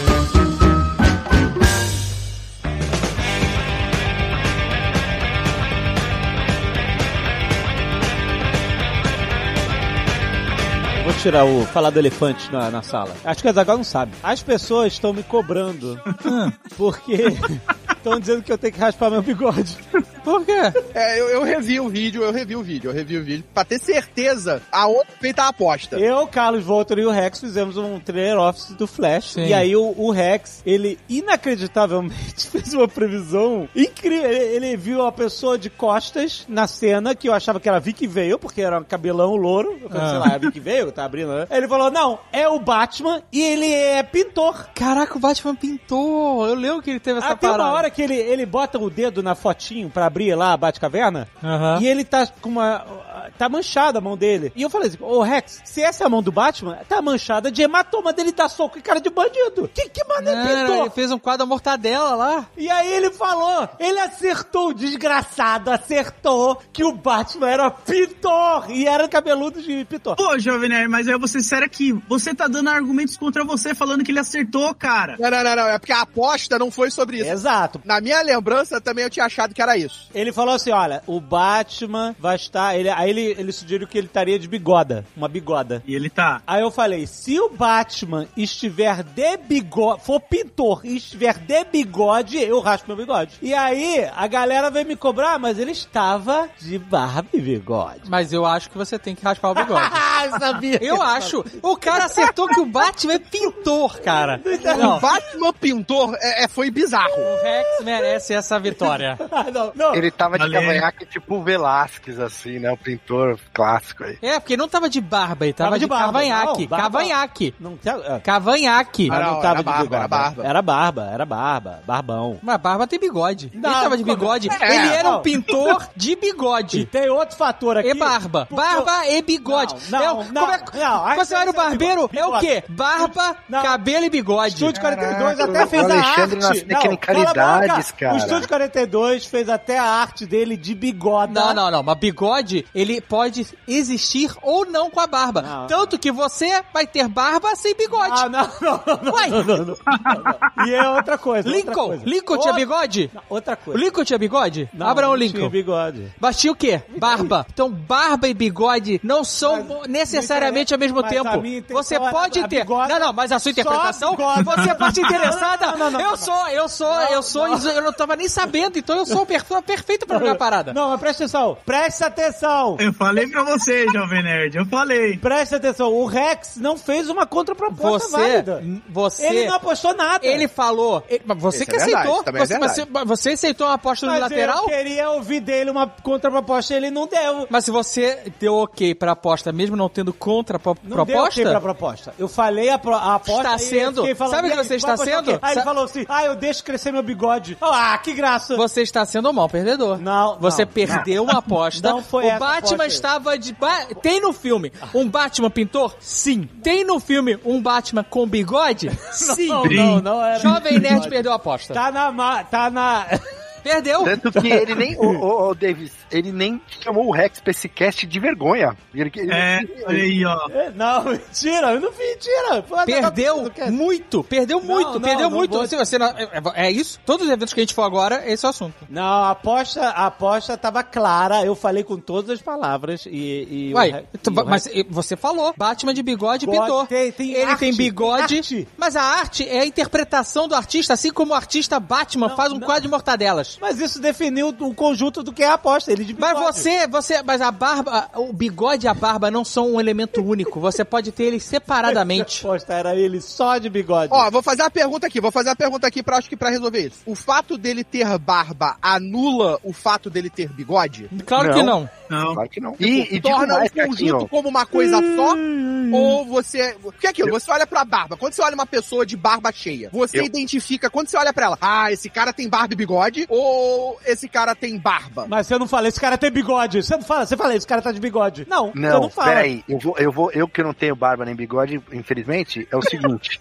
bom.
Vou tirar o falar do elefante na, na sala. Acho que a Zagal não sabe. As pessoas estão me cobrando porque estão dizendo que eu tenho que raspar
[LAUGHS]
meu bigode.
Por quê?
É, eu, eu revi o vídeo, eu revi o vídeo, eu revi o vídeo, pra ter certeza aonde feita a aposta.
Eu, Carlos Voltor e o Rex fizemos um trailer office do Flash.
Sim.
E aí o, o Rex, ele inacreditavelmente [LAUGHS] fez uma previsão incrível. Ele, ele viu a pessoa de costas na cena, que eu achava que era Vicky Veio, porque era um cabelão louro. Eu falei,
Ah.
sei lá, é Vicky Veio, tá abrindo,
[LAUGHS]
né? Ele falou, não, é o Batman e ele é pintor.
Caraca, o Batman pintou. Eu lembro que ele teve essa
Até
parada.
Ah, uma hora que ele, ele bota o dedo na fotinho pra abrir lá a Batcaverna
Aham.
e ele tá com uma. Tá manchada a mão dele. E eu falei assim: Ô Rex, se essa é a mão do Batman, tá manchada de hematoma dele tá soco e cara de bandido. Que, que maneiro pintor?
ele fez um quadro mortadela lá.
E aí ele falou, ele acertou, o desgraçado acertou que o Batman era pintor e era cabeludo de pintor.
Pô, Jovem Nerd, mas eu vou ser sério aqui. Você tá dando argumentos contra você, falando que ele é acertou, cara.
Não, não, não, não, é porque a aposta não foi sobre isso.
Exato.
Na minha lembrança também eu tinha achado que era isso.
Ele falou assim: olha, o Batman vai estar. Ele, aí ele, ele sugeriu que ele estaria de bigoda. Uma bigoda.
E ele tá.
Aí eu falei, se o Batman estiver de bigode, for pintor e estiver de bigode, eu raspo meu bigode. E aí, a galera veio me cobrar, "Ah, mas ele estava de barba e bigode.
[LAUGHS] Mas eu acho que você tem que raspar o [LAUGHS] bigode.
Ah, sabia.
Eu acho. O cara acertou que o Batman é pintor, cara.
O Batman pintor é, é- foi bizarro.
O Rex merece essa [LAUGHS] vitória.
não,
Ele tava de
Ah, Valeu.
cavanhaque tipo Velasquez, assim, né? Um pintor clássico aí.
É, porque não tava de barba, ele tava,
Tava
de,
de barba,
cavanhaque.
não, barba-
Cavanhaque.
Não, é.
Cavanhaque.
Mas não tava de
barba,
bigode. né?
era barba.
Era barba, era barba, barbão.
Mas barba tem bigode. ele
Não,
tava de
como-
bigode.
É,
ele era
não.
um pintor de bigode.
E tem outro fator aqui.
E barba.
Porque
Barba e bigode.
Não,
É
não,
o-
não,
como é-
não. Aí
Você
você
era o
sabe
barbeiro,
bigode.
é o quê? Barba, cabelo e bigode.
Estúdio 42 até
o
fez a
Alexandre nas
arte. Não, cala a
tecnicalidades,
boca.
cara.
O Estúdio 42 fez até a arte dele de bigode.
Não, não, não. Mas bigode, ele pode existir ou não com a barba. Tanto que você vai ter barba sem bigode. Ah,
não, não.
Uai.
E é outra coisa. outra
Lincoln.
coisa.
Lincoln tinha
Outra-
bigode?
Outra
O
coisa.
Lincoln tinha bigode? Não, Abraão
não
Lincoln.
tinha bigode.
Mas tinha o quê? Barba. Então, barba e bigode não são necessariamente ao mesmo
mas
tempo.
a minha intenção
Você
era
pode
a
ter. não, não, mas a sua interpretação.
bigode.
Você é a
[LAUGHS]
parte interessada.
Não, não, não,
eu
não.
sou, eu sou, eu sou.
não.
isso Eu não tava nem sabendo, então eu sou a pessoa perfeita pra jogar a parada.
Não, mas presta atenção. Presta atenção.
Eu falei pra você, Jovem Nerd, eu falei.
Presta atenção, o Rex não fez uma contraproposta
Você,
válida.
você.
Ele não apostou nada.
Ele falou. ele- mas Você
Isso
que
é verdade,
aceitou.
também é
você, mas você, mas você aceitou uma aposta
Mas
unilateral?
eu queria ouvir dele uma contraproposta e ele não deu.
Mas se você deu ok pra aposta, mesmo não tendo contra pro-
Não deu
proposta.
ok pra proposta. Eu falei a, pro- a aposta
Está
e eu
sendo-
fiquei falando,
sabe o que
e aí,
você
vai
está
apostar o quê?
sendo?
Aí ele
Sa-
falou assim, ah, eu deixo crescer meu bigode. Ah, que graça.
Você está sendo mal perdedor.
Não,
Você
não,
perdeu
não.
uma aposta.
Não foi
o
essa
Batman
aposta.
estava de. ba- Tem no filme um Batman pintor? Sim. Tem no filme um Batman com
[LAUGHS]
bigode? Sim.
Não, não, não era.
Jovem Nerd perdeu a aposta.
Tá na... ma- Tá na...
Perdeu.
Tanto que ele
[LAUGHS]
nem. O, o, Davis, ele nem chamou o Rex pra esse cast de vergonha. Ele, ele- ele-
É, Não, mentira, eu não fiz mentira. Pô,
Perdeu muito, perdeu muito,
não,
perdeu
não
muito.
vou-
Você, você não- é, é isso? Todos os eventos que a gente for agora, esse é o assunto.
Não, a aposta, a aposta tava clara, eu falei com todas as palavras e... e o
Uai,
Rex-
tu-
e o
mas
Rex-
e- você falou, Batman de bigode
Bigode,
pintor.
tem- tem
Ele
arte,
tem bigode,
tem arte.
mas a arte é a interpretação do artista, assim como o artista Batman faz um quadro de mortadelas.
Mas isso definiu o conjunto do que é a aposta, ele de bigode.
Mas você, você, mas a barba, o bigode e a barba não são um elemento único. Você pode ter eles
[LAUGHS]
separadamente.
A aposta era ele só de bigode.
Ó, vou fazer uma pergunta aqui, vou fazer uma pergunta aqui pra, acho que pra resolver isso. O fato dele ter barba anula o fato dele ter bigode?
Claro que não.
Não.
Claro que não.
Tipo,
E, e digo
torna
mais,
o conjunto
Marquinho,
como uma coisa só? Ou você. Porque é aquilo, você olha pra barba. Quando você olha uma pessoa de barba cheia, você
Eu-
identifica. Quando você olha pra ela, ah, esse cara tem barba e bigode, ou esse cara tem barba?
Mas você não fala, esse cara tem bigode. Você não fala, você fala, esse cara tá de bigode. Não, você
Não,
Então não fala.
peraí, eu vou, eu vou, eu que não tenho barba nem bigode, infelizmente, é o
[LAUGHS]
seguinte.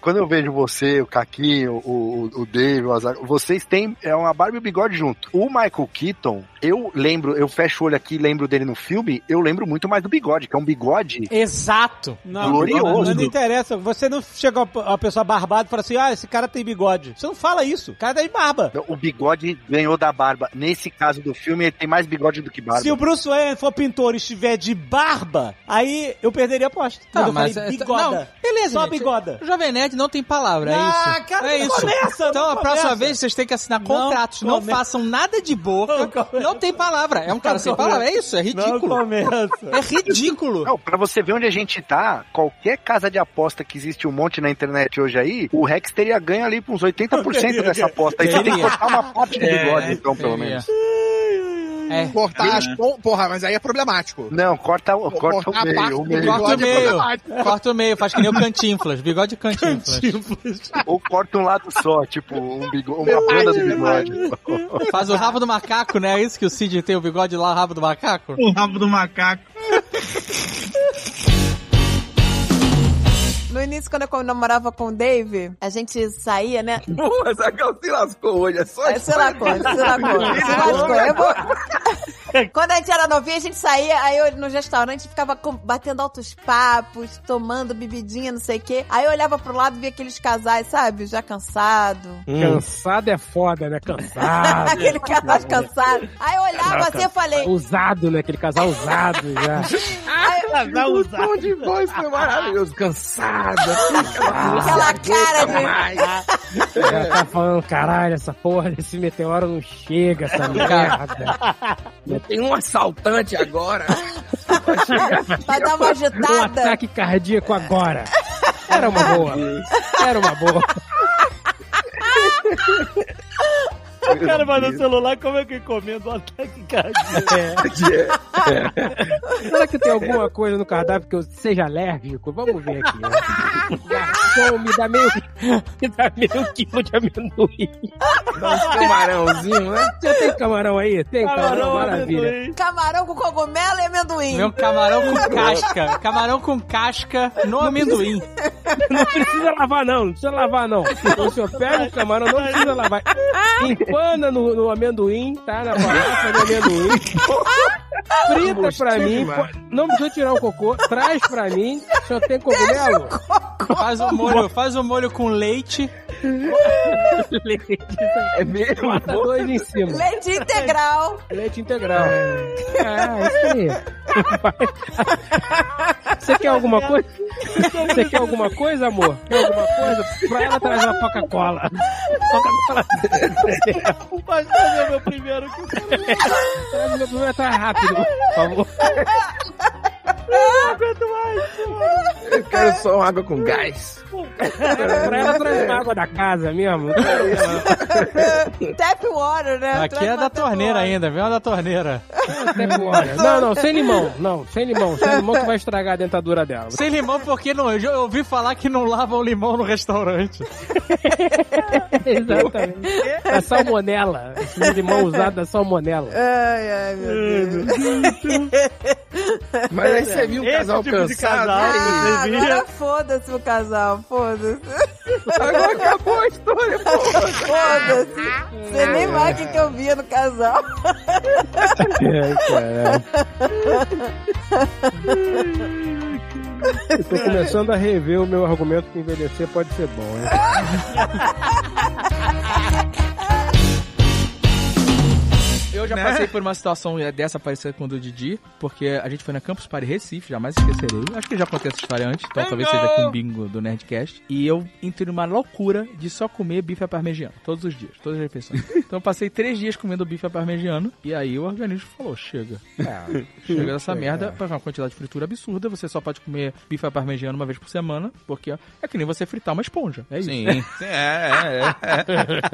Quando eu vejo você, o Caquinho, o, o, o Dave, o Azar, vocês têm é uma barba e bigode junto. O Michael Keaton, eu lembro, eu fecho o olho aqui, e lembro dele no filme, eu lembro muito mais do bigode, que é um bigode.
Exato.
Não,
É Glorioso.
mas Não, interessa. Você não chega a p- a pessoa barbada e fala assim, ah, esse cara tem bigode. Você não fala isso. O cara tem barba.
O bigode ganhou da barba. Nesse caso do filme, ele tem mais bigode do que barba.
Se o Bruce Wayne for pintor e estiver de barba, aí eu perderia a aposta. Quando
Não,
eu falei
Ah, mas- é, tá,
bigoda.
não, beleza,
Só
gente.
bigoda.
O Jovem Nerd não tem palavra, é
Ah,
isso.
cara,
é
não
isso.
começa, não
então a próxima
começa.
vez vocês têm que assinar
Não
contratos, não,
começa.
façam nada de boca. Não, tem palavra. É um cara sem
começa.
palavra, é isso, é ridículo. É ridículo.
Não, pra você ver onde a gente tá, qualquer casa de aposta que existe um monte na internet hoje aí, o Rex teria ganho ali pra uns 80% dessa aposta. Aí você tem que
Teria.
cortar uma parte do
É,
bigode, então, pelo
teria.
menos.
É.
Cortar as pon- Porra, mas aí é problemático.
Não, corta, o- corta
cortar a
o meio.
parte
O
do
meio.
Corta o
Bigode é
meio.
problemático.
Corta o meio, faz que nem o Cantinflas. Bigode Cantinflas.
Ou corta um lado só, tipo, um bigo- uma banda do bigode.
Faz o rabo do macaco, né? É isso que o Cid tem o bigode lá, o rabo do macaco?
O rabo do macaco.
No início, quando eu namorava com o Dave, a gente saía, né?
Porra, Zagal se lascou hoje, é só
É, se lacou, se lacou, se lascou. Eu vou... Quando a gente era novinha, a gente saía, aí eu, nos restaurantes ficava com- batendo altos papos, tomando bebidinha, não sei o quê. Aí eu olhava pro lado e via aqueles casais, sabe? Já cansado.
Hum.
Cansado é foda, né? Cansado.
Aquele casal cansado. Aí eu olhava assim e falei.
Usado, né? Aquele casal usado já.
Casal
o tom de voz foi maravilhoso. Cansado.
é
Ah, é
Aquela cara de.
Já tá falando, caralho, essa porra desse meteoro não chega, essa merda.
É.
Tem um assaltante agora.
Vai dar uma agitada.
Um ataque cardíaco agora. Era uma boa. Era uma boa.
O cara vai no celular, como é que encomenda um ataque cardíaco?
É.
É. Será que tem alguma coisa no cardápio que eu seja alérgico? Vamos ver aqui. né? Garçom, me dá meio, me dá meio quilo de amendoim.
Dá uns camarãozinho, né?
Já tem camarão aí? Tem camarão, maravilha.
Camarão com cogumelo e amendoim.
Meu camarão com casca. Camarão com casca no amendoim.
Não precisa lavar, não. Não precisa lavar, não. Então, O senhor pega o camarão, não precisa lavar. Empana no, no amendoim, tá? Na farofa de amendoim. Frita pra mim.
demais.
Não precisa tirar o cocô. Traz pra mim. Só tem cogumelo.
Faz o molho, faz o molho com leite.
[LAUGHS] leite. É mesmo? Bota dois em cima.
Leite integral.
Leite integral. Ah, isso
É.
aí. Você quer alguma coisa? Você quer alguma coisa, amor? Quer alguma coisa? Pra ela trazer uma Coca-Cola. Coca-Cola.
O pastor é meu primeiro que
Traz meu primeiro, tá rápido, por favor.
eu não aguento mais.
Eu quero só uma água com gás.
Pra ela trazer uma água da casa mesmo.
Tap water, né?
Aqui é da torneira ainda, vem uma da torneira.
Não, não, sem limão. Não, sem limão. Sem limão que vai estragar a dentadura
[LAUGHS]
dela.
Sem limão, porque não, eu já ouvi falar que não lavam limão no restaurante.
Exatamente. Da É salmonela. Esse limão usado da salmonela.
Ai, ai, meu Deus.
Mas aí você viu o
Esse
casal
tipo de
cansado.
casal que
né?
Ah, agora foda-se o casal, foda-se.
Agora acabou a história, pô.
Foda-se. Você nem mais o que, que eu via no casal.
É,
Eu tô começando a rever o meu argumento que envelhecer pode ser bom, hein?
Eu já
Né?
passei por uma situação dessa parecida com o do Didi, porque a gente foi na Campus Party Recife, jamais esquecerei. Acho que eu já contei essa história antes,
É,
então talvez seja aqui um bingo do Nerdcast. E eu entrei numa loucura de só comer bife à parmegiana, todos os dias, todas as refeições.
[LAUGHS]
então eu passei três dias comendo bife à parmegiana, e aí o organismo falou, chega. É, [LAUGHS] chega dessa
Chega.
merda, faz uma quantidade de fritura absurda, você só pode comer bife à parmegiana uma vez por semana, porque é que nem você fritar uma esponja, é isso.
Sim, sim, é,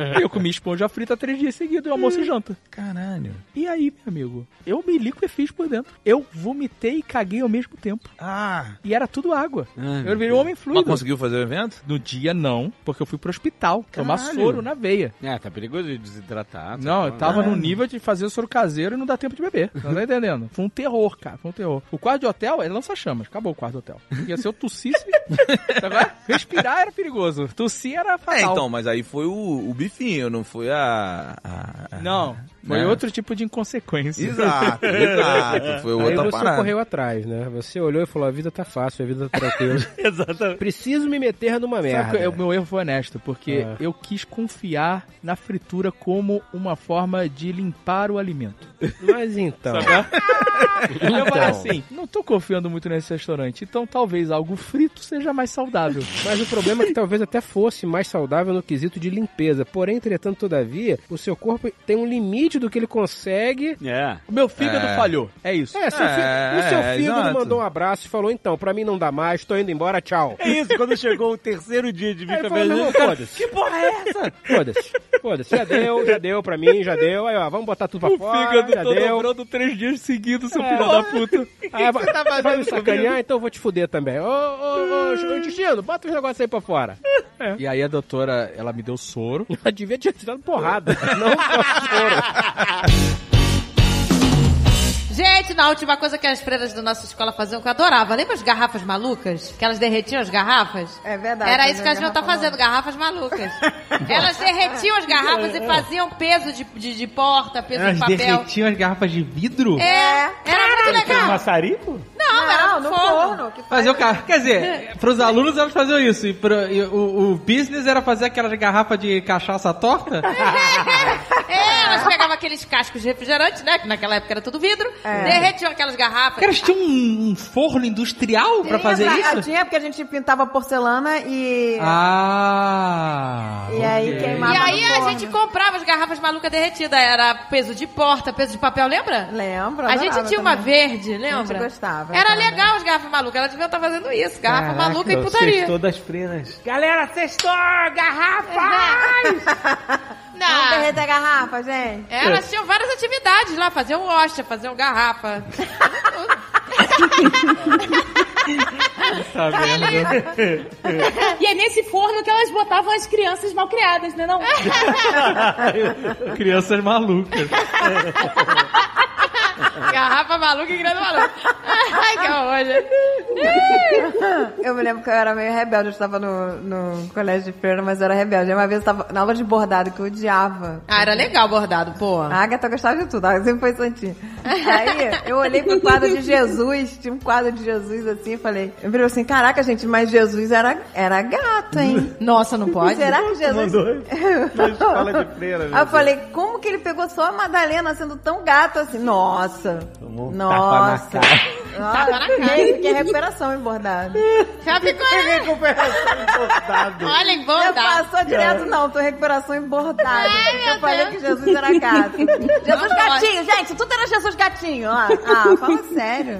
é, é.
E [LAUGHS] eu comi esponja frita três dias seguidos, almoço e janta.
Caralho.
E aí, meu amigo? Eu me liquefiz por dentro. Eu vomitei e caguei ao mesmo tempo.
Ah!
E era tudo água. eu virei um
meu
homem fluido.
Mas conseguiu fazer o evento?
No dia não, porque eu fui pro hospital tomar soro na veia.
É, tá perigoso de desidratar. tá
Não, eu
bom,
tava
né?
no nível de fazer soro caseiro e não dá tempo de beber. Não tá entendendo? Foi um terror, cara. Foi um terror. O quarto de hotel é lança-chamas. Acabou o quarto de hotel. Ia ser eu
[LAUGHS]
tossisse. Agora, respirar era perigoso. Tossir era
É,
fatal.
então, mas aí foi o, o bifinho, não foi a. a- a-
Não, foi
né?
outro tipo de inconsequência.
Exato, exato. Foi
Aí
outra
você
parada.
correu atrás, né? Você olhou e falou: a vida tá fácil, a vida tá tranquila.
Exatamente.
Preciso me meter numa
Sabe
merda.
que eu- meu erro foi honesto, porque
É.
eu quis confiar na fritura como uma forma de limpar o alimento.
Mas então.
Eu
Então.
falei assim, não tô confiando muito nesse restaurante, então talvez algo frito seja mais saudável.
Mas o problema é que talvez até fosse mais saudável no quesito de limpeza. Porém, entretanto, todavia, o seu corpo tem um limite do que ele consegue.
É.
O meu fígado
É.
falhou. É isso.
É, seu fi-
É,
o seu
é,
fígado
exato.
mandou um abraço e falou: então, pra mim não dá mais, tô indo embora, tchau.
É isso, quando chegou o terceiro dia de
Aí
bife à
falou,
parmegiana,
não,
o cara,
foda-se.
que porra
[LAUGHS]
Ah,
é essa?
Foda-se, foda-se. Já deu, já deu pra mim, já deu. Aí, ó, vamos botar tudo pra
O
fora.
fígado
já
tô
deu. É.
dobrando três dias seguidos, seu filho da puta.
[LAUGHS]
Ah, vai,
Você tá fazendo
vai me
isso
sacanear,
comigo?
então eu vou te fuder também. Ô,
Hum.
ô, ô, ô, Justino, bota os negócios aí pra fora.
E aí a doutora, [LAUGHS] ela me deu soro.
Ela devia ter tirado porrada, não deu soro.
Gente, na última coisa que as freiras da nossa escola faziam, que eu adorava, lembra as garrafas malucas? Que elas derretiam as garrafas?
É verdade.
Era isso que
a
elas deviam estar fazendo, garrafas malucas. elas derretiam as garrafas e faziam peso de, de, de porta, peso
Elas
de papel.
derretiam as garrafas de vidro?
É, era
Era
muito
um
legal.
maçarico?
Não, era no
no
forno.
forno. que
Fazer o carro. Quer
É. [LAUGHS]
dizer, pros alunos elas faziam isso. E, pro- e o, o business era fazer aquelas garrafas de cachaça torta.
É, elas pegavam aqueles cascos de refrigerante, né? Que naquela época era tudo vidro.
É.
Derretiam aquelas garrafas.
Elas tinham um, um forno industrial pra fazer
Tinha,
isso?
Tá, Tinha, porque a gente pintava porcelana e...
Ah!
E aí
ok.
queimava
E aí
no
a
forno.
gente comprava as garrafas malucas derretidas. Era peso de porta, peso de papel, lembra?
Lembro,
A gente
adorava
tinha uma
também.
verde, lembra?
A gente gostava.
Era
também.
legal as garrafas malucas. Elas deviam estar fazendo isso. Garrafa
Caraca,
maluca e putaria.
Vocês todas freiras.
Galera, sextou! Garrafas!
[LAUGHS] Não. É,
Vamos derreter a garrafa, gente?
Elas tinham várias atividades lá. Faziam hostia, faziam garrafa.
Tá
né?
[LAUGHS] vendo?
[LAUGHS] e é nesse forno que elas botavam as crianças mal criadas, né? Não?
[LAUGHS] Crianças malucas.
[LAUGHS] Garrafa maluca e grana maluca. [LAUGHS] Ai, que horror,
[LAUGHS] Eu me lembro que eu era meio rebelde, eu estava no, no colégio de freira, mas eu era rebelde. Aí Uma vez eu estava na aula de bordado, que eu odiava.
Ah, era legal bordado, pô.
A Agatha gostava de tudo, ela sempre foi santinha. Aí eu olhei pro quadro de Jesus, tinha um quadro de Jesus assim, e falei, eu falei assim, caraca, gente, mas Jesus era, era gato, hein?
Nossa, não pode?
Será que Jesus...
Mandou na escola de freira.
[LAUGHS] Aí eu falei, como que ele pegou só a Madalena sendo tão gato assim? Nossa! Nossa!
um Tapa na cara.
Ah,
Nossa,
Tapa na cara.
isso que é recuperação em bordado.
Já ficou, né?
recuperação em bordado.
Olha, em bordado.
Não passou direto, não. Tô em recuperação em bordado.
Ai,
Porque
meu
eu falei
Deus.
que Jesus era gato. Jesus
Não pode.
gatinho, gente. Tudo era Jesus gatinho. ó. Ah,
[LAUGHS]
fala sério.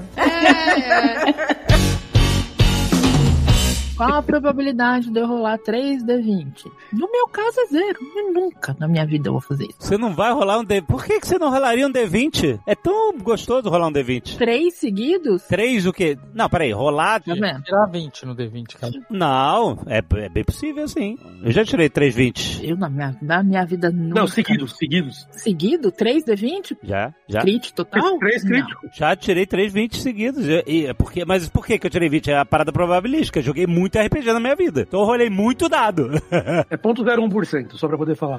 Qual a probabilidade de eu rolar 3 d 20? No meu caso é zero. Eu nunca na minha vida eu vou fazer isso.
Você não vai rolar um D... Por que, que você não rolaria um D20? É tão gostoso rolar um D20.
Três seguidos?
Três o quê? Não, peraí, rolar...
Tirar 20 no D20, cara.
Não, é, é bem possível, sim. Eu já tirei três 20.
Eu na minha, na minha vida nunca.
seguidos, seguidos.
Seguido? 3 d 20?
Já, já.
Crit total? Três Não.
críticos. Já tirei três 20 seguidos. E, e é porque, mas por que, que eu tirei 20? É a parada probabilística. Eu joguei muito RPG na minha vida. Então eu rolei muito dado. [LAUGHS]
É 0,01%, só pra poder falar.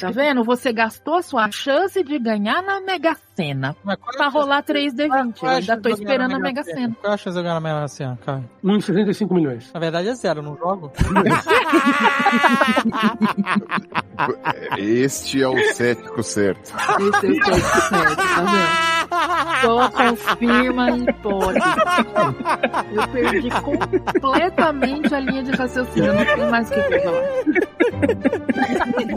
Tá vendo? Você gastou a sua chance de ganhar na Mega Sena. Pra rolar 3 d 20. Eu ainda tô esperando é a Mega Sena.
Qual é a chance de eu ganhar na Mega Sena, cara?
1,65 milhões.
Na verdade é zero, eu não jogo.
Ah, Este é o cético certo.
Esse é o seu sucesso, tá vendo? Só confirma a hipótese. Eu perdi completamente a linha de raciocínio. Eu não sei mais o que que eu vou falar.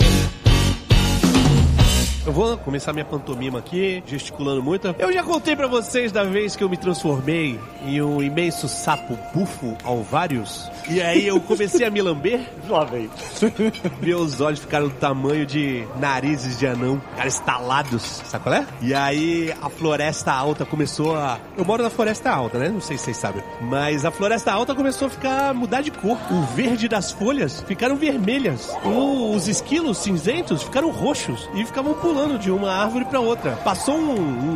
Eu vou começar minha pantomima aqui, gesticulando muito. Eu já contei pra vocês da vez que eu me transformei em um imenso sapo bufo alvários. E aí eu comecei a me lamber. Lá vem. [LAUGHS] Meus olhos ficaram do tamanho de narizes de anão, cara, estalados, sabe qual é? E aí a floresta alta começou a. Eu moro na floresta alta, né? Não sei se vocês sabem. Mas a floresta alta começou a ficar mudar de cor. O verde das folhas ficaram vermelhas. O- Os esquilos cinzentos ficaram roxos e ficavam pulando de uma árvore pra outra. Passou um,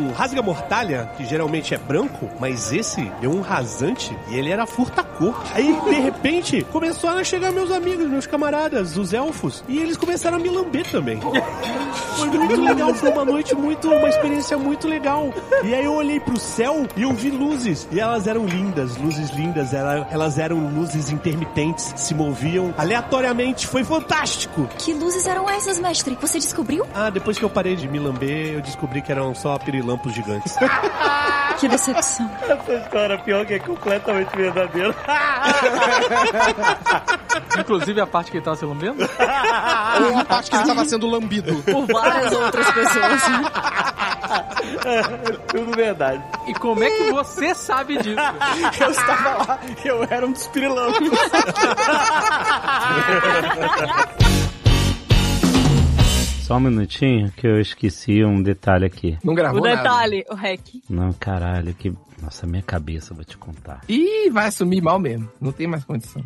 um rasga-mortalha, que geralmente é branco, mas esse deu um rasante e ele era furta-cor. Aí, de repente, começaram a chegar meus amigos, meus camaradas, os elfos, e eles começaram a me lamber também. Foi muito legal, foi uma noite muito, uma experiência muito legal. E aí eu olhei pro céu e eu vi luzes. E elas eram lindas, luzes lindas, ela- elas eram luzes intermitentes, se moviam aleatoriamente, foi fantástico!
Que luzes eram essas, mestre? Você descobriu?
Ah, depois que eu parei de me lamber, eu descobri que eram só pirilampos gigantes.
[LAUGHS] Que decepção.
Essa história pior que é completamente verdadeira. [LAUGHS]
Inclusive a parte que ele tá tava se lambendo?
Ou a parte que
tá-
ele estava sendo
[LAUGHS]
lambido.
Por várias outras pessoas.
É,
Tudo verdade. E como é que você sabe disso?
[LAUGHS] Eu estava lá, eu era um dos pirilampos.
Só
Só um minutinho que eu esqueci um detalhe aqui.
Não gravou
O detalhe-
detalhe,
o hack.
Não, caralho, que. Nossa, minha cabeça, vou te contar.
Ih, vai assumir mal mesmo. Não tem mais condição.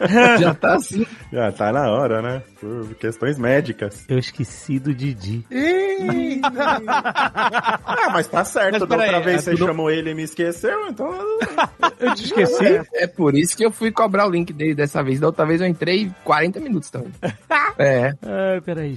É.
Já tá assim.
Já tá na hora, né? Por questões médicas. Tá
Eu esqueci do Didi.
ah, mas tá certo.
Mas
da outra
peraí,
vez
é
você
tudo-
chamou ele e me esqueceu, então...
Eu
te esqueci?
É, é por isso que eu fui cobrar o link dele dessa vez. Da outra vez eu entrei 40 minutos também. É.
Ai, peraí.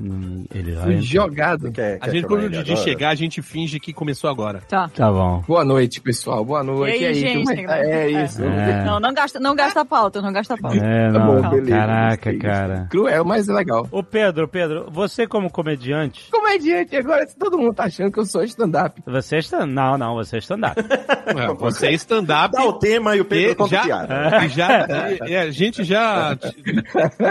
Não, Ele
Fui jogado.
A gente, quando o Didi chegar, a gente finge que começou agora.
Tá.
Tá bom.
Boa noite, pessoal. Boa
E
noite.
aí,
É isso.
gente?
É isso.
tá? É. Não, não gasta, não gasta pauta, não gasta pauta. [LAUGHS]
É,
Tá
não.
bom, beleza.
Caraca, cara.
Cruel, mas é legal.
Ô, Pedro, Pedro, você como comediante...
Comediante, agora todo mundo tá achando que eu sou stand-up.
Você é stand Não, não, você é stand-up.
você [LAUGHS] é stand-up.
Dá o tema e o Pedro
E
conta
já-
piada.
e já-
[LAUGHS]
e- e a gente já te,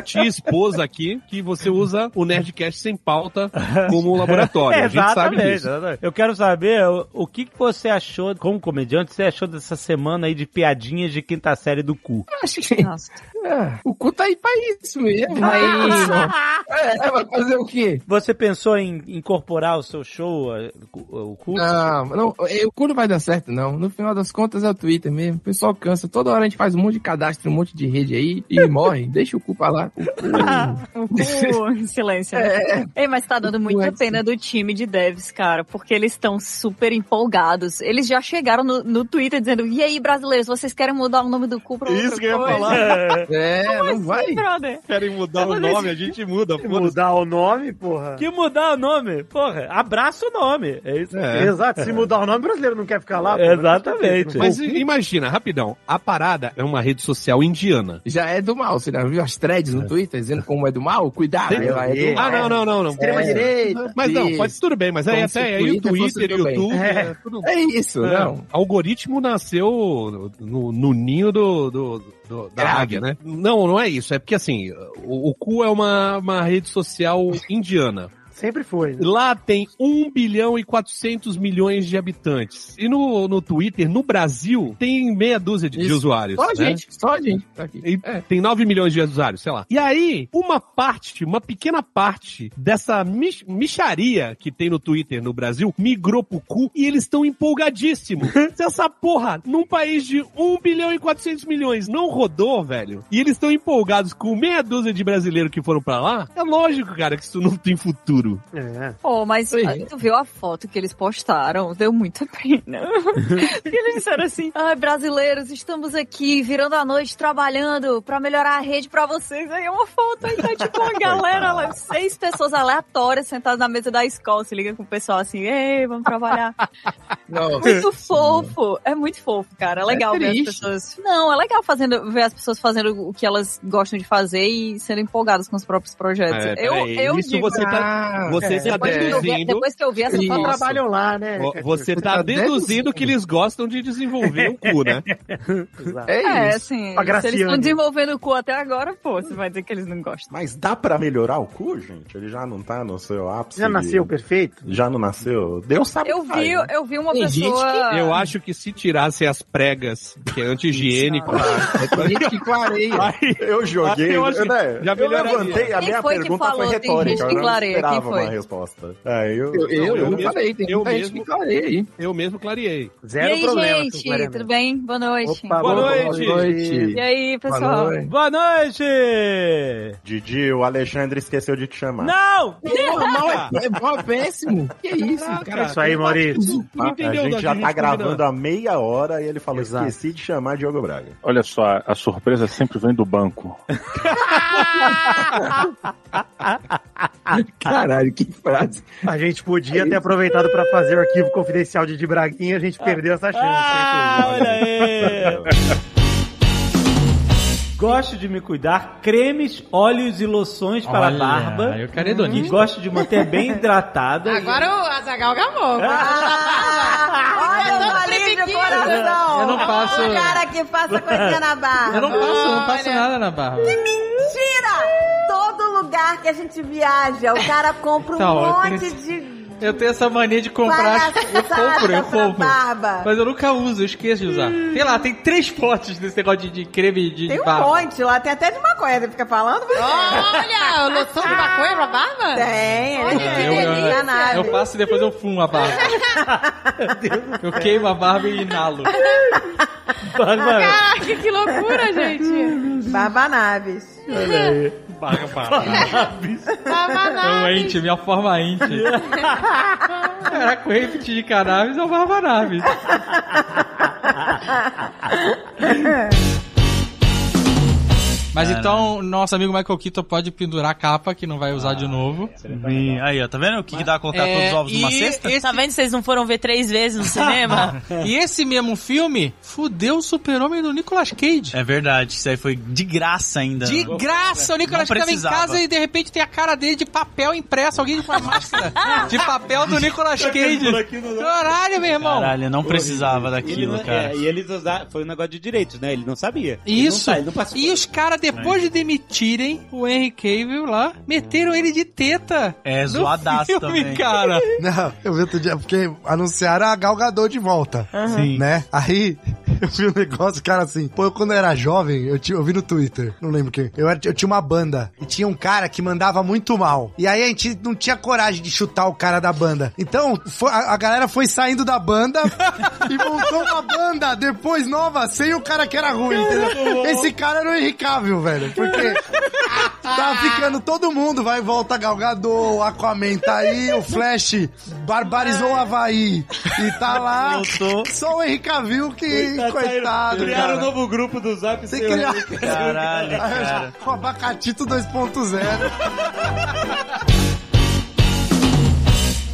te expôs aqui que você usa o Nerdcast sem pauta como um laboratório. A gente sabe
Exatamente,
disso.
exatamente. Eu quero saber o, o que, que você achou, como comediante, você achou dessa semana aí de piadinhas de quinta série do cu.
Acho que. [LAUGHS] É, o cu tá aí pra isso mesmo.
Pra
é
Ah!
É, vai fazer o quê?
Você pensou em incorporar o seu show, eh, o o cu?
Não, não, eh, o cu não vai dar certo, não. No final das contas é o Twitter mesmo. O pessoal cansa. Toda hora a gente faz um monte de cadastro, um monte de rede aí
[LAUGHS]
e morre. Deixa o cu pra lá. O cu-
O Ah, um cu em silêncio.
É.
né? Ei, mas tá dando muita pena do time de devs, cara, porque eles estão super empolgados. Eles já chegaram no, no Twitter dizendo: e aí, brasileiros, vocês querem mudar o nome do cu pra outra
Isso que eu ia
coisa?" [LAUGHS]
falar.
É,
Como
não
assim,
vai.
brother?
Querem mudar o nome, a gente muda.
Mudar o nome, porra? Que mudar o nome? Porra, abraça o nome. É isso aí.
Exato, se mudar
o nome, o brasileiro não quer ficar lá.
pô.
Exatamente.
Mas imagina, rapidão, a parada é uma rede social indiana.
Já é do mal. Você já viu as threads no Twitter dizendo como é do mal? Cuidado.
Tem-
ela é do mal.
Ah, não, não, não, não.
É.
Mas não,
Isso.
pode tudo bem, mas aí
Como se
até aí o
fosse
Twitter,
tudo
o
bem.
YouTube.
É, é isso,
É,
não.
Algoritmo nasceu no, no ninho do, do- do- da águia, né? Não, não é isso. É porque assim, o, o cu é uma, uma rede social indiana.
Sempre foi. né?
Lá tem 1 bilhão e 400 milhões de habitantes. E no, no Twitter, no Brasil, tem meia dúzia de, de
Isso.
usuários.
Só a
né?
gente, só a gente. Tá aqui.
E Tem 9 milhões de usuários, sei lá. E aí, uma parte, uma pequena parte dessa mich- micharia que tem no Twitter no Brasil migrou pro cu e eles
[LAUGHS]
estão empolgadíssimos. Se essa porra, num país de 1 bilhão e 400 milhões, não rodou, velho, e eles estão empolgados com meia dúzia de brasileiros que foram pra lá, é lógico, cara, que isso não tem futuro.
É. Oh, mas ah, tu viu a foto que eles postaram? Deu muita pena. Porque eles disseram assim: ai, brasileiros, estamos aqui virando a noite trabalhando pra melhorar a rede pra vocês. Aí é uma foto aí, tá tipo uma galera lá, seis pessoas aleatórias sentadas na mesa da escola. Se liga com o pessoal assim: ei, vamos trabalhar.
Não.
Muito
[LAUGHS]
fofo. É muito fofo, cara. É legal
É
ver as
triste.
pessoas. Não, é legal fazendo, ver as pessoas fazendo o que elas gostam de fazer e sendo empolgadas com os próprios projetos.
É,
eu,
peraí,
eu
isso
digo-
você tá- Ah, você tá
depois que eu vi-
deduzindo-
Depois que eu vi essa
Isso.
foto,
Trabalham
lá, né?
Vo- Você tá deduzindo que eles gostam de desenvolver o
[LAUGHS]
cu, né?
É, assim, se eles estão desenvolvendo o cu até agora, pô, você vai dizer que eles não gostam.
Mas dá pra melhorar o cu, gente? Ele já não tá no seu ápice.
Já nasceu
perfeito? Já não nasceu. Deus sabe.
Eu
o que faz,
vi,
né?
eu vi uma
Tem gente
pessoa...
que-
Eu acho que se tirassem as pregas, que é anti-higiênico.
Ah.
[LAUGHS]
Aí Eu joguei.
Eu acho que
né?
já
eu
melhoraria.
levantei, a
Quem
minha
foi que
pergunta
falou?
foi
Tem gente
retórica.
que
Eu não
clareia, quem
esperava
foi?
uma resposta. É, eu,
Eu- eu- eu
mesmo-
falei, tem muita gente que clareia aí. Eu mesmo clareei.
e aí, gente, tudo bem? Boa noite.
Opa, Boa boa noite. noite.
E aí, pessoal?
Boa noite!
Didi, o Alexandre esqueceu de te chamar.
Não!
Normal é, é bom, é péssimo. Que isso, cara?
É isso aí, Maurício.
Não entendeu,
a gente
Doug,
já
a gente
tá
combina.
gravando há meia hora e ele falou: esqueci de chamar Diogo Braga.
Olha só, a surpresa sempre vem do banco.
Caralho, que frase.
A gente podia ter aproveitado pra fazer o arquivo confidencial de Di Braguinha, a gente perdeu essa chance. Ah,
olha aí! Gosto de me cuidar, cremes, óleos e loções para
Olha,
a barba.
eu quero hedonista.
E Gosto de manter bem hidratada.
Agora o Azagal gamou.
[LAUGHS]
Olha,
um Ah, alívio no coração.
Eu não faço-
O cara que passa coisinha na barba.
Eu não passo, não passo nada na barba.
Mentira! Todo lugar que a gente viaja, o cara compra um
Então, eu
monte
tenho-
de
Eu tenho essa mania de comprar. as- Eu compro, eu compro. Mas eu nunca uso, eu esqueço de usar. Sei lá, tem três potes desse negócio de, de creme de
Tem um
barba.
monte lá, tem até de maconha, você fica falando.
Olha, loção de maconha pra barba?
Tem,
É,
ele
eu, eu,
nave.
eu passo e depois eu fumo a barba. eu queimo a barba e inalo.
Caraca, que loucura, gente.
Babanaves.
Olha aí. Barba, É um ente, minha forma ente. Caraca, o ente de cannabis é o barba naves. Ah,
[LAUGHS]
Mas
Cara.
então, nosso amigo Michael Keaton pode pendurar a capa, que não vai usar de novo.
Hum, aí, ó, tá vendo o que, que dá pra colocar
É,
todos os ovos numa
e
cesta?
esse-
Tá vendo? Vocês não foram ver três vezes no cinema?
e esse mesmo filme fudeu o super-homem do Nicolas Cage.
É verdade, isso aí foi de graça ainda.
De graça, o Nicolas
Não
Cage tava em
precisava.
casa e de repente tem a cara dele de papel impresso, alguém com a
[LAUGHS]
máscara de papel do Nicolas
Tá
Cage. Caralho, meu irmão.
Caralho, não precisava
Ele
daquilo,
não-
cara.
é, e eles usaram. Foi um negócio de direitos, né? Ele não sabia. Ele
Isso.
não, sa- ele não participou.
e os caras, depois de demitirem o Henry Cavill lá, meteram ele de teta.
É,
no
zoadaço
filme,
também.
cara.
Não, eu vi outro dia, porque anunciaram a Galgador de volta.
Sim.
Né? Aí [LAUGHS] eu vi um negócio, cara, assim. Pô, eu, quando eu era jovem, eu, ti- eu vi no Twitter, não lembro quem. Eu, era- eu tinha uma banda e tinha um cara que mandava muito mal. E aí a gente não tinha coragem de chutar o cara da banda. Então foi- a, a galera foi saindo da banda [LAUGHS] e montou uma banda depois nova sem o cara que era ruim, entendeu? Esse cara era o Henricável, velho. Porque
Ah.
Tá ficando todo mundo, vai e volta Galgador, o Aquaman tá
[LAUGHS]
aí, o Flash barbarizou
É.
o Havaí e tá lá. Só o Henrique Cavill que,
Coitado, tá
coitado,
criaram
cara.
um novo grupo do Zap.
Você
sem o
criar...
Henrique Cavill.
[LAUGHS] Aí, O Abacatito 2.0.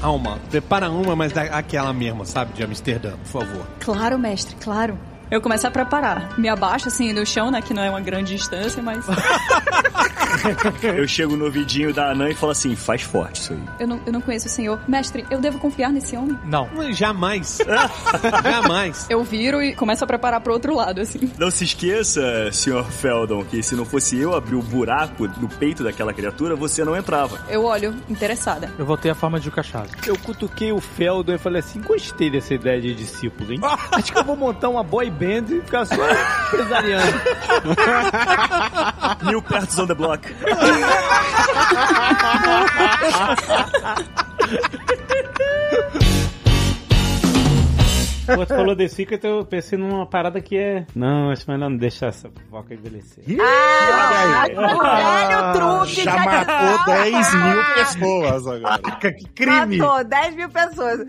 Alma, prepara uma, mas da- aquela mesma, sabe? De Amsterdã, por favor.
Claro, mestre, claro. Eu começo a preparar. Me abaixo assim do chão, né? Que não é uma grande distância, mas.
Eu chego no vidinho da Anã e falo assim: faz forte isso aí.
Eu não, eu não conheço o senhor. Mestre, eu devo confiar nesse homem? [LAUGHS]
Não.
Jamais. Jamais.
Eu viro e começo a preparar pro outro lado, assim.
Não se esqueça, Sr. Feldon, que se não fosse eu abrir o buraco no peito daquela criatura, você não entrava.
Eu olho, interessada.
Eu voltei a forma de cachado.
Eu cutuquei o Feldon e falei assim: gostei dessa ideia de discípulo,
[LAUGHS]
hein? Acho que eu vou montar uma boy band e ficar só empresariando.
[LAUGHS] Mil pertos on the block.
Quando tu falou The Secret, eu pensei numa parada que é. Não, acho melhor não deixar essa fofoca envelhecer.
Ah,
Olha aí.
o velho truque
Já
já
matou
10 mil
pessoas agora.
Que crime! Matou 10 mil pessoas.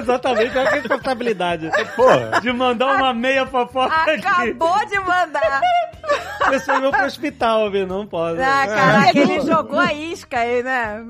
[LAUGHS] Exatamente, olha a responsabilidade. De mandar uma meia fofoca aqui.
Acabou
[LAUGHS]
de mandar.
A pessoa veio pro hospital, viu? Não pode. É.
Ah, caraca, ele jogou a isca aí, né?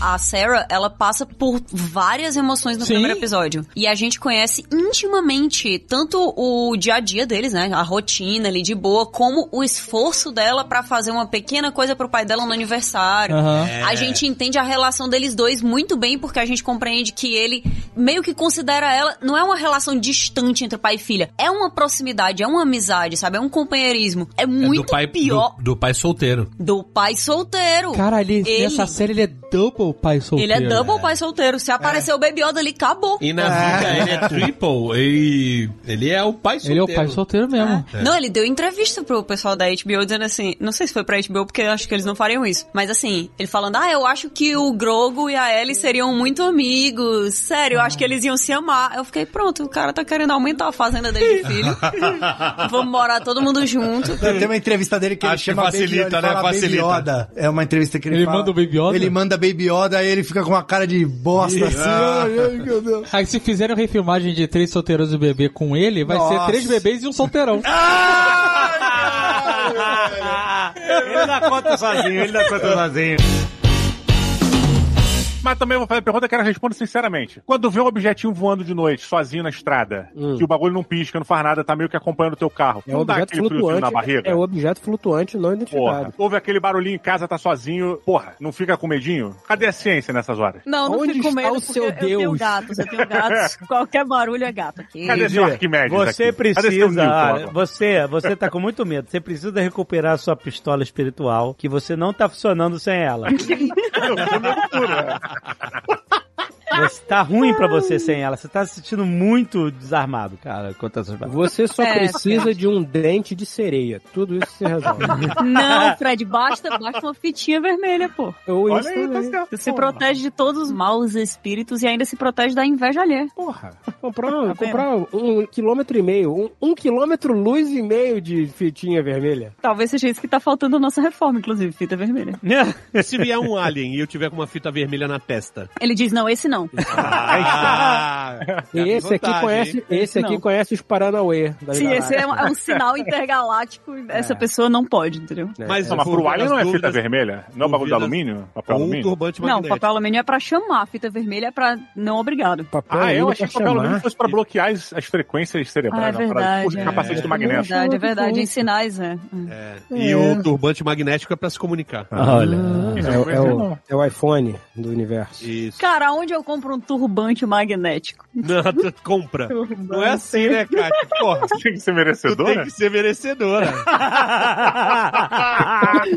A Sarah, ela passa por várias emoções no primeiro episódio. E a gente conhece intimamente tanto o dia a dia deles, né? A rotina ali de boa, como o esforço dela pra fazer uma pequena coisa pro pai dela no aniversário.
Aham.
A
É.
gente entende a relação deles dois muito bem, porque a gente compreende que ele meio que considera ela. Não é uma relação distante entre pai e filha. É uma proximidade, é uma amizade, sabe? É um companheirismo. É muito pior.
Do, do pai solteiro.
Do pai solteiro.
Cara, ele,
Ele-
nessa série ele é double pai solteiro.
Ele é double pai solteiro. Se aparecer o Baby Yoda ali, acabou.
E na vida ele
[LAUGHS]
é triple, ele, ele é o pai
Ele
solteiro.
é o pai solteiro mesmo.
É.
Não, ele deu entrevista pro pessoal da HBO dizendo assim, não sei se foi pra HBO, porque eu acho que eles não fariam isso. Mas assim, ele falando, ah, eu acho que o Grogo e a Ellie seriam muito amigos. Sério, eu acho que eles iam se amar. Eu fiquei, pronto, o cara tá querendo aumentar a fazenda dele
[LAUGHS]
de filho. Vamos morar todo mundo junto.
Tem uma entrevista dele que ele
Acho que
chama
facilita,
Baby Yoda, ele
né?
fala Baby
Facilita.
Yoda. É uma entrevista que ele,
Ele
fala-
manda o Baby Yoda?
Ele manda Baby Yoda, aí ele fica com uma cara de bosta, assim.
Ah.
Ai, ai, meu Deus.
Aí se fizerem refilmagem de três solteiros e um bebê com ele, vai ser
Nossa.
três bebês e
[LAUGHS]
um solteirão.
Ele dá conta sozinho, ele dá conta sozinho. [LAUGHS] Mas também eu vou fazer a pergunta que ela responde sinceramente. Quando vê um objetinho voando de noite, sozinho na estrada, que o bagulho não pisca, não faz nada, tá meio que acompanhando o teu carro,
É um
não dá
objeto
aquele friozinho
flutuante.
na barriga?
É um objeto flutuante não
Porra,
identificado.
houve aquele barulhinho em casa, tá sozinho. Porra, não fica com medinho? Cadê a ciência nessas horas?
Não, não
Onde
fico com
está
medo,
o
porque
seu
Eu tenho
Deus?
gatos, eu tenho gatos. Qualquer barulho é gato aqui.
Cadê seu Arquimedes
Você
aqui? Cadê seu
precisa,
Newton
olha,
agora?
você, você tá com muito medo. Você precisa recuperar a sua pistola espiritual, que você não tá funcionando sem ela. Você tá ruim pra você sem ela. Você tá se sentindo muito desarmado, cara, quanto a essas barras.
Você só
É,
precisa de um dente de sereia. Tudo isso se
[LAUGHS]
resolve.
Não, Fred, basta, basta uma fitinha vermelha, pô.
Olha isso aí, tá também. certo,
Você se
porra.
protege de todos os maus espíritos e ainda se protege da inveja alheia.
Porra. Comprar,
Tá
um- comprar um, um quilômetro e meio, um, um quilômetro luz e meio de fitinha vermelha.
Talvez seja isso que tá faltando na nossa reforma, inclusive, fita vermelha.
Se vier um alien e eu tiver com uma fita vermelha na testa.
Ele diz, não, esse não.
Ah,
E esse aqui
vantagem,
conhece,
hein?
esse aqui
Tá Não.
conhece os Paranauê. da
Sim,
galáxia.
esse é um,
[LAUGHS]
é um sinal intergaláctico. Essa pessoa não pode, entendeu?
Mas, mas pro alien não é fita vermelha? Não é bagulho de alumínio? Papel
Ou um
alumínio?
turbante
Não, papel alumínio é pra chamar, fita vermelha é pra não obrigado.
Ah, eu
tá
achei que o papel alumínio fosse pra bloquear as, as frequências
Ah, é
cerebrais, né? pra
verdade.
os capacetes
é.
do magnético.
É verdade, é verdade. Em sinais, né?
E o turbante magnético é pra se comunicar.
Olha,
Isso
é, o-
eu
é
não
o, é o iPhone do universo.
Isso. [LAUGHS]
Cara, onde eu compro um turbante magnético?
Não, tu compra. Não é assim, né, cara? Porra, tu
tem que ser merecedora?
tem que
[LAUGHS]
ser merecedora.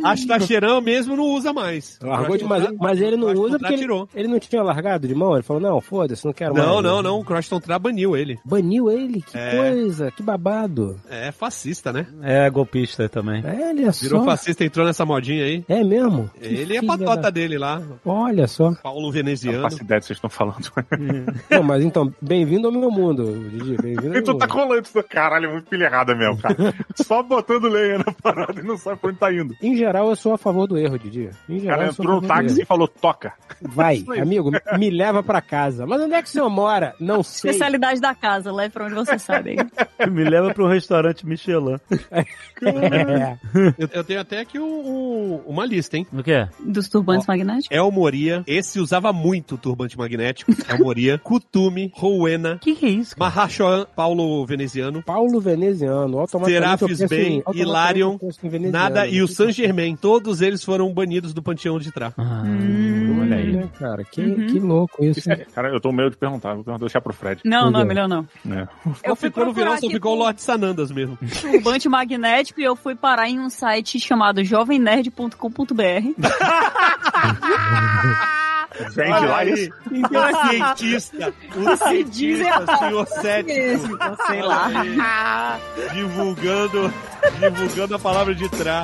Acho que tá cheirão mesmo, não usa mais.
Largou Ah, de, mas, mas ele não usa porque ele,
tirou.
ele não tinha largado de mão. Ele falou, não, foda-se, não quero
Não,
mais.
não, não. O Croston Tra baniu ele.
Baniu ele? Que
É.
coisa, que babado.
É fascista, né?
É golpista também.
É, olha só.
Virou fascista, entrou nessa modinha aí.
É mesmo?
Ele é a
filha
patota
da-
dele lá.
Olha só.
Paulo Veneziano.
Não faço ideia do que vocês estão falando.
Não, mas então, bem-vindo ao meu mundo, Didi. Bem-vindo
[LAUGHS]
ao
E [LAUGHS] tu
meu
tá
mundo.
colando isso, caralho, é muito pilha errada mesmo, cara. Só botando lenha na parada
[LAUGHS]
e não [LAUGHS] sabe pra onde tá indo.
Em geral, eu sou a favor do erro, Didi. Em
O
geral,
cara
eu sou a
entrou
favor
no
do
táxi e
erro.
falou, toca. [LAUGHS]
Vai, amigo, me leva pra casa. Mas onde é que o senhor mora? Não sei.
Especialidade da casa, leve pra onde você sabe.
[LAUGHS] Me leva pra um restaurante Michelin.
É.
Eu, eu tenho até aqui um- um- uma lista, hein?
O quê?
Dos turbantes magnéticos?
El Moria, esse usava muito o
[LAUGHS]
turbante magnético. El Moria, Kutumi, Rowena.
Que que é isso?
Mahashoan, Paulo Veneziano.
Paulo Veneziano, automaticamente. eu
Serafis
penso em-
Bey,
automaticamente
Hilarion,
eu penso em veneziano. né?
nada e o San Germain. Todos eles foram banidos do panteão de Tra.
Hum. Olha aí. Cara, que, que louco isso.
Uhum. é, Cara, eu tô com medo de perguntar, vou deixar pro Fred.
Não, não, melhor não.
É.
Eu
Não
fui
ficou no
procurar
verão, só
aqui
ficou o Lorde
[LAUGHS]
Sanandas mesmo. [LAUGHS]
Turbante magnético e eu fui parar em um site chamado jovemnerd.com.br.
Vem de lá isso.
Então
assim,
é cientista. O
Se dizem
cientista,
a-
senhor assim, cético.
então, sei
lá.
lá.
[LAUGHS] Divulgando, divulgando a palavra de Tra.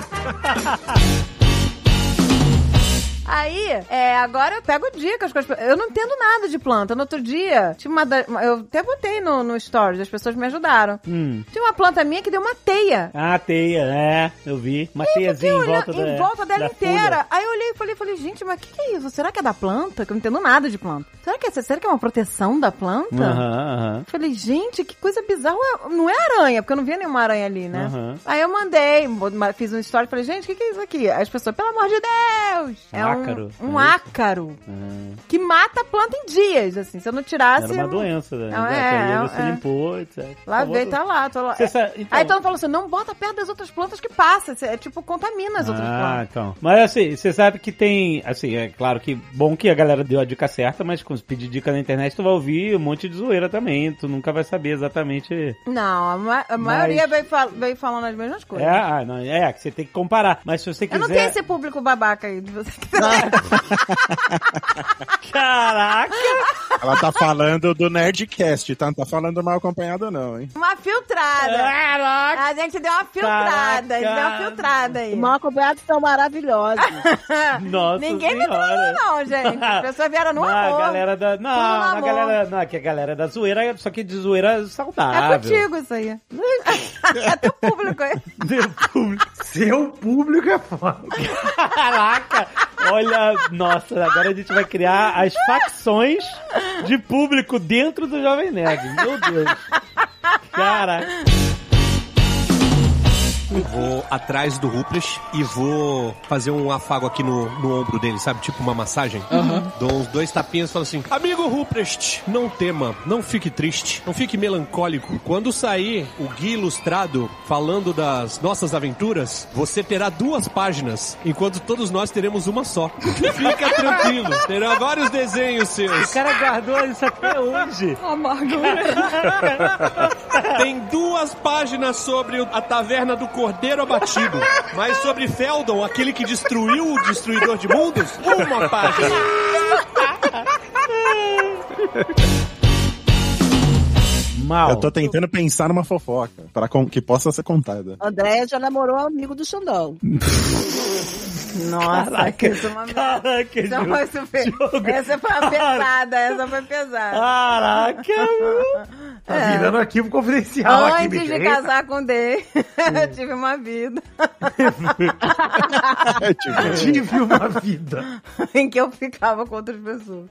Aí, é, agora eu pego dicas com as pe- Eu não entendo nada de planta. No outro dia, tinha uma da- eu até botei no, no stories, as pessoas me ajudaram.
Hum.
Tinha uma planta minha que deu uma teia.
Ah, teia, é, eu vi. Uma teiazinha em volta,
Olha,
da,
em volta dela
da
inteira.
folha.
Aí eu olhei e falei, falei, gente, mas o que, que é isso? Será que é da planta? Que eu não entendo nada de planta. Será que é, será que é uma proteção da planta?
Aham, aham.
Falei, gente, que coisa bizarra. Não é aranha, porque eu não via nenhuma aranha ali, né?
Aham.
Aí eu mandei, ma- fiz um story, falei, gente, o que, que é isso aqui? Aí as pessoas, pelo amor de Deus!
Um
é um
ácaro.
Um
É isso?
ácaro
É.
que mata a planta em dias, assim. Se eu não tirasse.
Era uma
eu-
doença, né?
Não,
Exato,
é,
aí
é,
você
é.
limpou, etc.
Lá
Acabou
veio,
tudo.
tá lá, tô lá.
Você sabe- então-
Aí todo mundo falou assim, não bota perto das outras plantas que passa. Você- É tipo, contamina as outras plantas.
Ah, então. Mas assim, você sabe que tem. Assim, é claro que bom que a galera deu a dica certa, mas com pedir dica na internet, tu vai ouvir um monte de zoeira também. Tu nunca vai saber exatamente.
Não, a, ma- a
Mas-
maioria veio, fal- veio falando as mesmas
É,
coisas.
ah, não, é, que você tem que comparar. Mas se você
Eu
quiser.
não tenho esse público babaca aí de você que [LAUGHS] tá
Caraca!
Ela tá falando do Nerdcast, tá? Não tá falando mal acompanhado, não, hein?
Uma
É,
filtrada. A gente deu uma filtrada. A gente deu uma
Caraca.
filtrada aí.
Mal acompanhados são
[LAUGHS]
maravilhosos.
Nossa
Ninguém me trollou,
Senhora.
não,
[LAUGHS]
gente. As pessoas vieram no
não, a
amor.
galera da. Não,
Tudo no
a
amor.
galera. Não, é que a galera da zoeira, só que de zoeira saudável.
É contigo isso
[LAUGHS]
aí. [LAUGHS] É teu público aí.
Meu público. Seu público é foda. Caraca! Olha, nossa, agora a gente vai criar as facções de público dentro do Jovem Nerd. Meu Deus. Cara.
Vou atrás do Ruplas e vou fazer um afago aqui no, no ombro dele, sabe? Tipo uma massagem.
Aham.
Dou uns dois tapinhas e falo assim: Amigo Ruprecht, não tema, não fique triste, não fique melancólico. Quando sair o Guia Ilustrado falando das nossas aventuras, você terá duas páginas, enquanto todos nós teremos uma só. [LAUGHS] Fica tranquilo, terá vários desenhos seus.
O cara guardou isso até hoje.
[LAUGHS]
Amargura.
Tem duas páginas sobre o- a taverna do Cordeiro Abatido, mas sobre Feldon, aquele que destruiu o Destruidor de Mundos, uma página.
Mal.
Eu tô tentando pensar numa fofoca para que possa ser contada.
Andréia já namorou um amigo do Xandão.
[LAUGHS] Nossa,
Caraca.
que isso é uma
Caraca,
Isso
Diogo.
foi super... Essa foi uma pesada, essa foi pesada.
Caraca,
Tá
virando arquivo confidencial aqui,
Antes
bicho.
de casar com o Day, [LAUGHS] eu tive uma vida [LAUGHS]
Tive uma vida.
em que eu ficava com outras pessoas.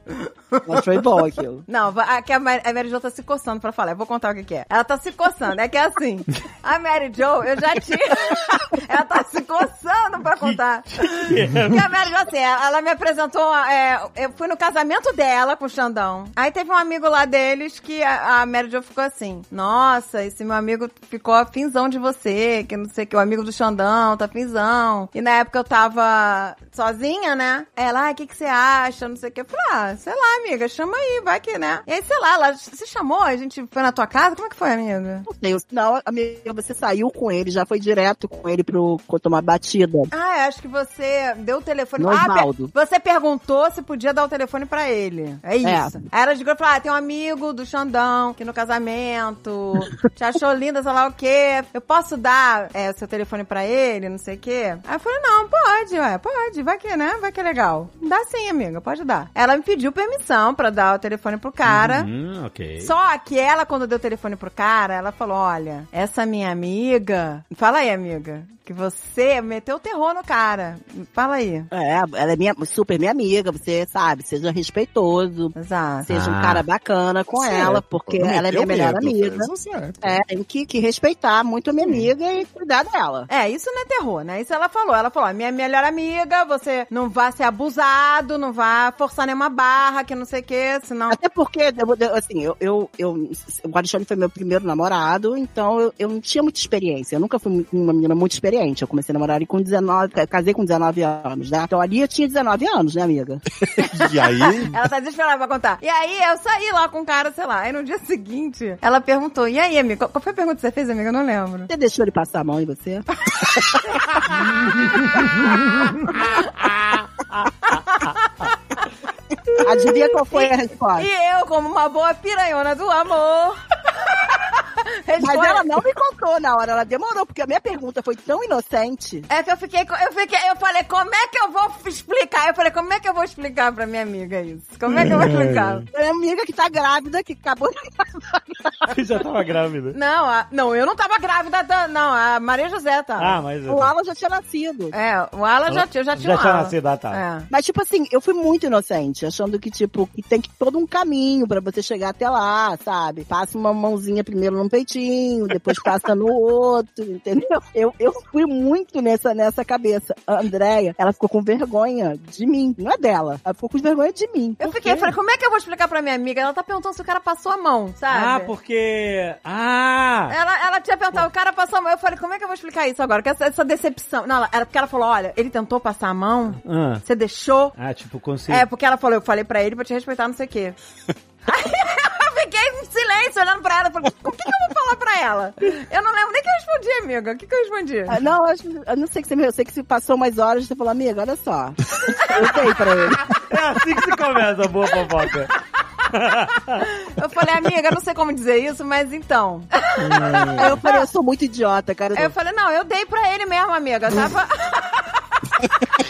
Mas foi bom aquilo.
Não, va- aqui a Mary, a Mary Jo tá se coçando pra falar. Eu vou contar o que, que é. Ela tá se coçando. É que é assim. A Mary Jo, eu já tinha. [LAUGHS] ela tá se coçando pra contar. Porque a Mary Jo, assim, ela, ela me apresentou. é, eu fui no casamento dela com o Xandão. Aí teve um amigo lá deles que a, a Mary Jo ficou assim: Nossa, esse meu amigo ficou afinzão de você, que não sei o que, o amigo do Xandão tá afinzão. E na época eu tava sozinha, né? Ela, ah, o que, que você acha? Não sei o que. Eu falei, ah, sei lá, amiga, chama aí, vai que, né? E aí, sei lá, ela se chamou, a gente foi na tua casa? Como é que foi, amiga?
Deus, não, amiga, você saiu com ele, já foi direto com ele pro co- tomar batida.
Ah, eu acho que você deu o telefone.
No
ah,
Osvaldo.
per- você perguntou se podia dar o telefone pra ele. É isso.
É.
Aí ela ligou e falou: ah, tem um amigo do Xandão que no casamento te achou linda, sei lá o quê. Eu posso dar é, o seu telefone pra ele, não sei o quê? Aí eu falei: não, pode, ué, pode. Vai que, né? Vai que é legal. Dá sim, amiga, pode dar. Ela me pediu permissão pra dar o telefone pro cara.
Hum, ok.
Só que ela, quando deu o telefone pro cara, ela falou: Olha, essa minha amiga. Fala aí, amiga. Que você meteu terror no cara. Fala aí.
É, ela é minha, super minha amiga, você sabe, seja respeitoso. Seja um
Ah.
cara bacana com
Certo.
ela, porque
Não
ela é minha
meteu
melhor
medo,
amiga.
fez o certo.
É, tem que, que respeitar muito a minha amiga e cuidar dela.
É, isso não é terror, né? Isso ela falou. Ela falou: ó, minha melhor amiga, você não vá ser abusado, não vá forçar nenhuma barra, que não sei o quê, senão.
Até porque, eu- eu- assim, eu, eu, eu- o Alexandre foi meu primeiro namorado, então eu, eu não tinha muita experiência. Eu nunca fui mu- uma menina muito experiente. Eu comecei a namorar ali com 19, ca- casei com 19 anos, né? Então ali eu tinha 19 anos, né, amiga?
[LAUGHS] E aí?
[LAUGHS] Ela tá desesperada pra contar. E aí, eu saí lá com o cara, sei lá. Aí no dia seguinte, ela perguntou: E aí, amiga? Qual- Qual foi a pergunta que você fez, amiga? Eu não lembro.
Você deixou ele passar a mão em
[LAUGHS]
você? Adivinha qual foi a resposta?
E eu, como uma boa piranhona do amor.
Mas ela não me contou na hora, ela demorou, porque a minha pergunta foi tão inocente.
É que eu fiquei, co- eu fiquei, eu falei, como é que eu vou explicar? Eu falei, como é que eu vou explicar pra minha amiga isso? Como é que eu vou explicar?
Minha amiga que tá grávida, que acabou de [LAUGHS]
já tava grávida.
Não, a- não, eu não tava grávida, da- não, a Maria José tava.
Ah, mas-
O Alan já tinha nascido.
É, o Alan já tinha, eu já tinha o Alan.
ah, tá.
É.
Mas, tipo assim, eu fui muito inocente, achando que, tipo, que tem que todo um caminho pra você chegar até lá, sabe? Passa uma mãozinha primeiro num peitinho, depois passa no outro, [LAUGHS] entendeu? Eu, eu fui muito nessa, nessa cabeça. A Andrea, ela ficou com vergonha de mim, não é dela. Ela ficou com vergonha de mim.
Eu fiquei, eu falei, como é que eu vou explicar pra minha amiga? Ela tá perguntando se o cara passou a mão,
Ah,
sabe?
porque. Ah!
Ela, ela tinha perguntado, o cara passou a mão. Eu falei, como é que eu vou explicar isso agora? Que essa, essa decepção. Não, ela, era porque ela falou, olha, ele tentou passar a mão,
Ah.
você deixou.
Ah, tipo, consegui.
É, porque ela falou, eu falei pra ele pra te respeitar, não sei
[LAUGHS]
o quê. Aí eu fiquei em silêncio olhando pra ela. Falei, o que, que eu vou falar pra ela? Eu não lembro nem o que eu respondi, amiga. O que, que eu respondi?
Ah, Não, eu, acho- eu não sei o que você me. Eu sei que se passou umas horas, você falou, amiga, olha só. Eu dei pra ele.
É assim que se começa a boa fofoca.
Eu falei, amiga, eu não sei como dizer isso, mas então.
Aí eu falei, eu sou muito idiota, cara.
Eu falei, não, eu dei pra ele mesmo, amiga.
[LAUGHS]
Eu tava. [LAUGHS]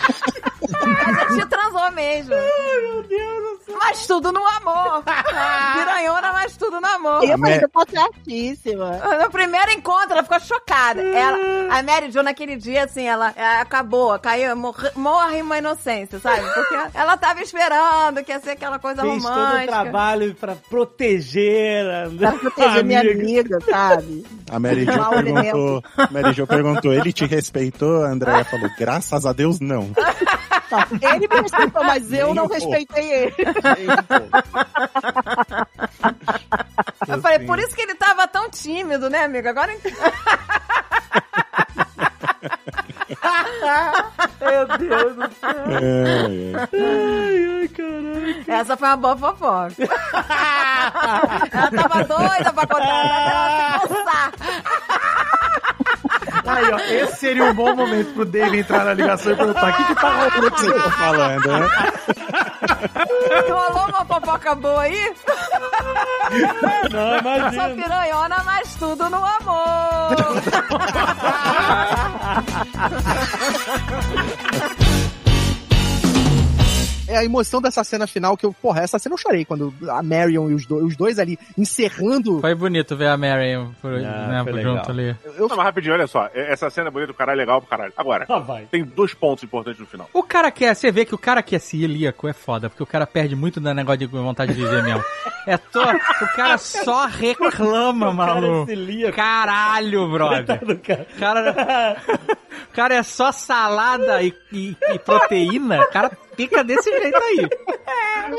A gente transou mesmo. Ai, meu Deus do céu. Mas tudo no
[LAUGHS]
amor. Piranhona, mas tudo no amor.
Eu falei, eu tô certíssima.
No primeiro encontro, ela ficou chocada. Ela, a Mary Jo, naquele dia, assim, ela, é, acabou, caiu, morre, morre uma inocência, sabe? Porque ela tava esperando que ia ser aquela coisa
Fez todo o
romântica.
trabalho pra proteger a
[LAUGHS]
Pra proteger minha amiga, sabe?
A Mary Jo
Laura
perguntou, Mary Jo perguntou, ele te respeitou? A Andrea falou, graças a Deus, não.
Não, [LAUGHS] ele me respeitou, mas eu
Nem
não
um pouco. um
respeitei ele.
Eu falei, por isso que ele tava tão tímido, né, amigo? Agora. eu entendi. [LAUGHS]
Meu Deus do céu.
É, é.
Ai, ai, caraca. Essa foi uma boa fofoca. Ela tava doida pra contar. Ela se coçar.
Aí, ó, esse seria um bom momento pro Dave entrar na ligação e perguntar: o que, que tá rolando que você tá
falando, né?
Rolou uma fofoca boa aí?
Não, imagina.
Só piranhona, mas tudo no amor.
É a emoção dessa cena final que eu, porra, essa cena eu chorei quando a Marion e os, do- os dois ali encerrando.
Foi bonito ver a Marion por,
Ah,
né,
foi
por
legal.
Tá
junto ali.
Não, mas rapidinho, olha só. é- Essa cena é bonita do caralho, legal pro caralho. Agora, tem dois pontos importantes no final. [LAUGHS]
O cara que é, você vê que o cara que é celíaco é foda, porque o cara perde muito no negócio de vontade de viver mesmo. É to... O cara só reclama, maluco. Caralho, brother. O [LAUGHS] cara... o cara é só salada e, e- e proteína, o cara fica desse jeito aí.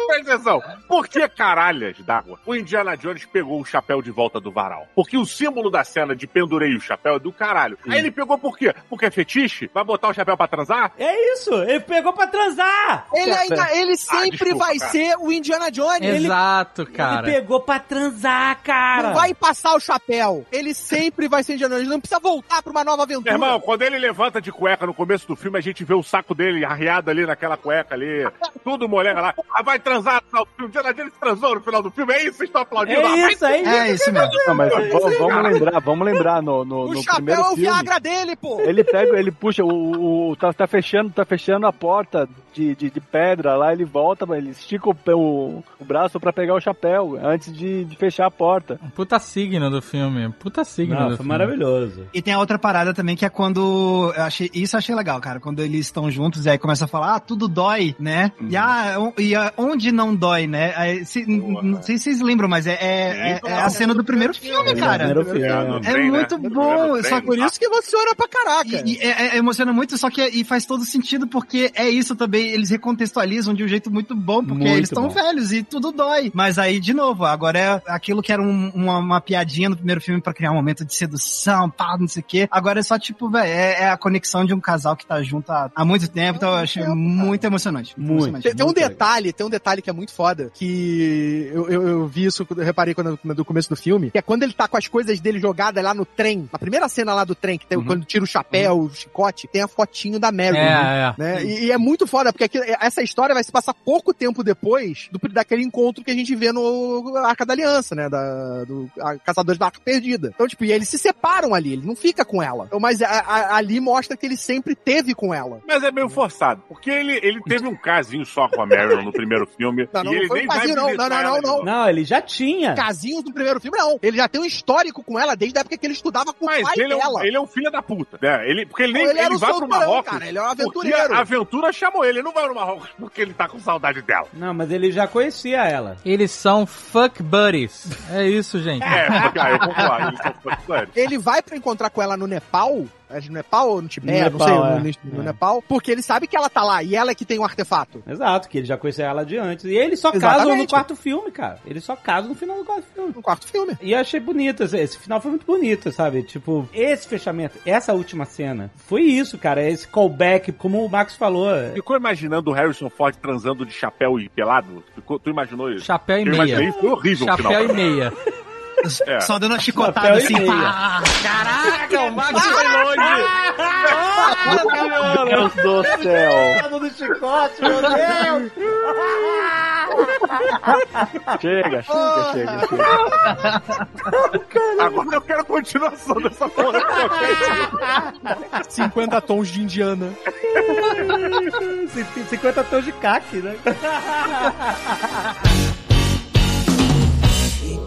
Presta atenção. Por que caralhas d'água? O Indiana Jones pegou o chapéu de volta do varal. Porque o símbolo da cena de pendurei o chapéu é do caralho. Aí ele pegou por quê? Porque é fetiche? Vai botar o chapéu pra transar?
É isso, ele pegou pra transar!
Ele ainda, ele
Ah,
sempre
desculpa,
vai
cara.
ser o Indiana Jones. Ele-
Exato, cara.
pegou pra transar, cara!
Não vai passar o chapéu. Ele sempre vai ser Indiana Jones. Não precisa voltar pra uma nova aventura.
Meu irmão, quando ele levanta de cueca no começo do filme, a gente vê o saco dele arriado ali naquela cueca ali. Tudo moleque lá. Ah, vai transar, tá? o Indiana Jones transou no final do filme. É isso? Vocês estão aplaudindo? Ah, vai se fuder,
É
Indiana Jones.
Não, mas v-
Sim,
vamos
cara.
lembrar, vamos lembrar no, no, no
é
primeiro filme.
é dele, pô!
Ele pega, ele puxa, o, o- tá, tá fechando, tá fechando a porta de, de, de pedra lá, ele volta, mas ele estica o, pé- o, o braço pra pegar o chapéu antes de, de fechar a porta.
Puta signo do filme. Puta signo
Não,
do
foi
filme.
maravilhoso.
E tem a outra parada também, que é quando. eu achei, isso eu achei legal, cara. Quando eles estão juntos e aí começa a falar, ah, tudo dói, né? E, ah, on- e ah, onde não dói, né? Aí, se- n- não sei se vocês lembram, mas é, é- é- é a cena do primeiro filme, cara. É muito bom. Só
por isso que emociona pra caraca.
E, e- é, é- emociona muito, só que e faz todo sentido, porque é isso também, eles recontextualizam de um jeito muito bom, porque
Muito
eles estão
bom.
velhos e tudo dói. Mas aí, de novo, agora é aquilo que era um- uma, uma piadinha no primeiro filme pra criar um momento de sedução, pá, não sei o quê. Agora é só, tipo, véi, é, é a conexão de um casal que tá junto há, há muito tempo, então eu achei muito emocionante. emocionante,
Tem, tem um
muito legal.
detalhe, tem um detalhe que é muito foda, que eu, eu, eu vi isso, eu reparei quando, no começo do filme, que é quando ele tá com as coisas dele jogadas lá no trem, a primeira cena lá do trem, que tem, quando tira o chapéu, o chicote, tem a fotinho da Mary.
É, é.
né? E, e é muito foda, porque aqui- essa história vai se passar pouco tempo depois do, daquele encontro que a gente vê no Arca da Aliança, né? Da, do a- Caçadores da Arca Perdida. Então, tipo, e eles se separam ali, ele não fica com ela. Então, mas a- a- ali mostra que ele sempre teve com ela.
Mas é meio forçado, porque ele, ele teve um casinho só com a Marion no primeiro filme.
Não, não,
e ele
não foi
nem
um casinho,
vai
não.
visitar
Não, não,
ela né?
não,
de
não.
novo.
Não, ele já tinha.
Casinhos do primeiro filme, não. Ele já tem um histórico com ela desde a época que ele estudava com o
Mas
pai
ele é, um,
dela.
ele é um filho da puta, né? Ele, porque ele nem
Pô, ele
ele
era um
vai pro
solteirão,
Marrocos.
cara, ele é um
porque
aventureiro.
A aventura chamou ele, ele não vai pro Marrocos porque ele tá com saudade dela.
Não, mas ele já conhecia ela.
Eles são fuck buddies. É isso, gente.
É, porque, ah, eu concordo, eles são fuck buddies.
Ele vai pra encontrar com ela no Nepal, acho no Nepal ou no Tibete,
No
não sei,
Nepal, é.
no, no- no
É.
Nepal, porque ele sabe que ela tá lá e ela é que tem o artefato.
Exato, que ele já conhecia ela de antes. E eles só casam
Exatamente.
no quarto filme, cara. Eles só casam no final do quarto filme.
No quarto filme.
E eu achei bonito. Esse, esse final foi muito bonito, sabe? Tipo, esse fechamento, essa última cena. Foi isso, cara. É Esse callback, como o
[LAUGHS]
Max falou.
Ficou imaginando o Harrison Ford transando de chapéu e pelado? Ficou- tu imaginou isso?
Chapéu e
Eu
meia.
imaginei, foi horrível o
Chapéu
final.
e meia.
É.
Só dando uma chicotada assim. pá.
tá.
Caraca, o Max
foi
longe!
Meu Deus do céu!
do chicote, meu Deus!
Chega, chega, chega, chega.
Agora eu quero continuação dessa porra.
50 tons de Indiana.
50 tons de caque, né?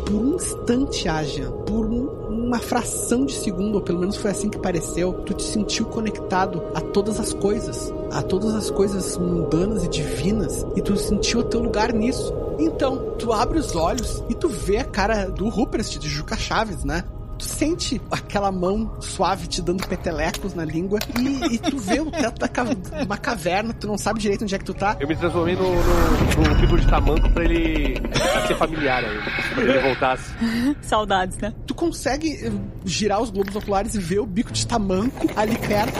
Por um instante, Aja, por um- uma fração de segundo, ou pelo menos foi assim que pareceu, tu te sentiu conectado a todas as coisas, a todas as coisas mundanas e divinas, e tu sentiu o teu lugar nisso. Então, tu abre os olhos e tu vê a cara do Rupert de Juca Chaves, né? tu sente aquela mão suave te dando petelecos na língua e, e tu vê o teto da ca- de [LAUGHS] uma caverna, tu não sabe direito onde é que tu tá.
Eu me transformei no, no, no tipo de tamanco pra ele pra ser familiar aí. Pra ele voltasse.
[LAUGHS] Saudades, né? Tu consegue eh, girar os globos oculares e ver o bico de tamanco ali perto.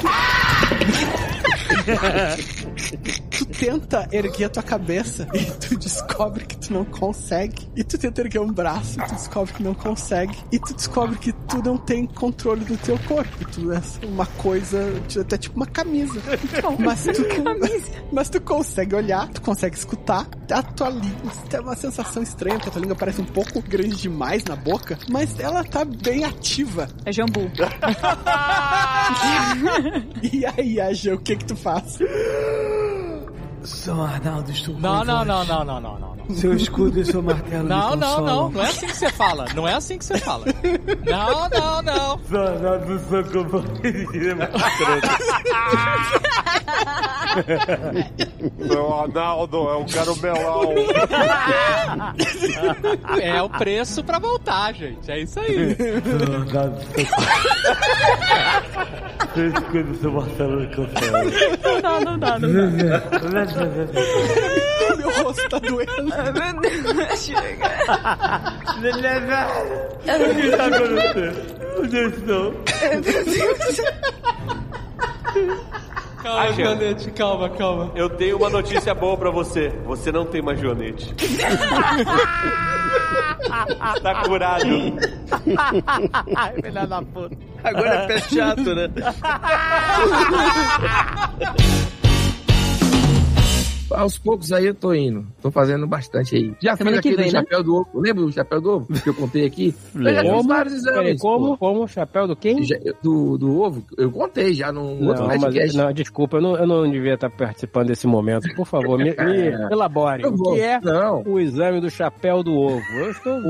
tu tenta erguer a tua cabeça e tu descobre que tu não consegue. E tu tenta erguer um braço e tu descobre que não consegue. E tu descobre que tu não tem controle do teu corpo. Tu é uma coisa, tu é até tipo uma camisa. Mas [LAUGHS] tu, mas tu consegue olhar, tu consegue escutar. A tua língua tem uma sensação estranha, porque a tua língua parece um pouco grande demais na boca, mas ela tá bem ativa. É jambu. [LAUGHS] e aí, Aja, o que que tu faz?
São Arnaldo, estou
Não, não, não, não, não, não, não. não.
Seu escudo e seu martelo
Não,
me
não,
consolam.
não. Não é assim que você fala. Não é assim que você fala. Não, não, não.
São Arnaldo, sua companhia.
Meu Arnaldo é um caromelão.
É o preço pra voltar, gente. É isso aí.
São Arnaldo, seu- seu escudo e seu martelo me consolam.
Não dá, não dá, não dá.
Meu rosto tá doendo.
Chega. Me leva. O que está acontecendo? Onde eu estou?
Calma,
Ah, Jean.
Janete, calma, calma.
Eu tenho uma notícia boa pra você. Você não tem mais Joanete. [LAUGHS] Tá curado.
Ai, filha da puta.
Agora é pé chato, né?
Aos poucos aí eu tô indo. Tô fazendo bastante aí. Já fiz
Semana que
aquele
vem, né?
chapéu do ovo. Lembra do chapéu do ovo que eu contei aqui? Eu já fiz
Como?
vários
Peraí,
exames.
como?
pô.
Como? Chapéu do quem?
Já- do, do ovo? Eu contei já num outro
Não, mas-
podcast.
não, desculpa, eu não, eu não devia estar participando desse momento. Por favor,
[LAUGHS]
me, me elabore.
É. Eu
O
vou.
que é
Não.
o exame do chapéu do ovo? Eu estou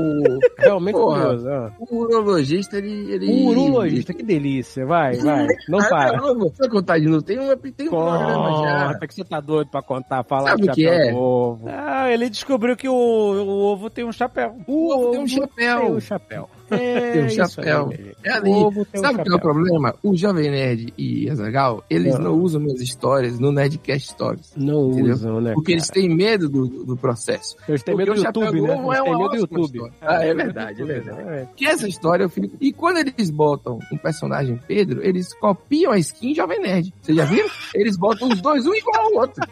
realmente
Porra.
curioso. ah.
O urologista, ele. ele
O urologista, que delícia. Vai, vai. Não
Ah,
para.
não, vou só contar de novo. Tem um, tem um programa já.
Conta, que você tá doido pra contar, falar
Sabe
do
o que
chapéu
é?
do ovo.
Ah, ele descobriu que o, o ovo tem um chapéu.
O ovo tem um chapéu.
Tem um chapéu.
É tem um
isso
chapéu.
aí.
é ali.
O ovo tem um
Sabe o que é o
chapéu.
problema? O Jovem Nerd e Azagal, eles
Ah.
não usam minhas histórias no Nerdcast Stories.
Não usam, né,
Porque eles
cara?
têm medo do, do processo.
Eles têm
Porque
medo do
o chapéu
YouTube, né?
ovo é
Eles têm medo
uma
do
ótima
YouTube.
história. Ah, é verdade, é verdade. Que essa história eu fico. E quando eles botam um personagem Pedro, eles copiam a skin Jovem Nerd. Vocês já viram? Eles botam os dois, um igual ao outro.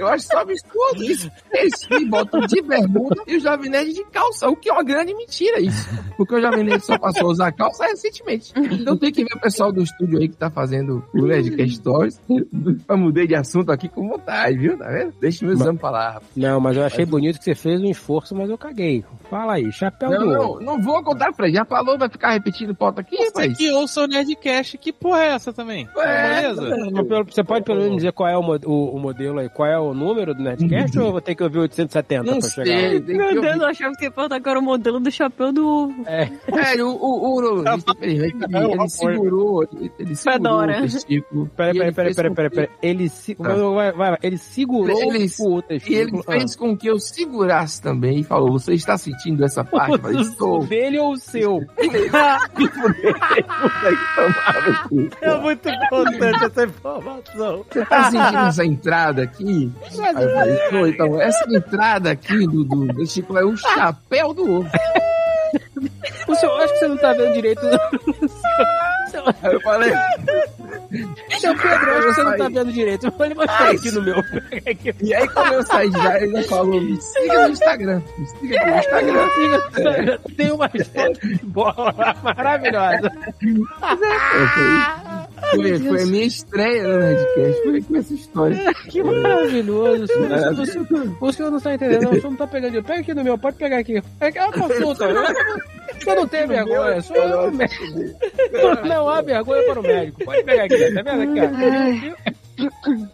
Eu acho só absurdo isso. Eles me botam de bermuda e o Jovem Nerd de calça, o que é uma grande mentira isso. Porque o Jovem Nerd só passou a usar calça recentemente. Então tem que ver o pessoal do estúdio aí que tá fazendo o Nerdcast Stories. Eu mudei de assunto aqui com vontade, viu? Tá vendo? Deixa meus exame pra lá, rapaz.
Não, mas eu achei bonito que você fez um esforço, mas eu caguei. Fala aí, chapéu
Não,
Então, do
não,
ovo.
não vou contar pra ele. Já falou, vai ficar repetindo pauta aqui,
Você
rapaz.
que ouça o Nerdcast, que porra é essa também? Beleza?
Mas pelo- Você pode pelo menos dizer qual é o, mo- o- o modelo aí, qual é o número do
Uhum.
Nerdcast ou eu vou ter que ouvir 870 pra chegar lá?
Meu Deus, eu achava que ia perguntar agora o modelo do chapéu do ovo.
É, o, o, o urologista, ele,
é
ele segurou, ele, ele segurou
Fedora.
o testículo.
Peraí,
e
peraí,
ele
peraí,
fez
peraí,
com
peraí,
que-
peraí. Ele, se... vai, vai, vai. ele segurou
Tá. Ele-
o
E ele
testículo. Ah.
fez com que eu segurasse também e falou: Você está sentindo essa parte? Eu falei,
O
Estou.
dele ou o
[LAUGHS]
seu?
É muito importante essa informação.
Você tá sentindo essa entrada aqui? Aí eu falei,
é,
"Tô, então, essa entrada aqui do, do, do Chico é o chapéu do ovo.
O seu, acho que você não tá vendo direito.
Aí eu falei.
Seu Pedro, acho que você não tá vendo direito. Eu falei, mostrar aqui no meu.
E aí, quando eu saí de lá, ele já falou: Me siga no Instagram. Me siga no
[LAUGHS]
Instagram.
Tem uma bola maravilhosa.
Foi, foi a minha estreia no Nerdcast. Foi com essa história.
Que maravilhoso. O senhor, o senhor- o senhor não tá entendendo, não. O senhor não tá pegando. Pega aqui no meu, pode pegar aqui. É que é uma consulta. Eu, o senhor não tem vergonha. O senhor [LAUGHS] não é um médico. Não há vergonha para o médico. Pode pegar aqui, tá vendo aqui? ó?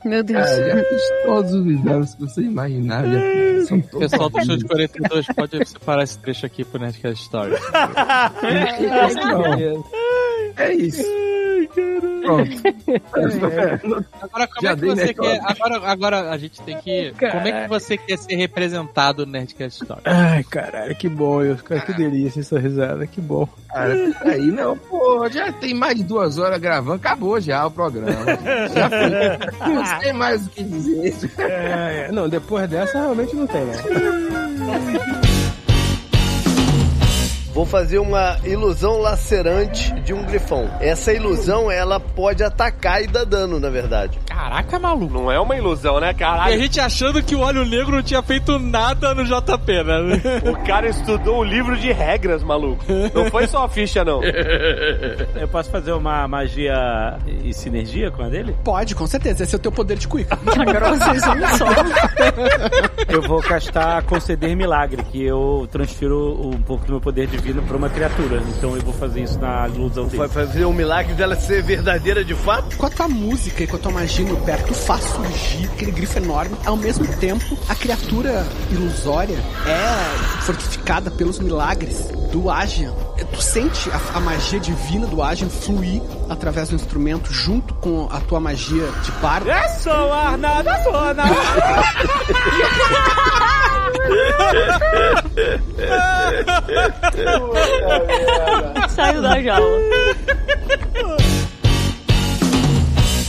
Meu Deus.
Cara, já fiz todos os exames que você imaginar. Já fiz. São todos.
Pessoal do show de 42 pode separar esse trecho aqui pro Nerdcast Story.
É isso.
Ai, caralho.
Pronto.
Agora, como é que você quer. Agora, agora a gente tem que. Como é que você quer ser representado no Nerdcast Story?
Ai, caralho, que bom, eu, cara, que delícia essa risada, que bom.
Cara, aí não, pô, já tem mais de duas horas gravando, acabou já o programa. Já foi. Não tem mais o que dizer.
É, não, depois dessa realmente não
né?
tem, não.
Vou fazer uma ilusão lacerante de um grifão. Essa ilusão, ela pode atacar e dar dano, na verdade.
Caraca, maluco.
Não é uma ilusão, né,
E a
caralho?
gente achando que o óleo negro não tinha feito nada no JP, né?
[LAUGHS] O cara estudou o livro de regras, maluco. Não foi só a ficha, não.
[LAUGHS] Eu posso fazer uma magia e sinergia com a dele?
Pode, com certeza. Esse é o teu poder de cuica. Agora vocês
É
um só.
Eu vou castar Conceder Milagre, que eu transfiro um pouco do meu poder divino pra uma criatura. Então eu vou fazer isso na ilusão dele.
Vai fazer um milagre dela ser verdadeira de fato?
Com a tua música e com a tua magia no pé, tu faz surgir aquele grifo enorme. Ao mesmo tempo, a criatura ilusória é fortificada pelos milagres do Agian. É, Tu sente a, a magia divina do Agian fluir através do instrumento junto com a tua magia de bardo.
Eu sou Arnaldo Sona.
Saiu da jaula.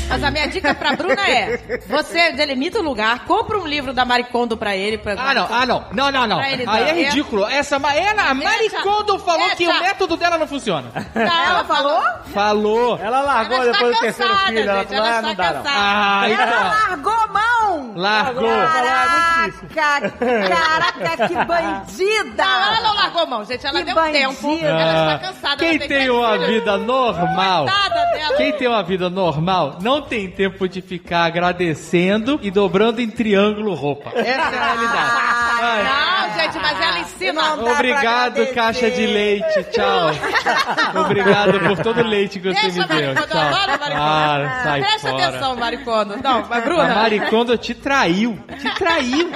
Mas a minha dica pra Bruna é: você delimita o lugar, compra um livro da Maricondo pra ele. Pra,
Ah, não, ah, não. Não, não, não.
Pra ele,
Aí
não.
é ridículo. Essa ma- ela, a Maricondo falou que o
essa- Tá,
método dela não funciona.
ela falou?
Falou.
Ela largou
Ela está
depois do terceiro
cansada,
filho. Ela
gente,
falou,
ela
ah, não
está
dá não.
cansada.
tá.
Ela tá largou a mão!
então. Largou. "Ah, é
Caraca, caraca,
[LAUGHS]
que bandida! Não, ela não largou a mão, gente. Ela deu tempo. Ela
Ah,
está cansada.
Quem
ela
tem,
três
uma
filhos.
vida normal.
Coitada dela.
Quem tem uma vida normal não tem tempo de ficar agradecendo e dobrando em triângulo roupa. Essa é a realidade.
Ah, não, gente, mas ela ensina.
Obrigado, caixa de leite. Tchau.
[LAUGHS]
Obrigado por todo o leite que você me deu.
Maricondo,
Tchau.
agora, Maricondo.
Ah, sai
Presta
fora.
atenção, Maricondo. Não, mas Bruna.
A Maricondo te traiu. Te traiu.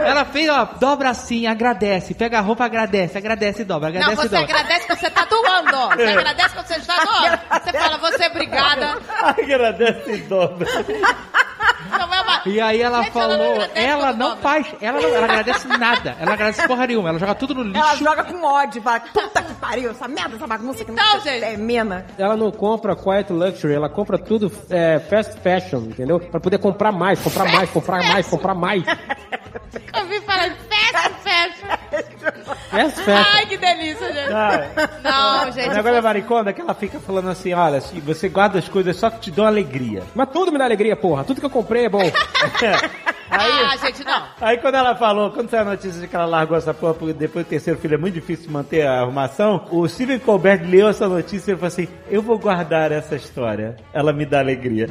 Ela fez, ó, dobra assim, agradece. Pega a roupa, agradece, agradece e dobra, agradece
Não,
e
você
dobra.
agradece quando você tá doando. ó. Você agradece quando você está doando. Você fala, você é obrigada.
Agradece em dobro.
Não é uma...
E aí ela
Gente,
falou, ela não,
agradece quando dobra.
faz, ela não ela agradece nada, ela agradece porra nenhuma, ela joga tudo no lixo.
Ela joga com ódio, fala, puta que pariu, essa merda, essa bagunça que não gente. é mina.
Ela não compra quiet luxury, ela compra tudo é, fast fashion, entendeu? Pra poder comprar mais, comprar mais, comprar mais, comprar mais.
Eu vi falar festa, festa.
Fast fashion.
Ai, que delícia, gente.
Ah.
Não,
O
gente.
negócio da Maricondo é que ela fica falando assim, olha, se você guarda as coisas só que te dão alegria.
Mas tudo me dá alegria, porra. Tudo que eu comprei é bom.
[LAUGHS]
Ah, gente, não.
Aí quando ela falou, quando saiu a notícia de que ela largou essa porra, porque depois do terceiro filho é muito difícil manter a arrumação, o Steven Colbert leu essa notícia e ele falou assim, eu vou guardar essa história, ela me dá alegria.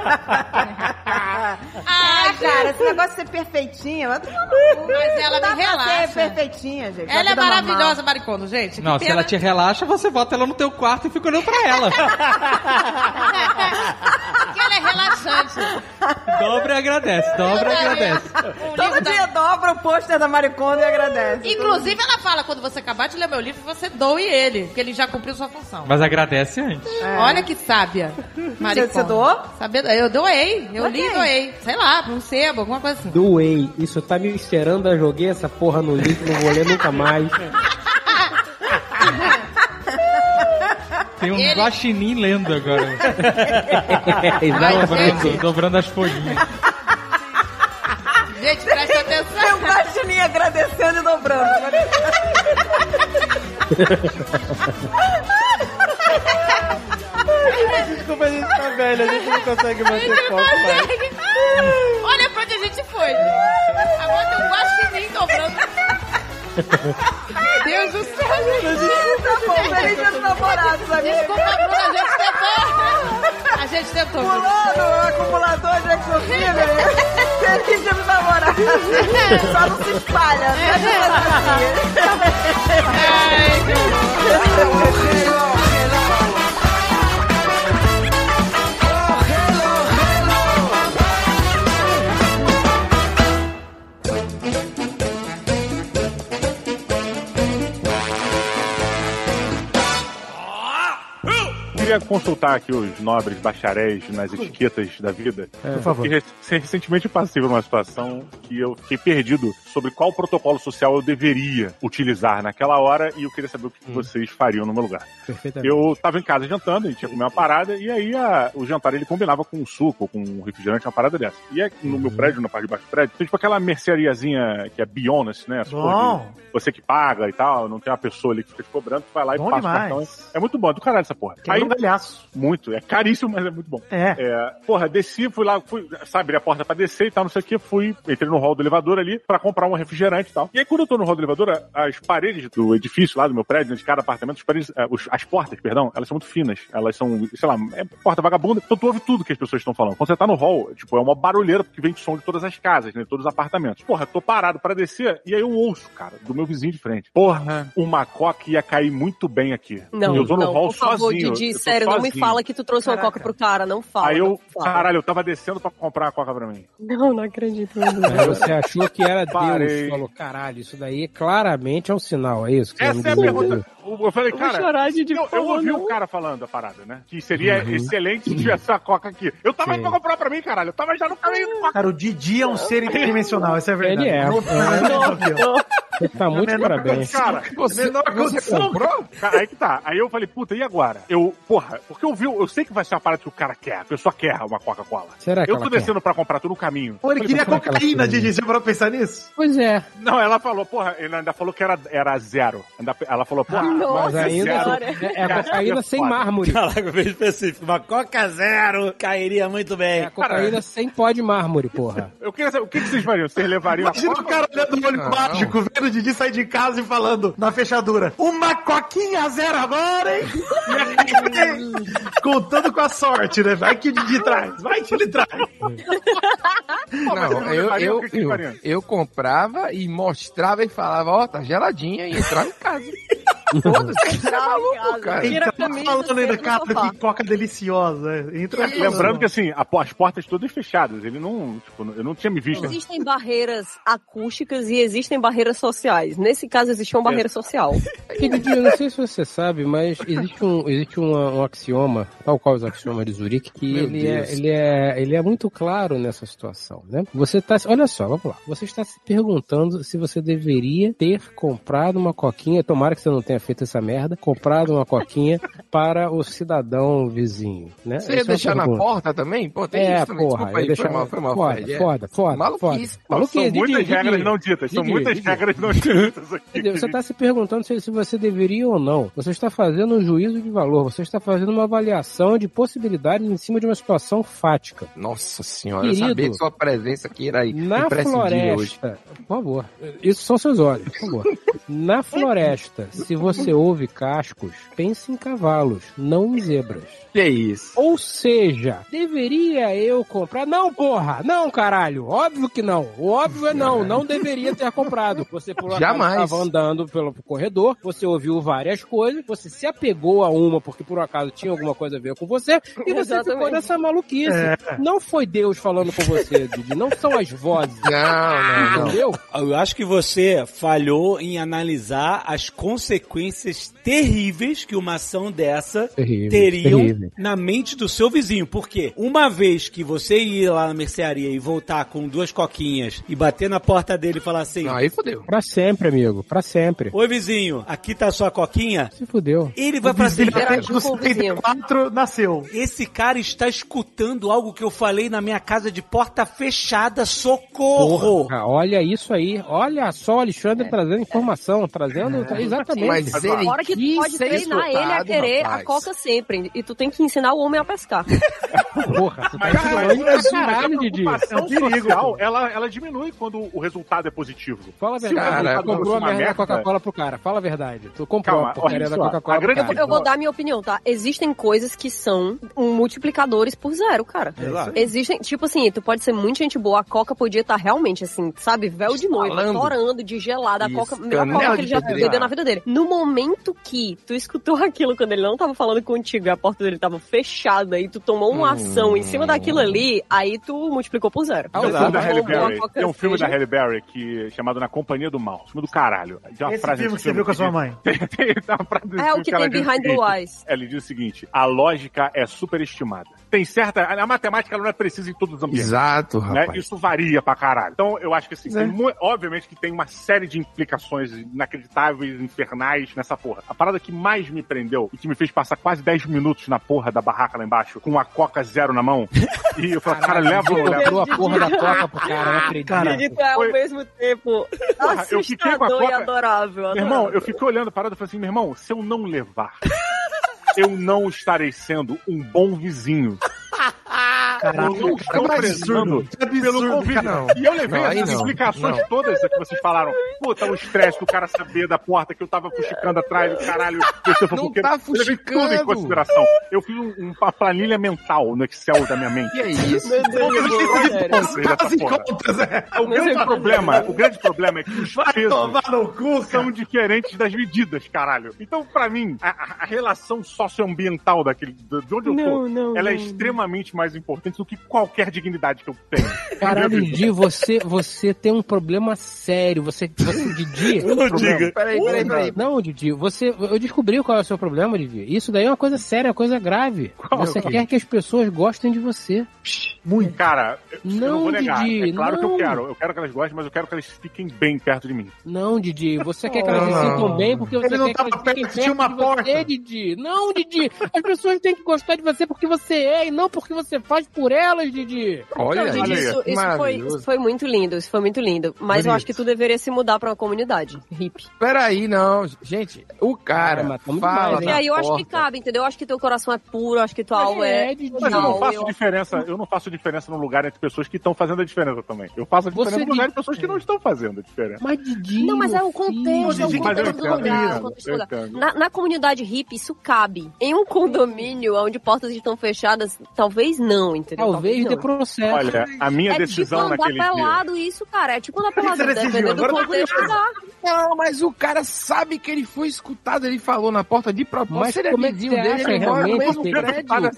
Ai,
Ah, Cara,
cara,
esse negócio de ser perfeitinha, mas
Mas ela me
Dá pra
relaxa.
ser perfeitinha, gente.
Ela
A
é
vida normal.
maravilhosa, Maricondo, gente. Que
Não, se
pena.
ela te relaxa, você bota ela no teu quarto e fica olhando pra ela.
[LAUGHS] Porque ela é relaxante.
dobra e agradece,
Um
dobra e agradece.
Todo dia
dobra o pôster da Maricondo e agradece.
Inclusive, ela fala, quando você acabar de ler meu livro, você doe ele, porque ele já cumpriu sua função.
Mas agradece antes.
Olha que sábia. Maricondo.
É. Você- você doou?
Sabendo, eu doei. Eu
Pra
li
quem?
e doei. Sei lá, pra um sebo, alguma coisa assim.
Doei. Isso tá me cheirando, eu joguei essa porra no lixo, não vou ler nunca mais.
Tem um
Ele-
guaxinim lendo
[LAUGHS]
agora.
Vai,
dobrando,
gente.
dobrando as folhinhas.
Gente, presta atenção. Eu
gosto de mim agradecendo
[LAUGHS]
e dobrando.
Desculpa, a gente tá velho, a gente não consegue
tá
manter
tá
foco. mais.
Ah!
Consegue. Olha pra onde a gente foi. Agora tem um guaxinim dobrando. Meu Deus do céu, gente.
Tá bom, feliz dia dos namorados, amigo.
Desculpa, Bruna, a gente tentou. A gente tentou.
Pulando
[LAUGHS]
o acumulador de exofília. Feliz dia dos namorados. É, Só não se espalha. Né?
Grifo!
queria consultar aqui os nobres bacharéis nas etiquetas da vida.
É, por favor.
Porque rec- recentemente eu passei por uma situação que eu fiquei perdido sobre qual protocolo social eu deveria utilizar naquela hora e eu queria saber o
Hum.
que vocês fariam no meu lugar.
Perfeitamente.
Eu tava em casa jantando, a gente ia comer uma parada, e aí a- o jantar ele combinava com um suco, ou com um refrigerante, uma parada dessa. E aí, no
Uhum.
meu prédio, na parte de baixo do prédio, tem tipo aquela merceariazinha que é Bionas, né? Essa
Bom.
porra de- Você que paga e tal, não tem uma pessoa ali que fica te cobrando, tu vai lá e
Bom
passa
demais.
o cartão. É muito bom, é do caralho essa porra.
Quebra um
galhaço. Muito, é caríssimo, mas é muito bom. É. Porra, desci, fui lá, fui, sabe, abri a porta pra descer e tal, não sei o que, fui, entrei no hall do elevador ali pra comprar um refrigerante e tal. E aí quando eu tô no hall do elevador, a- as paredes do edifício lá do meu prédio, né, de cada apartamento, as, paredes, eh, os- as portas, perdão, elas são muito finas. Elas são, sei lá, é porta vagabunda, então tu ouve tudo que as pessoas estão falando. Quando você tá no hall, tipo, é uma barulheira porque vem de som de todas as casas, né, de todos os apartamentos. Porra, tô parado pra descer e aí eu ouço, cara, do meu vizinho de frente. Porra, uma coca ia cair muito bem aqui.
Não,
E eu tô no
não,
hall
por favor,
sozinho. eu
Didi,
tô
sério, não me
sozinho.
fala que tu trouxe uma coca pro cara, não fala.
Aí eu,
não fala.
caralho, eu tava descendo pra comprar a coca pra mim.
[LAUGHS] Não, não acredito.
Aí você achou que era
Parei.
Deus. Falou, caralho, isso daí claramente é um sinal, é isso? que
Essa
você
é a
não
pergunta.
entendeu?
Eu falei,
Eu vou
cara,
chorar,
eu,
Didi, por
eu
favor,
ouvi
não.
o cara falando a parada, né? Que seria
Uhum.
excelente se tivesse a coca aqui. Eu tava
Sim.
indo pra comprar pra mim, caralho. Eu tava já no meio do
Cara, o Didi é um ser interdimensional, essa é a verdade.
Ele é.
Não-
Não, Você tá muito
Menor-
parabéns.
Cara,
Você-
menor
você
condição.
comprou?
Cara, aí que tá. Aí eu falei, puta, e agora? Eu, porra, porque eu vi, eu sei que vai ser uma parada que o cara quer, a pessoa quer uma Coca-Cola.
Será que
Eu
ela
tô descendo pra comprar, tô no caminho.
Pô, ele
Falei,
queria
será que ela
cocaína,
quer?
Didi, você parou pra pensar nisso?
Pois é.
Não, ela falou, porra, ele ainda falou que era, era zero. Ainda- Ela falou, porra,
Mas ainda é, é
Cara,
a cocaína
é
sem
foda.
mármore.
Caraca, bem específico. Uma Coca Zero cairia muito
É,
bem.
A cocaína sem pó de mármore, porra.
Eu queria saber, o que, que vocês fariam? Vocês levariam a
Imagina o cara olhando o olho mágico, vendo o Didi sair de casa e falando na fechadura: Uma coquinha zero agora,
[LAUGHS]
hein? Contando com a sorte, né? Vai que o Didi traz, vai que ele traz.
Não, eu, eu,
que
eu, eu comprava e mostrava e falava, ó, tá geladinha e entrava
É,
em casa. Foda-se, você é maluco, cara.
Então, falando ainda, cara, que coca deliciosa. é, Entra aqui.
Lembrando que assim, a po- as portas todas fechadas. Ele não. Tipo, eu não tinha me visto.
Existem barreiras acústicas e existem barreiras sociais. Nesse caso, existe uma
É.
barreira social.
E,
[LAUGHS]
Didi, eu não sei se você sabe, mas existe um, existe uma- um axioma, tal qual os axiomas de Zurique, que
Meu
ele é,
Deus.
ele, é, ele é muito claro nessa situação, né? Você tá, olha só, vamos lá. Você está se perguntando se você deveria ter comprado uma coquinha, tomara que você não tenha feito essa merda, comprado uma coquinha para o cidadão vizinho, né? Essa
Você
é
ia
uma
deixar na
pergunta.
porta também? Pô, tem
é,
isso também.
porra,
Desculpa aí,
eu deixava-
foi mal, foi mal.
Foda,
Fred, é.
foda, foda,
Maluquice.
foda. Maluquice,
São
Didi,
muitas
Didi.
regras não ditas. São
Didi,
muitas
Didi.
regras não ditas aqui.
Entendeu? Você está se perguntando se, se você deveria ou não. Você está fazendo um juízo de valor, você está fazendo uma avaliação de possibilidades em cima de uma situação fática.
Nossa senhora, eu
Querido,
sabia que sua presença aqui era
Na
imprescindível hoje.
floresta, por favor, isso são seus olhos, por favor. Na floresta, se você ouve cascos, pense em cavalos, não em zebras.
Que isso?
Ou seja, deveria eu comprar? Não, porra! Não, caralho! Óbvio que não! O óbvio é não, não deveria ter comprado. Você por acaso
Jamais.
estava andando pelo corredor, você ouviu várias coisas, você se apegou a uma porque por um acaso tinha alguma coisa a ver com você e você ficou
Exatamente.
nessa maluquice.
É.
Não foi Deus falando com você, Didi, não são as vozes.
Ah,
Não, não, não.
Entendeu?
Eu acho que você falhou em analisar as consequências terríveis que uma ação dessa
Terrível,
teriam
terrível.
na mente do seu vizinho. Porque uma vez que você ir lá na mercearia e voltar com duas coquinhas e bater na porta dele e falar assim:
Aí fodeu.
Pra sempre, amigo, pra sempre.
Oi, vizinho, aqui tá a sua coquinha.
Se fudeu.
Ele vai pra
vizinho
cima
até
tipo
dos
74 nasceu. Esse cara está escutando algo que eu falei na minha casa de porta fechada, socorro!
Porra, olha isso aí. Olha só o Alexandre
É.
trazendo informação, trazendo. tra- Exatamente.
Agora é que tu
é
pode treinar ele a querer a coca sempre. E tu tem que ensinar o homem a pescar.
Porra,
Mas, mas,
zoando pra
mas
caralho,
a
Didi.
preocupação
É um perigo,
social,
cara.
ela, ela diminui quando o resultado é positivo.
Fala a verdade. tu comprou a merda da Coca-Cola pro cara. Fala a verdade. Tu comprou
Calma,
a porcaria
olha
da
só,
Coca-Cola
a
pro
grande
cara.
Eu vou dar a minha opinião, tá? Existem coisas que são um multiplicadores por zero, cara.
É isso aí.
Existem, tipo assim, tu pode ser muito gente boa, a Coca podia estar realmente assim, sabe, véu de noiva,
Estalando.
torando de gelada, a
Isso,
Coca, melhor
é
canela
Coca que
de
ele já
pedreiro.
bebeu na vida dele. No [LAUGHS] momento que tu escutou aquilo quando ele não tava falando contigo e a porta dele tava fechada e tu tomou um ar ação em cima daquilo ali, aí tu multiplicou por zero. Então,
Tem um Hum. filme da Halle Berry. Tem um filme da Halle Berry que, é chamado Na Companhia do Mal. Filme do caralho. Tem uma
Esse
frase
filme
nesse
que você viu com a sua mãe.
[LAUGHS] Tem, tem- tem uma frase nesse
É,
filme
o que tem
ela diz o
behind the
seguinte,
eyes.
Ela diz o seguinte, a lógica é superestimada. Tem certa... A matemática ela não é precisa em todos os ambientes.
Exato,
né?
rapaz.
Isso varia pra caralho. Então, eu acho que assim,
É.
tem mu- obviamente que tem uma série de implicações inacreditáveis, infernais nessa porra. A parada que mais me prendeu e que me fez passar quase 10 minutos na porra da barraca lá embaixo, com a coca zero na
[LAUGHS]
mão, e eu falei, cara, leva ou Ah, não leva?
Dobrou a porra da coca pro
cara, não acredito.
Acredito,
tá
é, ao mesmo tempo
Porra, eu fiquei com a
assustador e
Coca-
adorável.
Meu irmão,
adorável.
eu fiquei olhando a parada e falei assim, meu irmão, se eu não levar, eu não estarei sendo um bom vizinho.
Caraca,
eu não
cara,
estou
que absurdo,
prezando
que absurdo,
pelo convívio.
cara, não.
E eu levei
Não, aí
essas
não,
explicações
não.
todas que vocês falaram. Puta, o estresse do cara saber da porta que eu tava fuxicando atrás do caralho. que eu sou
Não
fofoqueiro. Eu
tá
levei tudo em
fuxicando.
consideração. Eu fiz um- um- uma planilha mental no Excel da minha mente.
Que é isso?
Meu Deus,
Meu Deus,
eu esqueci de
sério.
contas dessa
Faz em
porra.
contas, é.
tá O
Meu
grande
Deus.
problema, o grande problema é que os pesos
tomar no
são diferentes das medidas, caralho. Então, pra mim, a- a, a relação socioambiental daquele, do- de onde eu
Não,
tô,
não,
ela é
não.
extremamente mais importante do que qualquer dignidade que eu tenho.
Caralho, Didi, você, você tem um problema sério. Você, você
[LAUGHS]
Didi...
Não
problema.
diga. Peraí, peraí, peraí.
Não, Didi, você, eu descobri qual é o seu problema, Didi. Isso daí é uma coisa séria, é uma coisa grave.
Qual? é
Você quer que as pessoas gostem de você.
Muito. Cara, eu eu não
Não,
vou negar.
Didi,
é claro que eu
não.
quero. Eu quero que elas gostem, mas eu quero que elas fiquem bem perto de mim.
Não, Didi, você quer que
Não,
elas se
não.
sintam bem porque você
Ele não
quer
tava
que elas fiquem
perto, tinha uma
de você, Didi. Não, Didi, as pessoas têm que gostar de você porque você é e não porque você faz por elas, Didi.
Não, gente, Então, isso, isso foi, isso foi muito lindo, isso foi muito lindo. Mas eu
Bonito.
acho que tu deveria se mudar pra uma comunidade hippie.
Peraí, não. Gente, o
Ah,
cara fala
Porque
na
tá? aí eu acho que
porta.
cabe, entendeu? Eu acho que teu coração é puro, eu acho que tua alma é.
Mas eu não
Não,
faço
eu-
diferença, eu não faço diferença no lugar entre pessoas que estão fazendo a diferença também. Eu faço a diferença
Você
no lugar
diz-
entre pessoas que não estão fazendo a diferença.
Mas Didi.
Não, mas é o contexto, é o
Didi, mas eu
contexto do
entendo, eu
lugar.
entendo,
o contexto do
eu
lugar.
entendo.
Na, na comunidade hippie, isso cabe. Em um condomínio onde portas estão fechadas, talvez não, entendeu?
Talvez dê
não.
processo. né?
Olha, a minha
é
decisão
tipo
naquele
andar
dia.
pelado isso, cara.
[LAUGHS]
É tipo andar pelado.
Você decidiu,
Dependendo do
agora tá
contexto, dá.
Não, mas o cara sabe que ele foi escutado, ele falou na porta de propósito.
Mas
ele é
como é que
vizinho
você
dele,
acha
ele mora no
realmente,
mesmo
Pedro?
prédio.
Olha,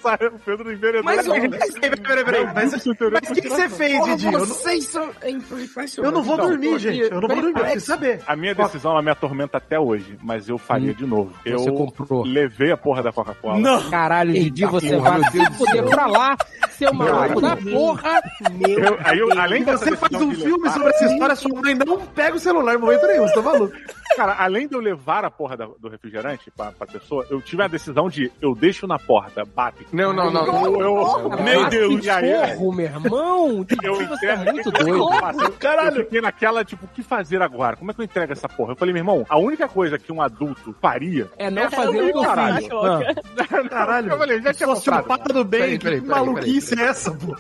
Pedro Enveredou.
é
Mas,
um
ô,
mas peraí, peraí, peraí,
um
mas- mas o que que você fez,
Porra,
Didi? Eu não-
Vocês são é impressionante.
Eu não vou
Então,
dormir,
pô,
gente. Eu não vou dormir, eu preciso saber.
A minha decisão, ela me atormenta até hoje, mas eu faria de novo. Eu
Hum. Você comprou.
levei a porra da Coca-Cola.
Caralho, Didi,
Eita
você
porra,
vai
meu Deus
se
do
fuder
céu.
pra lá, seu maluco da porra.
Eu- aí eu- além dessa
você faz
decisão
um
de
filme
levar-
sobre essa história, sua mãe não pega o celular em momento nenhum, você tá maluco.
Cara, além de eu levar a porra da- do refrigerante pra, pra pessoa, eu tive a decisão de eu deixo na porta, bate.
Não, não, não.
Eu- eu-
Meu Deus,
E aí,
porra, Ah, meu irmão. Didi,
Eu
você é
entrego,
muito
eu- eu-
doido.
eu- Eu fiquei naquela, tipo, o que fazer agora? Como é que eu entrego essa porra? Eu falei, meu irmão, a única coisa que um adulto faria
É não fazer o que eu fiz. [LAUGHS]
Ah,
Caralho. Ah. Eu falei, já tinha comprado.
Sociopata do bem,
Peraí, peraí,
que
peraí,
maluquice é essa, pô?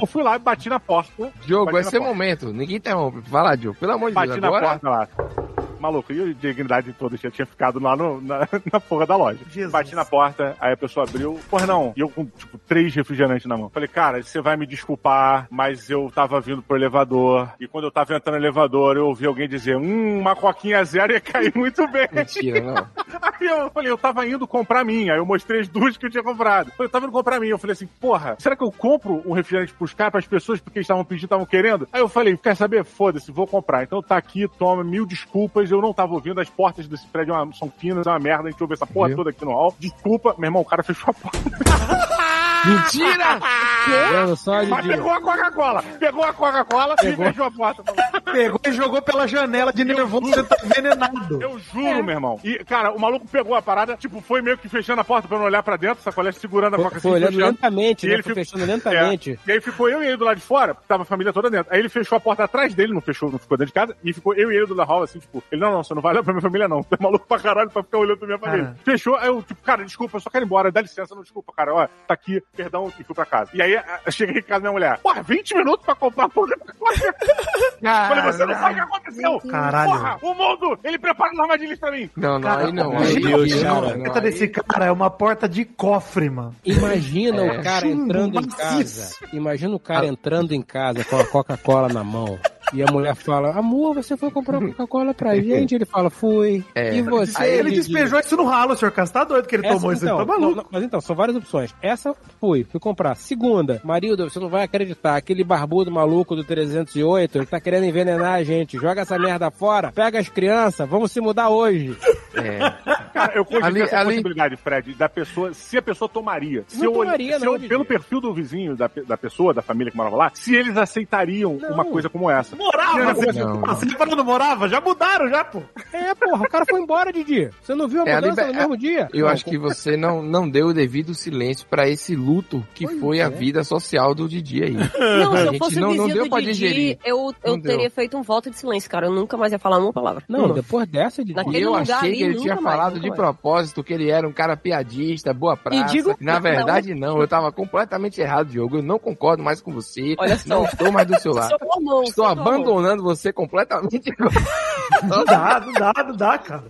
Eu fui lá e bati na porta.
Diogo,
bati
esse é o
na porta.
momento. Ninguém interrompe. Vai lá, Diogo. Pelo amor de Deus,
Bati na
agora...
porta lá. Maluco, e a dignidade toda já tinha ficado lá no- na, [LAUGHS] na porra da loja. Bati na porta, aí a pessoa abriu. Porra, não. E eu com, tipo, três refrigerantes na
[LAUGHS]
mão. Falei, cara, você vai me desculpar, mas eu tava vindo pro elevador. E quando eu tava entrando no elevador, eu ouvi alguém dizer, hum, uma coquinha zero ia cair [LAUGHS] muito bem.
Mentira, não.
[LAUGHS] Aí eu falei, eu tava indo comprar a minha. Aí eu mostrei as duas que eu tinha comprado. Eu tava indo comprar a minha. Eu falei assim, porra, será que eu compro um refrigerante pros caras, pras pessoas, porque eles estavam pedindo, estavam querendo? Aí eu falei, quer saber? Foda-se, vou comprar. Então tá aqui, toma, mil desculpas. Eu não tava ouvindo, as portas desse prédio é uma- são finas, é uma merda. A gente ouve essa porra
Viu?
toda aqui no hall. Desculpa, meu irmão, o cara fechou a porta.
Mentira!
[LAUGHS] Olha só,
Mas
Didi.
pegou a Coca-Cola, pegou a Coca-Cola e
Pegou.
fechou a porta.
Pegou e jogou pela janela de nervoso, você tá envenenado.
Eu juro, meu irmão. E, cara, o maluco pegou a parada, tipo, foi meio que fechando a porta pra eu não olhar pra dentro, sacolé, segurando a
Foi-
coca
foi olhando
fechando.
lentamente,
E
né?
ele
Foi
ficou-
fechando lentamente.
É. E aí ficou eu e ele do lado de fora, porque tava a família toda dentro. Aí ele fechou a porta atrás dele, não fechou, não ficou dentro de casa, e ficou eu e ele do lado da hall, assim, tipo, ele, não, não, você não vai olhar pra minha família, não. [LAUGHS] Você é maluco pra caralho pra ficar olhando pra minha família. Fechou, aí eu, tipo, cara, desculpa, eu só quero ir embora, dá licença, não desculpa, cara, ó, tá aqui, perdão, e fui pra casa. E aí, a- eu cheguei em casa, minha mulher, porra, 20 minutos pra comprar a porra da coca. Falei, você não sabe o que aconteceu.
Caralho.
Porra, o mundo, ele prepara uma armadilha pra mim.
Não, não, aí não.
Meu
aí
Deus,
não,
cara.
não,
A
não,
porta
aí-
desse cara é uma porta de cofre, mano.
Imagina
É.
o cara
Chumbo
entrando em
maciço.
Ah.
casa. Imagina o cara entrando em casa com a Coca-Cola na mão.
E a mulher fala: Amor, você foi comprar Coca-Cola
[LAUGHS]
pra gente? Ele fala: Fui.
É.
E você?
Aí ele
Didi?"
despejou isso no ralo, senhor Cássio. Tá doido que ele
Essa,
tomou isso.
então,
Ele tá maluco.
não, não, mas então, são várias opções. Essa fui, fui comprar. Segunda, marido, você não vai acreditar, aquele barbudo maluco do 308, ele tá querendo envenenar a gente. Joga essa merda fora, pega as crianças, vamos se mudar hoje.
É.
Cara, eu cogitei
Ali-
essa
ali-
possibilidade, Fred, da pessoa, se a pessoa tomaria. Se
Não
eu, olh-
tomaria,
se
não,
eu-
Didi.
pelo perfil do vizinho, da, pe- da pessoa, da família que morava lá, se eles aceitariam uma coisa como essa.
Morava!
Não,
Você
não.
Ah, você parou não morava? Já mudaram, já, pô.
É, porra, o cara foi embora, Didi. Você não viu a
É, a
mudança
liber-
no mesmo dia?
Eu
Não,
acho que você não, não deu o devido silêncio pra esse luto que foi a vida social do Didi aí.
é. Não,
a
se eu
gente
fosse o
não, não
vizinho
deu pra
do Didi,
digerir.
eu, eu
Não deu.
teria feito um voto de silêncio, cara. Eu nunca mais ia falar uma palavra.
Não,
depois dessa, Didi.
Naquele
eu
lugar
achei
ali,
que ele tinha
nunca mais,
falado
nunca
de
mais.
propósito que ele era um cara piadista, boa praça.
digo-
Na verdade, não. Eu tava completamente errado, Diogo. Eu não concordo mais com você.
Olha [LAUGHS] só.
Não estou mais do seu lado.
Sou hormônio, sou
estou
hormônio.
abandonando você completamente.
[LAUGHS] Não dá, não dá, não dá, cara.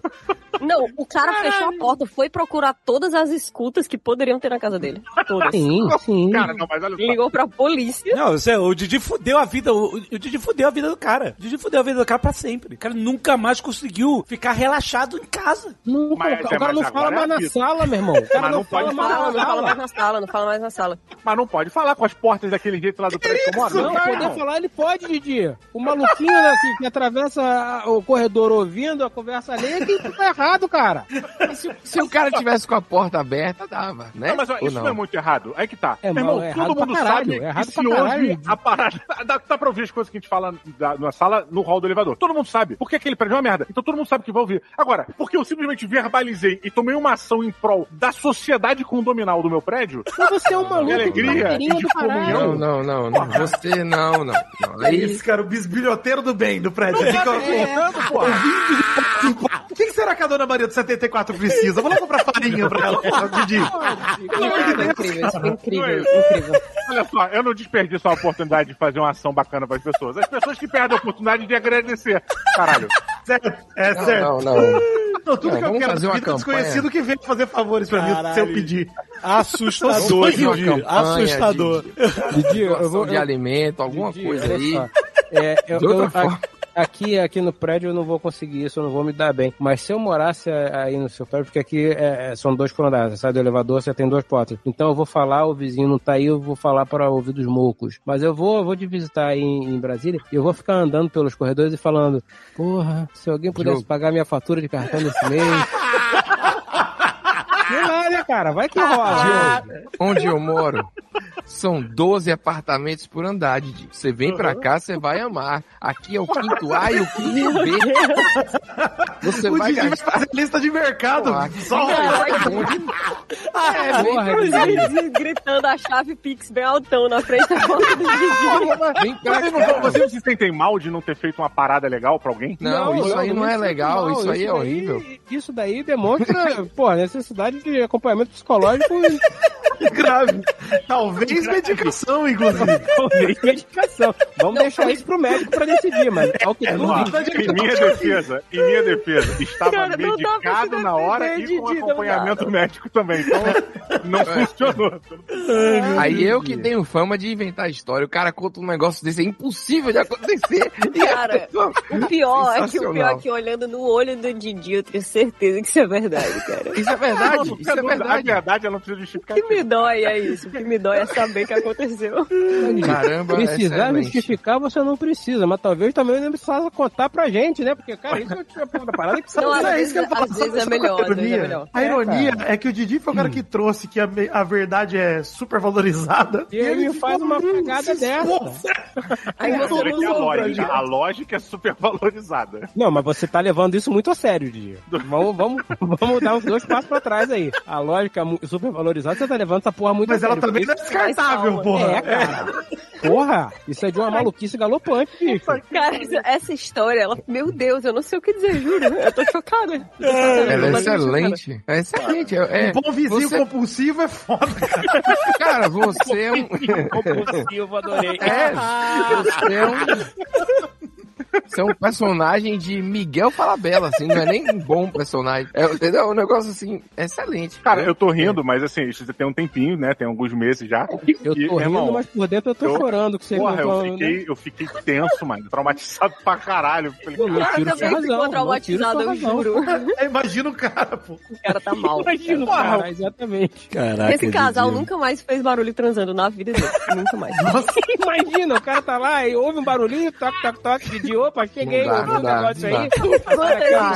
Não, o cara fechou a porta, foi procurar todas as escutas que poderiam ter na casa dele. Todas.
Sim, sim.
Cara, não, mas olha só.
Ligou pra polícia.
Não, você, o Didi fudeu a vida. O, o Didi fudeu a vida do cara. O Didi fudeu a vida do cara pra sempre. O cara nunca mais conseguiu ficar relaxado em casa.
Nunca.
Mas,
o cara
mas
não fala
agora é
mais
a
na
vida.
sala, meu irmão. O cara
Mas
não,
não
fala
pode
mais
Fala,
na
não fala
sala.
mais na sala, não fala mais na sala.
Mas não pode falar com as portas daquele jeito lá do prédio que eu moro.
Não, poder falar ele pode, Didi. O maluquinho né, que, que atravessa a- o corredor ouvindo a conversa alheia que tá errado, cara.
se, se o cara tivesse com a porta aberta, dava, né?
Não, mas ó,
Ou
isso não. é muito errado. Aí que tá.
É,
Meu
mano,
irmão,
é errado
todo
pra
mundo
caralho,
sabe
é errado
que
pra
se
caralho.
ouve a parada... [LAUGHS] Dá, dá pra ouvir as coisas que a gente fala da- na sala, no hall do elevador. Todo mundo sabe. Porque aquele prédio é uma merda. Então todo mundo sabe que vai ouvir. Agora, porque eu simplesmente verbalizei e tomei uma ação em prol da sociedade condominal do meu prédio...
Mas você é um maluco.
De alegria e
querendo
de comunhão.
Não, não, não, não. Você não, não. não.
É
Aí-
isso, cara, o bisbilhoteiro do bem do prédio.
Não,
Fica-
cara, é errado, pô.
O bisbilho- O que que será que a dona Maria do 74 precisa? Vou lá comprar farinha pra ela, ô, Didi.
é
Pelo amor de Deus, cara.
incrível,
incrível. Olha só, eu não desperdiço a oportunidade de fazer uma ação bacana para as pessoas. As pessoas que perdem a oportunidade de agradecer. Caralho.
É
Não,
certo.
não, não.
Não, tudo que
Não,
eu
vamos
quero
fazer
da
uma
vida é
campanha.
desconhecido que vem fazer favores pra mim se eu
Caralho.
pedir.
Assustador,
Só
Didi,
isso, Didi.
assustador.
Didi, eu
Doação
vou.
de
eu-
alimento, alguma
Didi,
coisa
olha
aí.
só. É, eu,
De outra
eu-
forma.
a- aqui, aqui no prédio eu não vou conseguir isso, eu não vou me dar bem. Mas se eu morasse aí no seu prédio, porque aqui é, é, são dois andares, você sai do elevador, você tem duas portas. Então eu vou falar, o vizinho não tá aí, eu vou falar para ouvir dos mocos. Mas eu vou, eu vou te visitar aí em, em Brasília e eu vou ficar andando pelos corredores e falando: Porra, se alguém pudesse
Diogo.
pagar minha fatura de cartão
[LAUGHS]
nesse mês. Não vai, né, cara? Vai que
Ah,
rola.
Diogo, onde eu moro, são 12 apartamentos por andar, Didi. Você vem pra cá, você vai amar. Aqui é o quinto A e o quinto B. Você
o
vai
Didi vai
gastar
fazer lista de mercado. Só
um
Ah,
porra,
os
Didi.
vizinhos gritando a chave Pix bem altão na frente da porta do Didi.
Vem cá,
Vocês, não,
cara.
vocês se sentem mal de não ter feito uma parada legal pra alguém?
Não, isso aí não é
sinto
legal,
mal,
isso aí é
daí-
horrível.
Isso daí demonstra, [LAUGHS] pô, a necessidade de acompanhamento
[LAUGHS]
psicológico
grave. Talvez
[LAUGHS]
medicação, inclusive.
Talvez medicação. Vamos deixar isso pro médico pra decidir, mas é o que tudo
Ó,
indica.
em minha defesa, em minha defesa, estava
Cara, não dá pra se
medicado na hora
defender,
e com
Didi, não
acompanhamento
dá, não.
médico também. Então, não funcionou.
É. Aí eu que tenho fama de inventar história. O cara conta um negócio desse, é impossível de acontecer. E é a
Cara, é
pessoa-
o pior é que o pior é
Sensacional.
que olhando no olho do Didi, eu tenho certeza que isso é verdade, cara.
Isso é verdade, isso é
A
verdade.
verdade, ela não precisa justificar.
O que me dói é isso. O que me dói é saber o que aconteceu.
Caramba,
Precisar
excelente.
justificar você não precisa, mas talvez também não precisa contar pra gente, né? Porque, cara, isso é tipo uma parada que
Não, às
é
vezes-
eu
às
falo.
vezes é
Sabe
melhor,
qual
às
é a
vezes é
ironia?
melhor.
A ironia
É, cara.
é, que o Didi foi o cara que trouxe que a, me- a verdade é super valorizada.
E ele faz uma cagada dessa.
Aí
Não,
você
é que a
não
lógica, a lógica é super valorizada.
Não, mas você tá levando isso muito a sério, Didi. Vamos, vamos, vamos dar uns dois passos pra trás aí. A lógica mu- supervalorizada, você tá levando essa porra muito
Mas
a sério.
ela também não é
porque isso-
descartável, porra.
É, cara. Porra, isso é de uma maluquice galopante, bicho.
Cara, essa- essa história, ela, meu Deus, eu não sei o que dizer, juro. Eu tô chocada. Eu tô chocada,
Ela é
mas eu tô chocada.
excelente. É excelente. É, é-
Um bom vizinho
você-
compulsivo é foda.
[LAUGHS] Cara, você
[LAUGHS]
[LAUGHS]
é um.
É,
Ah.
Compulsivo, adorei.
É, você é um. Você é um personagem de Miguel Falabella, assim, não é nem um bom personagem. É, entendeu? É um negócio assim, excelente. Né?
Cara, eu tô rindo, mas assim, isso tem um tempinho, né? Tem alguns meses já.
Eu tô rindo, mas por dentro eu tô chorando que você
Porra,
não
eu
tá-
fiquei, eu fiquei tenso, mano. Traumatizado pra caralho. Falei,
Não, meu
"Caralho,
filho
velho."
ficou traumatizado, eu juro.
[LAUGHS]
Imagina o cara, pô. O
cara tá mal.
Imagina,
Porra.
cara, exatamente.
Caraca, Esse casal nunca mais fez barulho transando na vida dele. Nunca mais. [LAUGHS]
Imagina, o cara tá lá e ouve um barulho, toque, toque, toque, de dia, opa, cheguei,
Não dá,
ouvi
não
um
dá,
negócio
não
aí.
dá.
Cara,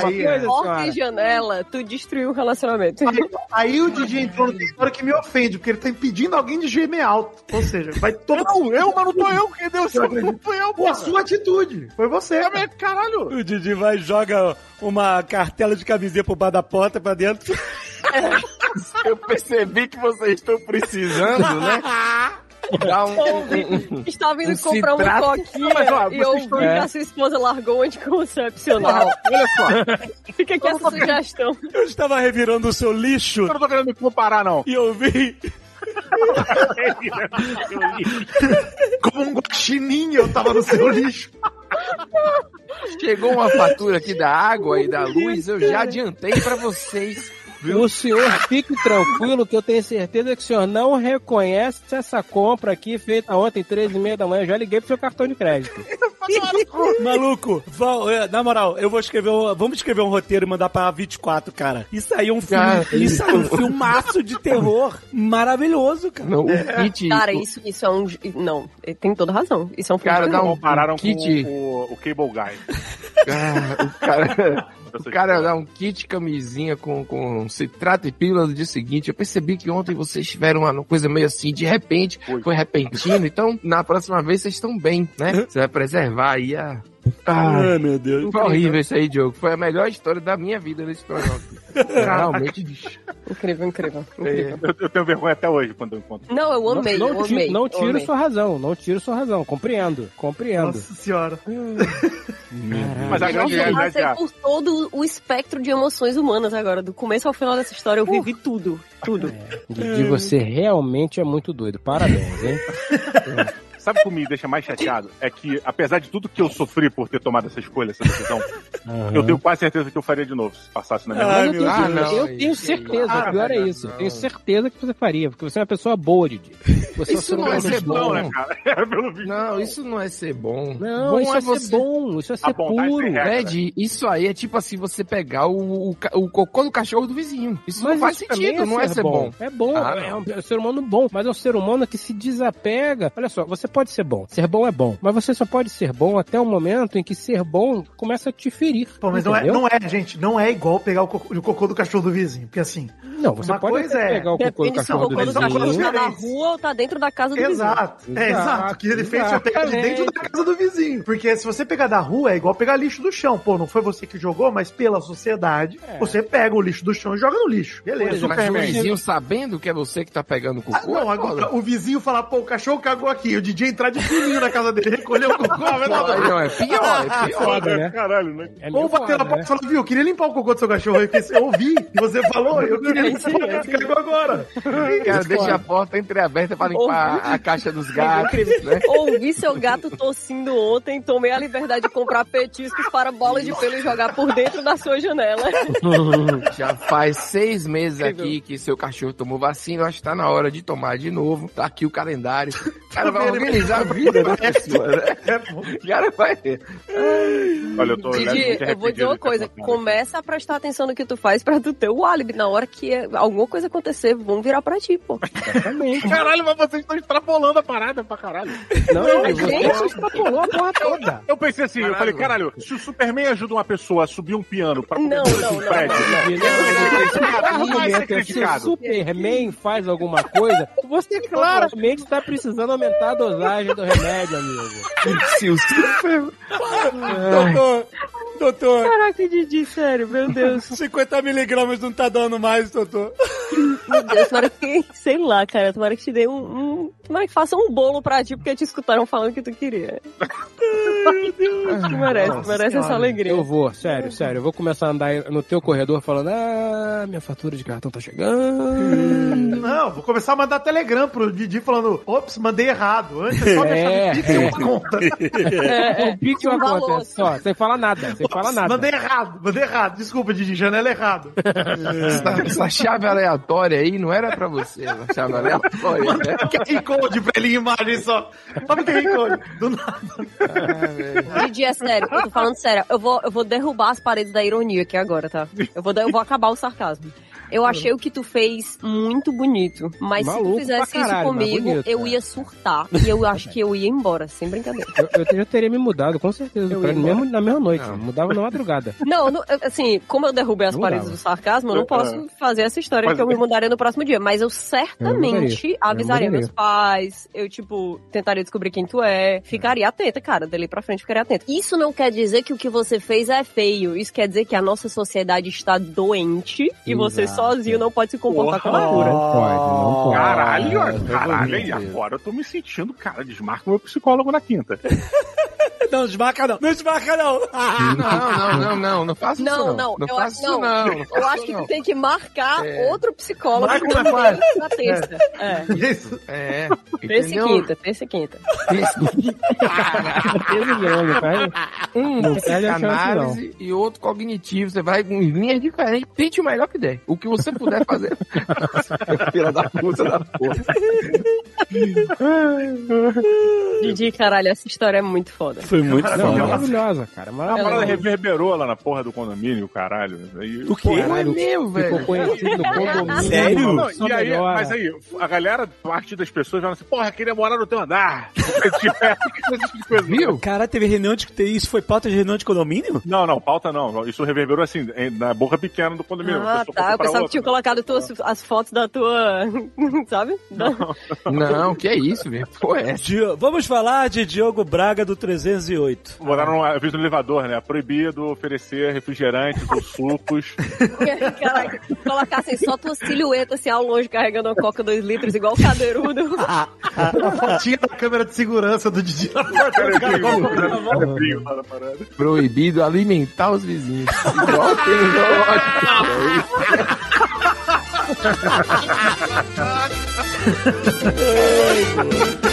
uma
Aí,
coisa,
Porta
senhora.
e janela, tu destruiu o relacionamento.
Aí o Didi entrou no território que me ofende, porque ele tá impedindo alguém de gemer alto. Ou seja, vai tomar. Não, eu, mas não tô eu, quem deu certo não
foi eu,
Pô, a sua atitude. Foi você.
Caralho.
O Didi vai e joga uma cartela de camiseta pro bar da porta pra dentro.
[LAUGHS] Eu percebi que vocês estão
[LAUGHS]
precisando, né? Dá um.
Estava indo
Um
comprar uma
citrato.
coquinha
Mas, ó,
e
vocês
eu
estão-
vi que a sua esposa largou anticoncepcional.
Olha
[LAUGHS]
só.
Fica aqui é essa sugestão.
Eu estava revirando o seu lixo. Eu
não tô querendo me comparar, não.
E eu vi.
Como um guaxininho eu tava no seu lixo.
Chegou uma fatura aqui da água e da luz, eu já adiantei pra vocês.
O senhor fique tranquilo que eu tenho certeza que o senhor não reconhece essa compra aqui feita ontem, três e meia da manhã. Eu já liguei pro seu cartão de crédito.
[LAUGHS] Maluco, Val, é, na moral, eu vou escrever um, vamos escrever um roteiro e mandar pra 24, cara. Isso aí é um filme,
Cara,
isso aí é um filmaço de terror maravilhoso, cara.
Não,
É.
Cara, isso, isso é um. Não, ele tem toda razão. Isso é um filme
Cara,
de
não,
terror.
compararam
kit.
com o, o Cable Guy.
Ah, o cara,
[LAUGHS]
o cara dá um kit camisinha com, com citrato e pílula no dia seguinte. Eu percebi que ontem vocês tiveram uma coisa meio assim, de repente, foi repentino. Então, na próxima vez vocês estão bem, né? Você vai preservar aí a.
Ai, Ah, meu Deus.
Foi tá horrível isso aí, Diogo. Foi a melhor história da minha vida nesse programa. Realmente.
Incrível, incrível.
É, eu, eu tenho vergonha até hoje quando eu encontro.
Não, eu amei,
não,
eu
ti-
amei.
não
eu
tiro
amei.
sua razão, não tiro sua razão. Compreendo, compreendo. Hum.
Nossa senhora.
Mas a
Nossa,
grande
eu
realidade é
passei
a-
por todo o espectro de emoções humanas agora. Do começo ao final dessa história, eu vivi tudo. Tudo.
Didi, você realmente é muito doido. Parabéns, hein?
Sabe o que me deixa mais chateado? É que, apesar de tudo que eu sofri por ter tomado essa escolha, essa decisão, eu tenho quase certeza que eu faria de novo se passasse na minha
é
Mas
mão.
eu, tenho, Ah, eu tenho certeza,
Ah,
o pior é
não,
isso. Tenho certeza que você faria, porque você é uma pessoa boa, Didi. Você é um
Isso
ser
não é
humano
ser bom, né,
cara?
Não, isso não é ser bom.
Não, isso é ser bom, isso é ser puro.
né, Di? Isso aí é tipo assim, você pegar o, o, ca- o cocô do cachorro do vizinho. Isso não faz
isso pra
sentido,
mim é
não é ser bom.
É bom,
Ah,
é um é um ser humano bom, mas é um ser humano que se desapega. Olha só, você pode ser bom, ser bom é bom, mas você só pode ser bom até o momento em que ser bom começa a te ferir.
Pô, mas não é,
entendeu?
não é, gente, não é igual pegar o cocô, o cocô do cachorro do vizinho. Porque assim.
Não, você pode
é.
até pegar o cocô do
Depende se
cachorro
cocô
do
cachorro
vizinho.
do
Tá na
diferentes.
rua ou tá dentro da casa do
Exato.
vizinho.
É, exato. O que ele fez foi pegar de dentro da casa do vizinho. Porque se você pegar da rua, é igual pegar lixo do chão. Pô, não foi você que jogou, mas pela sociedade, você pega o lixo do chão e joga no lixo. Beleza.
Mas o vizinho sabendo que é você que tá pegando o
Ah,
cocô?
não, agora o vizinho falar, pô, o cachorro cagou aqui, o DJ entrar de fininho na casa dele, recolher o cocô, vai dar dó.
Não, é pior, é pior.
[LAUGHS] Foda, né?
Caralho, né?
É meio
Ou bater
foda,
na porta e falar, viu, eu queria limpar o cocô do seu cachorro, eu, quis- eu ouvi, e você falou, eu queria limpar, você cagou agora.
Cara, deixa a porta entreaberta pra limpar a caixa dos gatos,
[LAUGHS]
né?
Ouvi seu gato tossindo ontem, tomei a liberdade de comprar petiscos para bolas de pelo e jogar por dentro da sua janela.
Já faz seis meses aqui que seu cachorro tomou vacina, eu acho que tá na hora de tomar de novo. Tá aqui o calendário. O cara vai organizar a vida
[LAUGHS]
da [LAUGHS] pessoa, né? O cara vai.
Olha, eu tô
Didi, eu vou dizer uma coisa, começa a prestar atenção no que tu faz pra tu ter o álibi. Na hora que é, alguma coisa acontecer, vão virar pra ti, pô.
Caralho, mas vocês estão extrapolando a parada pra caralho.
Não,
mas
você extrapolou a porra toda.
Eu pensei assim, eu falei, caralho, se o Superman ajuda uma pessoa a subir um piano pra
não,
um prédio, não vai ser
Se o
criticado.
Superman faz alguma coisa, você claramente
tá
está precisando aumentar a dosagem do remédio, amigo.
Se o Superman.
Doutor, doutor.
Caraca, Didi, sério, meu Deus.
50 miligramas não tá dando mais, doutor.
[LAUGHS] Meu Deus, tomara que, sei lá, cara, tomara que te dê um, um, Mike, faça um bolo pra ti, porque te escutaram falando que tu queria. tu merece, tu merece essa alegria.
Eu vou, sério, sério. Eu vou começar a andar no teu corredor falando: Ah, minha fatura de cartão tá chegando.
Não, vou começar a mandar telegram pro Didi falando: ops, mandei errado. Antes é só
[LAUGHS] É.
deixar o Pix e uma conta.
É, é. O Pix e uma
Valor.
conta, é só, sem falar nada, sem falar
Ops,
nada.
Mandei errado, mandei errado. Desculpa, Didi, janela errado.
Essa,
[LAUGHS]
essa chave aleatória aí não era pra você, né? essa chave aleatória. Né?
QR Code pra ele em imagem só. Só um QR Code. Do nada.
Didi, é sério, eu tô falando sério. Eu vou, eu vou derrubar as paredes da ironia aqui agora, tá? Eu vou, dar- eu vou acabar o sarcasmo. Eu achei o que tu fez muito bonito, mas se
Maluco
tu fizesse
pra caralho,
isso
mas
comigo,
bonito, né?
eu ia surtar. E eu acho que eu ia embora, sem brincadeira.
Eu, eu já teria me mudado, com certeza,
Eu
pra-
ia embora.
mesmo na mesma noite. Mudava na madrugada.
Não, não, eu- assim, como eu derrubei as
Não
paredes
dava.
do sarcasmo, eu não
Eu-
posso fazer essa história
Mas-
que eu me mudaria no próximo dia. Mas eu
Eu
certamente
mudaria. Eu
avisaria
mudaria.
meus pais, eu, tipo, tentaria descobrir quem tu é, ficaria atenta, cara, dali pra frente ficaria atenta. Isso não quer dizer que o que você fez é feio, isso quer dizer que a nossa sociedade está doente e você
Exato.
sozinho não pode se comportar com loucura.
não pode.
Caralho,
Ah,
olha, caralho,
resolvido
e
isso.
agora eu tô me sentindo, cara, desmarca o meu psicólogo na quinta.
Não, desmarca não. Não desmarca não.
Ah,
Ah,
Não, não, não, não, não faça isso
Não,
não.
não,
Não
eu
faça
acho,
isso
não.
não. não
eu
faça
acho
isso
que
não.
tu tem que marcar outro psicólogo
Marca um
também
rapaz.
na terça. É.
Isso.
É.
Terça e
entendeu?
quinta, terça e quinta.
Um
Não
de
perde a chance,
análise e outro cognitivo. Você vai com linhas diferentes. Tente o melhor que der. O que você puder fazer. [LAUGHS] Filha da puta da porra.
Didi, caralho, essa história é muito foda.
Foi muito
Não,
foda.
maravilhosa, cara.
A parada
Maravilhosa.
reverberou lá na porra do condomínio, caralho. E-
O quê? Caralho,
velho.
Ficou conhecido no condomínio.
é [LAUGHS] Sério?
Não, só
e aí,
melhora.
mas aí, a galera, parte das pessoas, falam assim, porra, eu queria morar no teu andar. [LAUGHS] tipo
Viu? Cara, teve reunião de isso foi pauta de reunião de condomínio?
Não, não, pauta não. Isso reverberou assim, em- na boca pequena do condomínio.
Ah,
A pessoa
tá.
foi
Eu
pra
pensava que
outra.
tinha colocado tuas, as fotos da tua. [LAUGHS] Sabe? Da-
Não, que é isso, velho. Pô, é.
Di- Vamos falar de Diogo Braga do 308.
Mandaram um aviso no elevador, né? Proibido oferecer refrigerantes ou sucos.
Caraca, colocassem assim, só tua silhueta assim ao longe carregando uma coca 2 litros, igual o cadeirudo.
Ah,
Uma fotinha da câmera de segurança do Didi.
Proibido alimentar os vizinhos. [LAUGHS] Igual tem no
Ah,
zoológico.
[LAUGHS]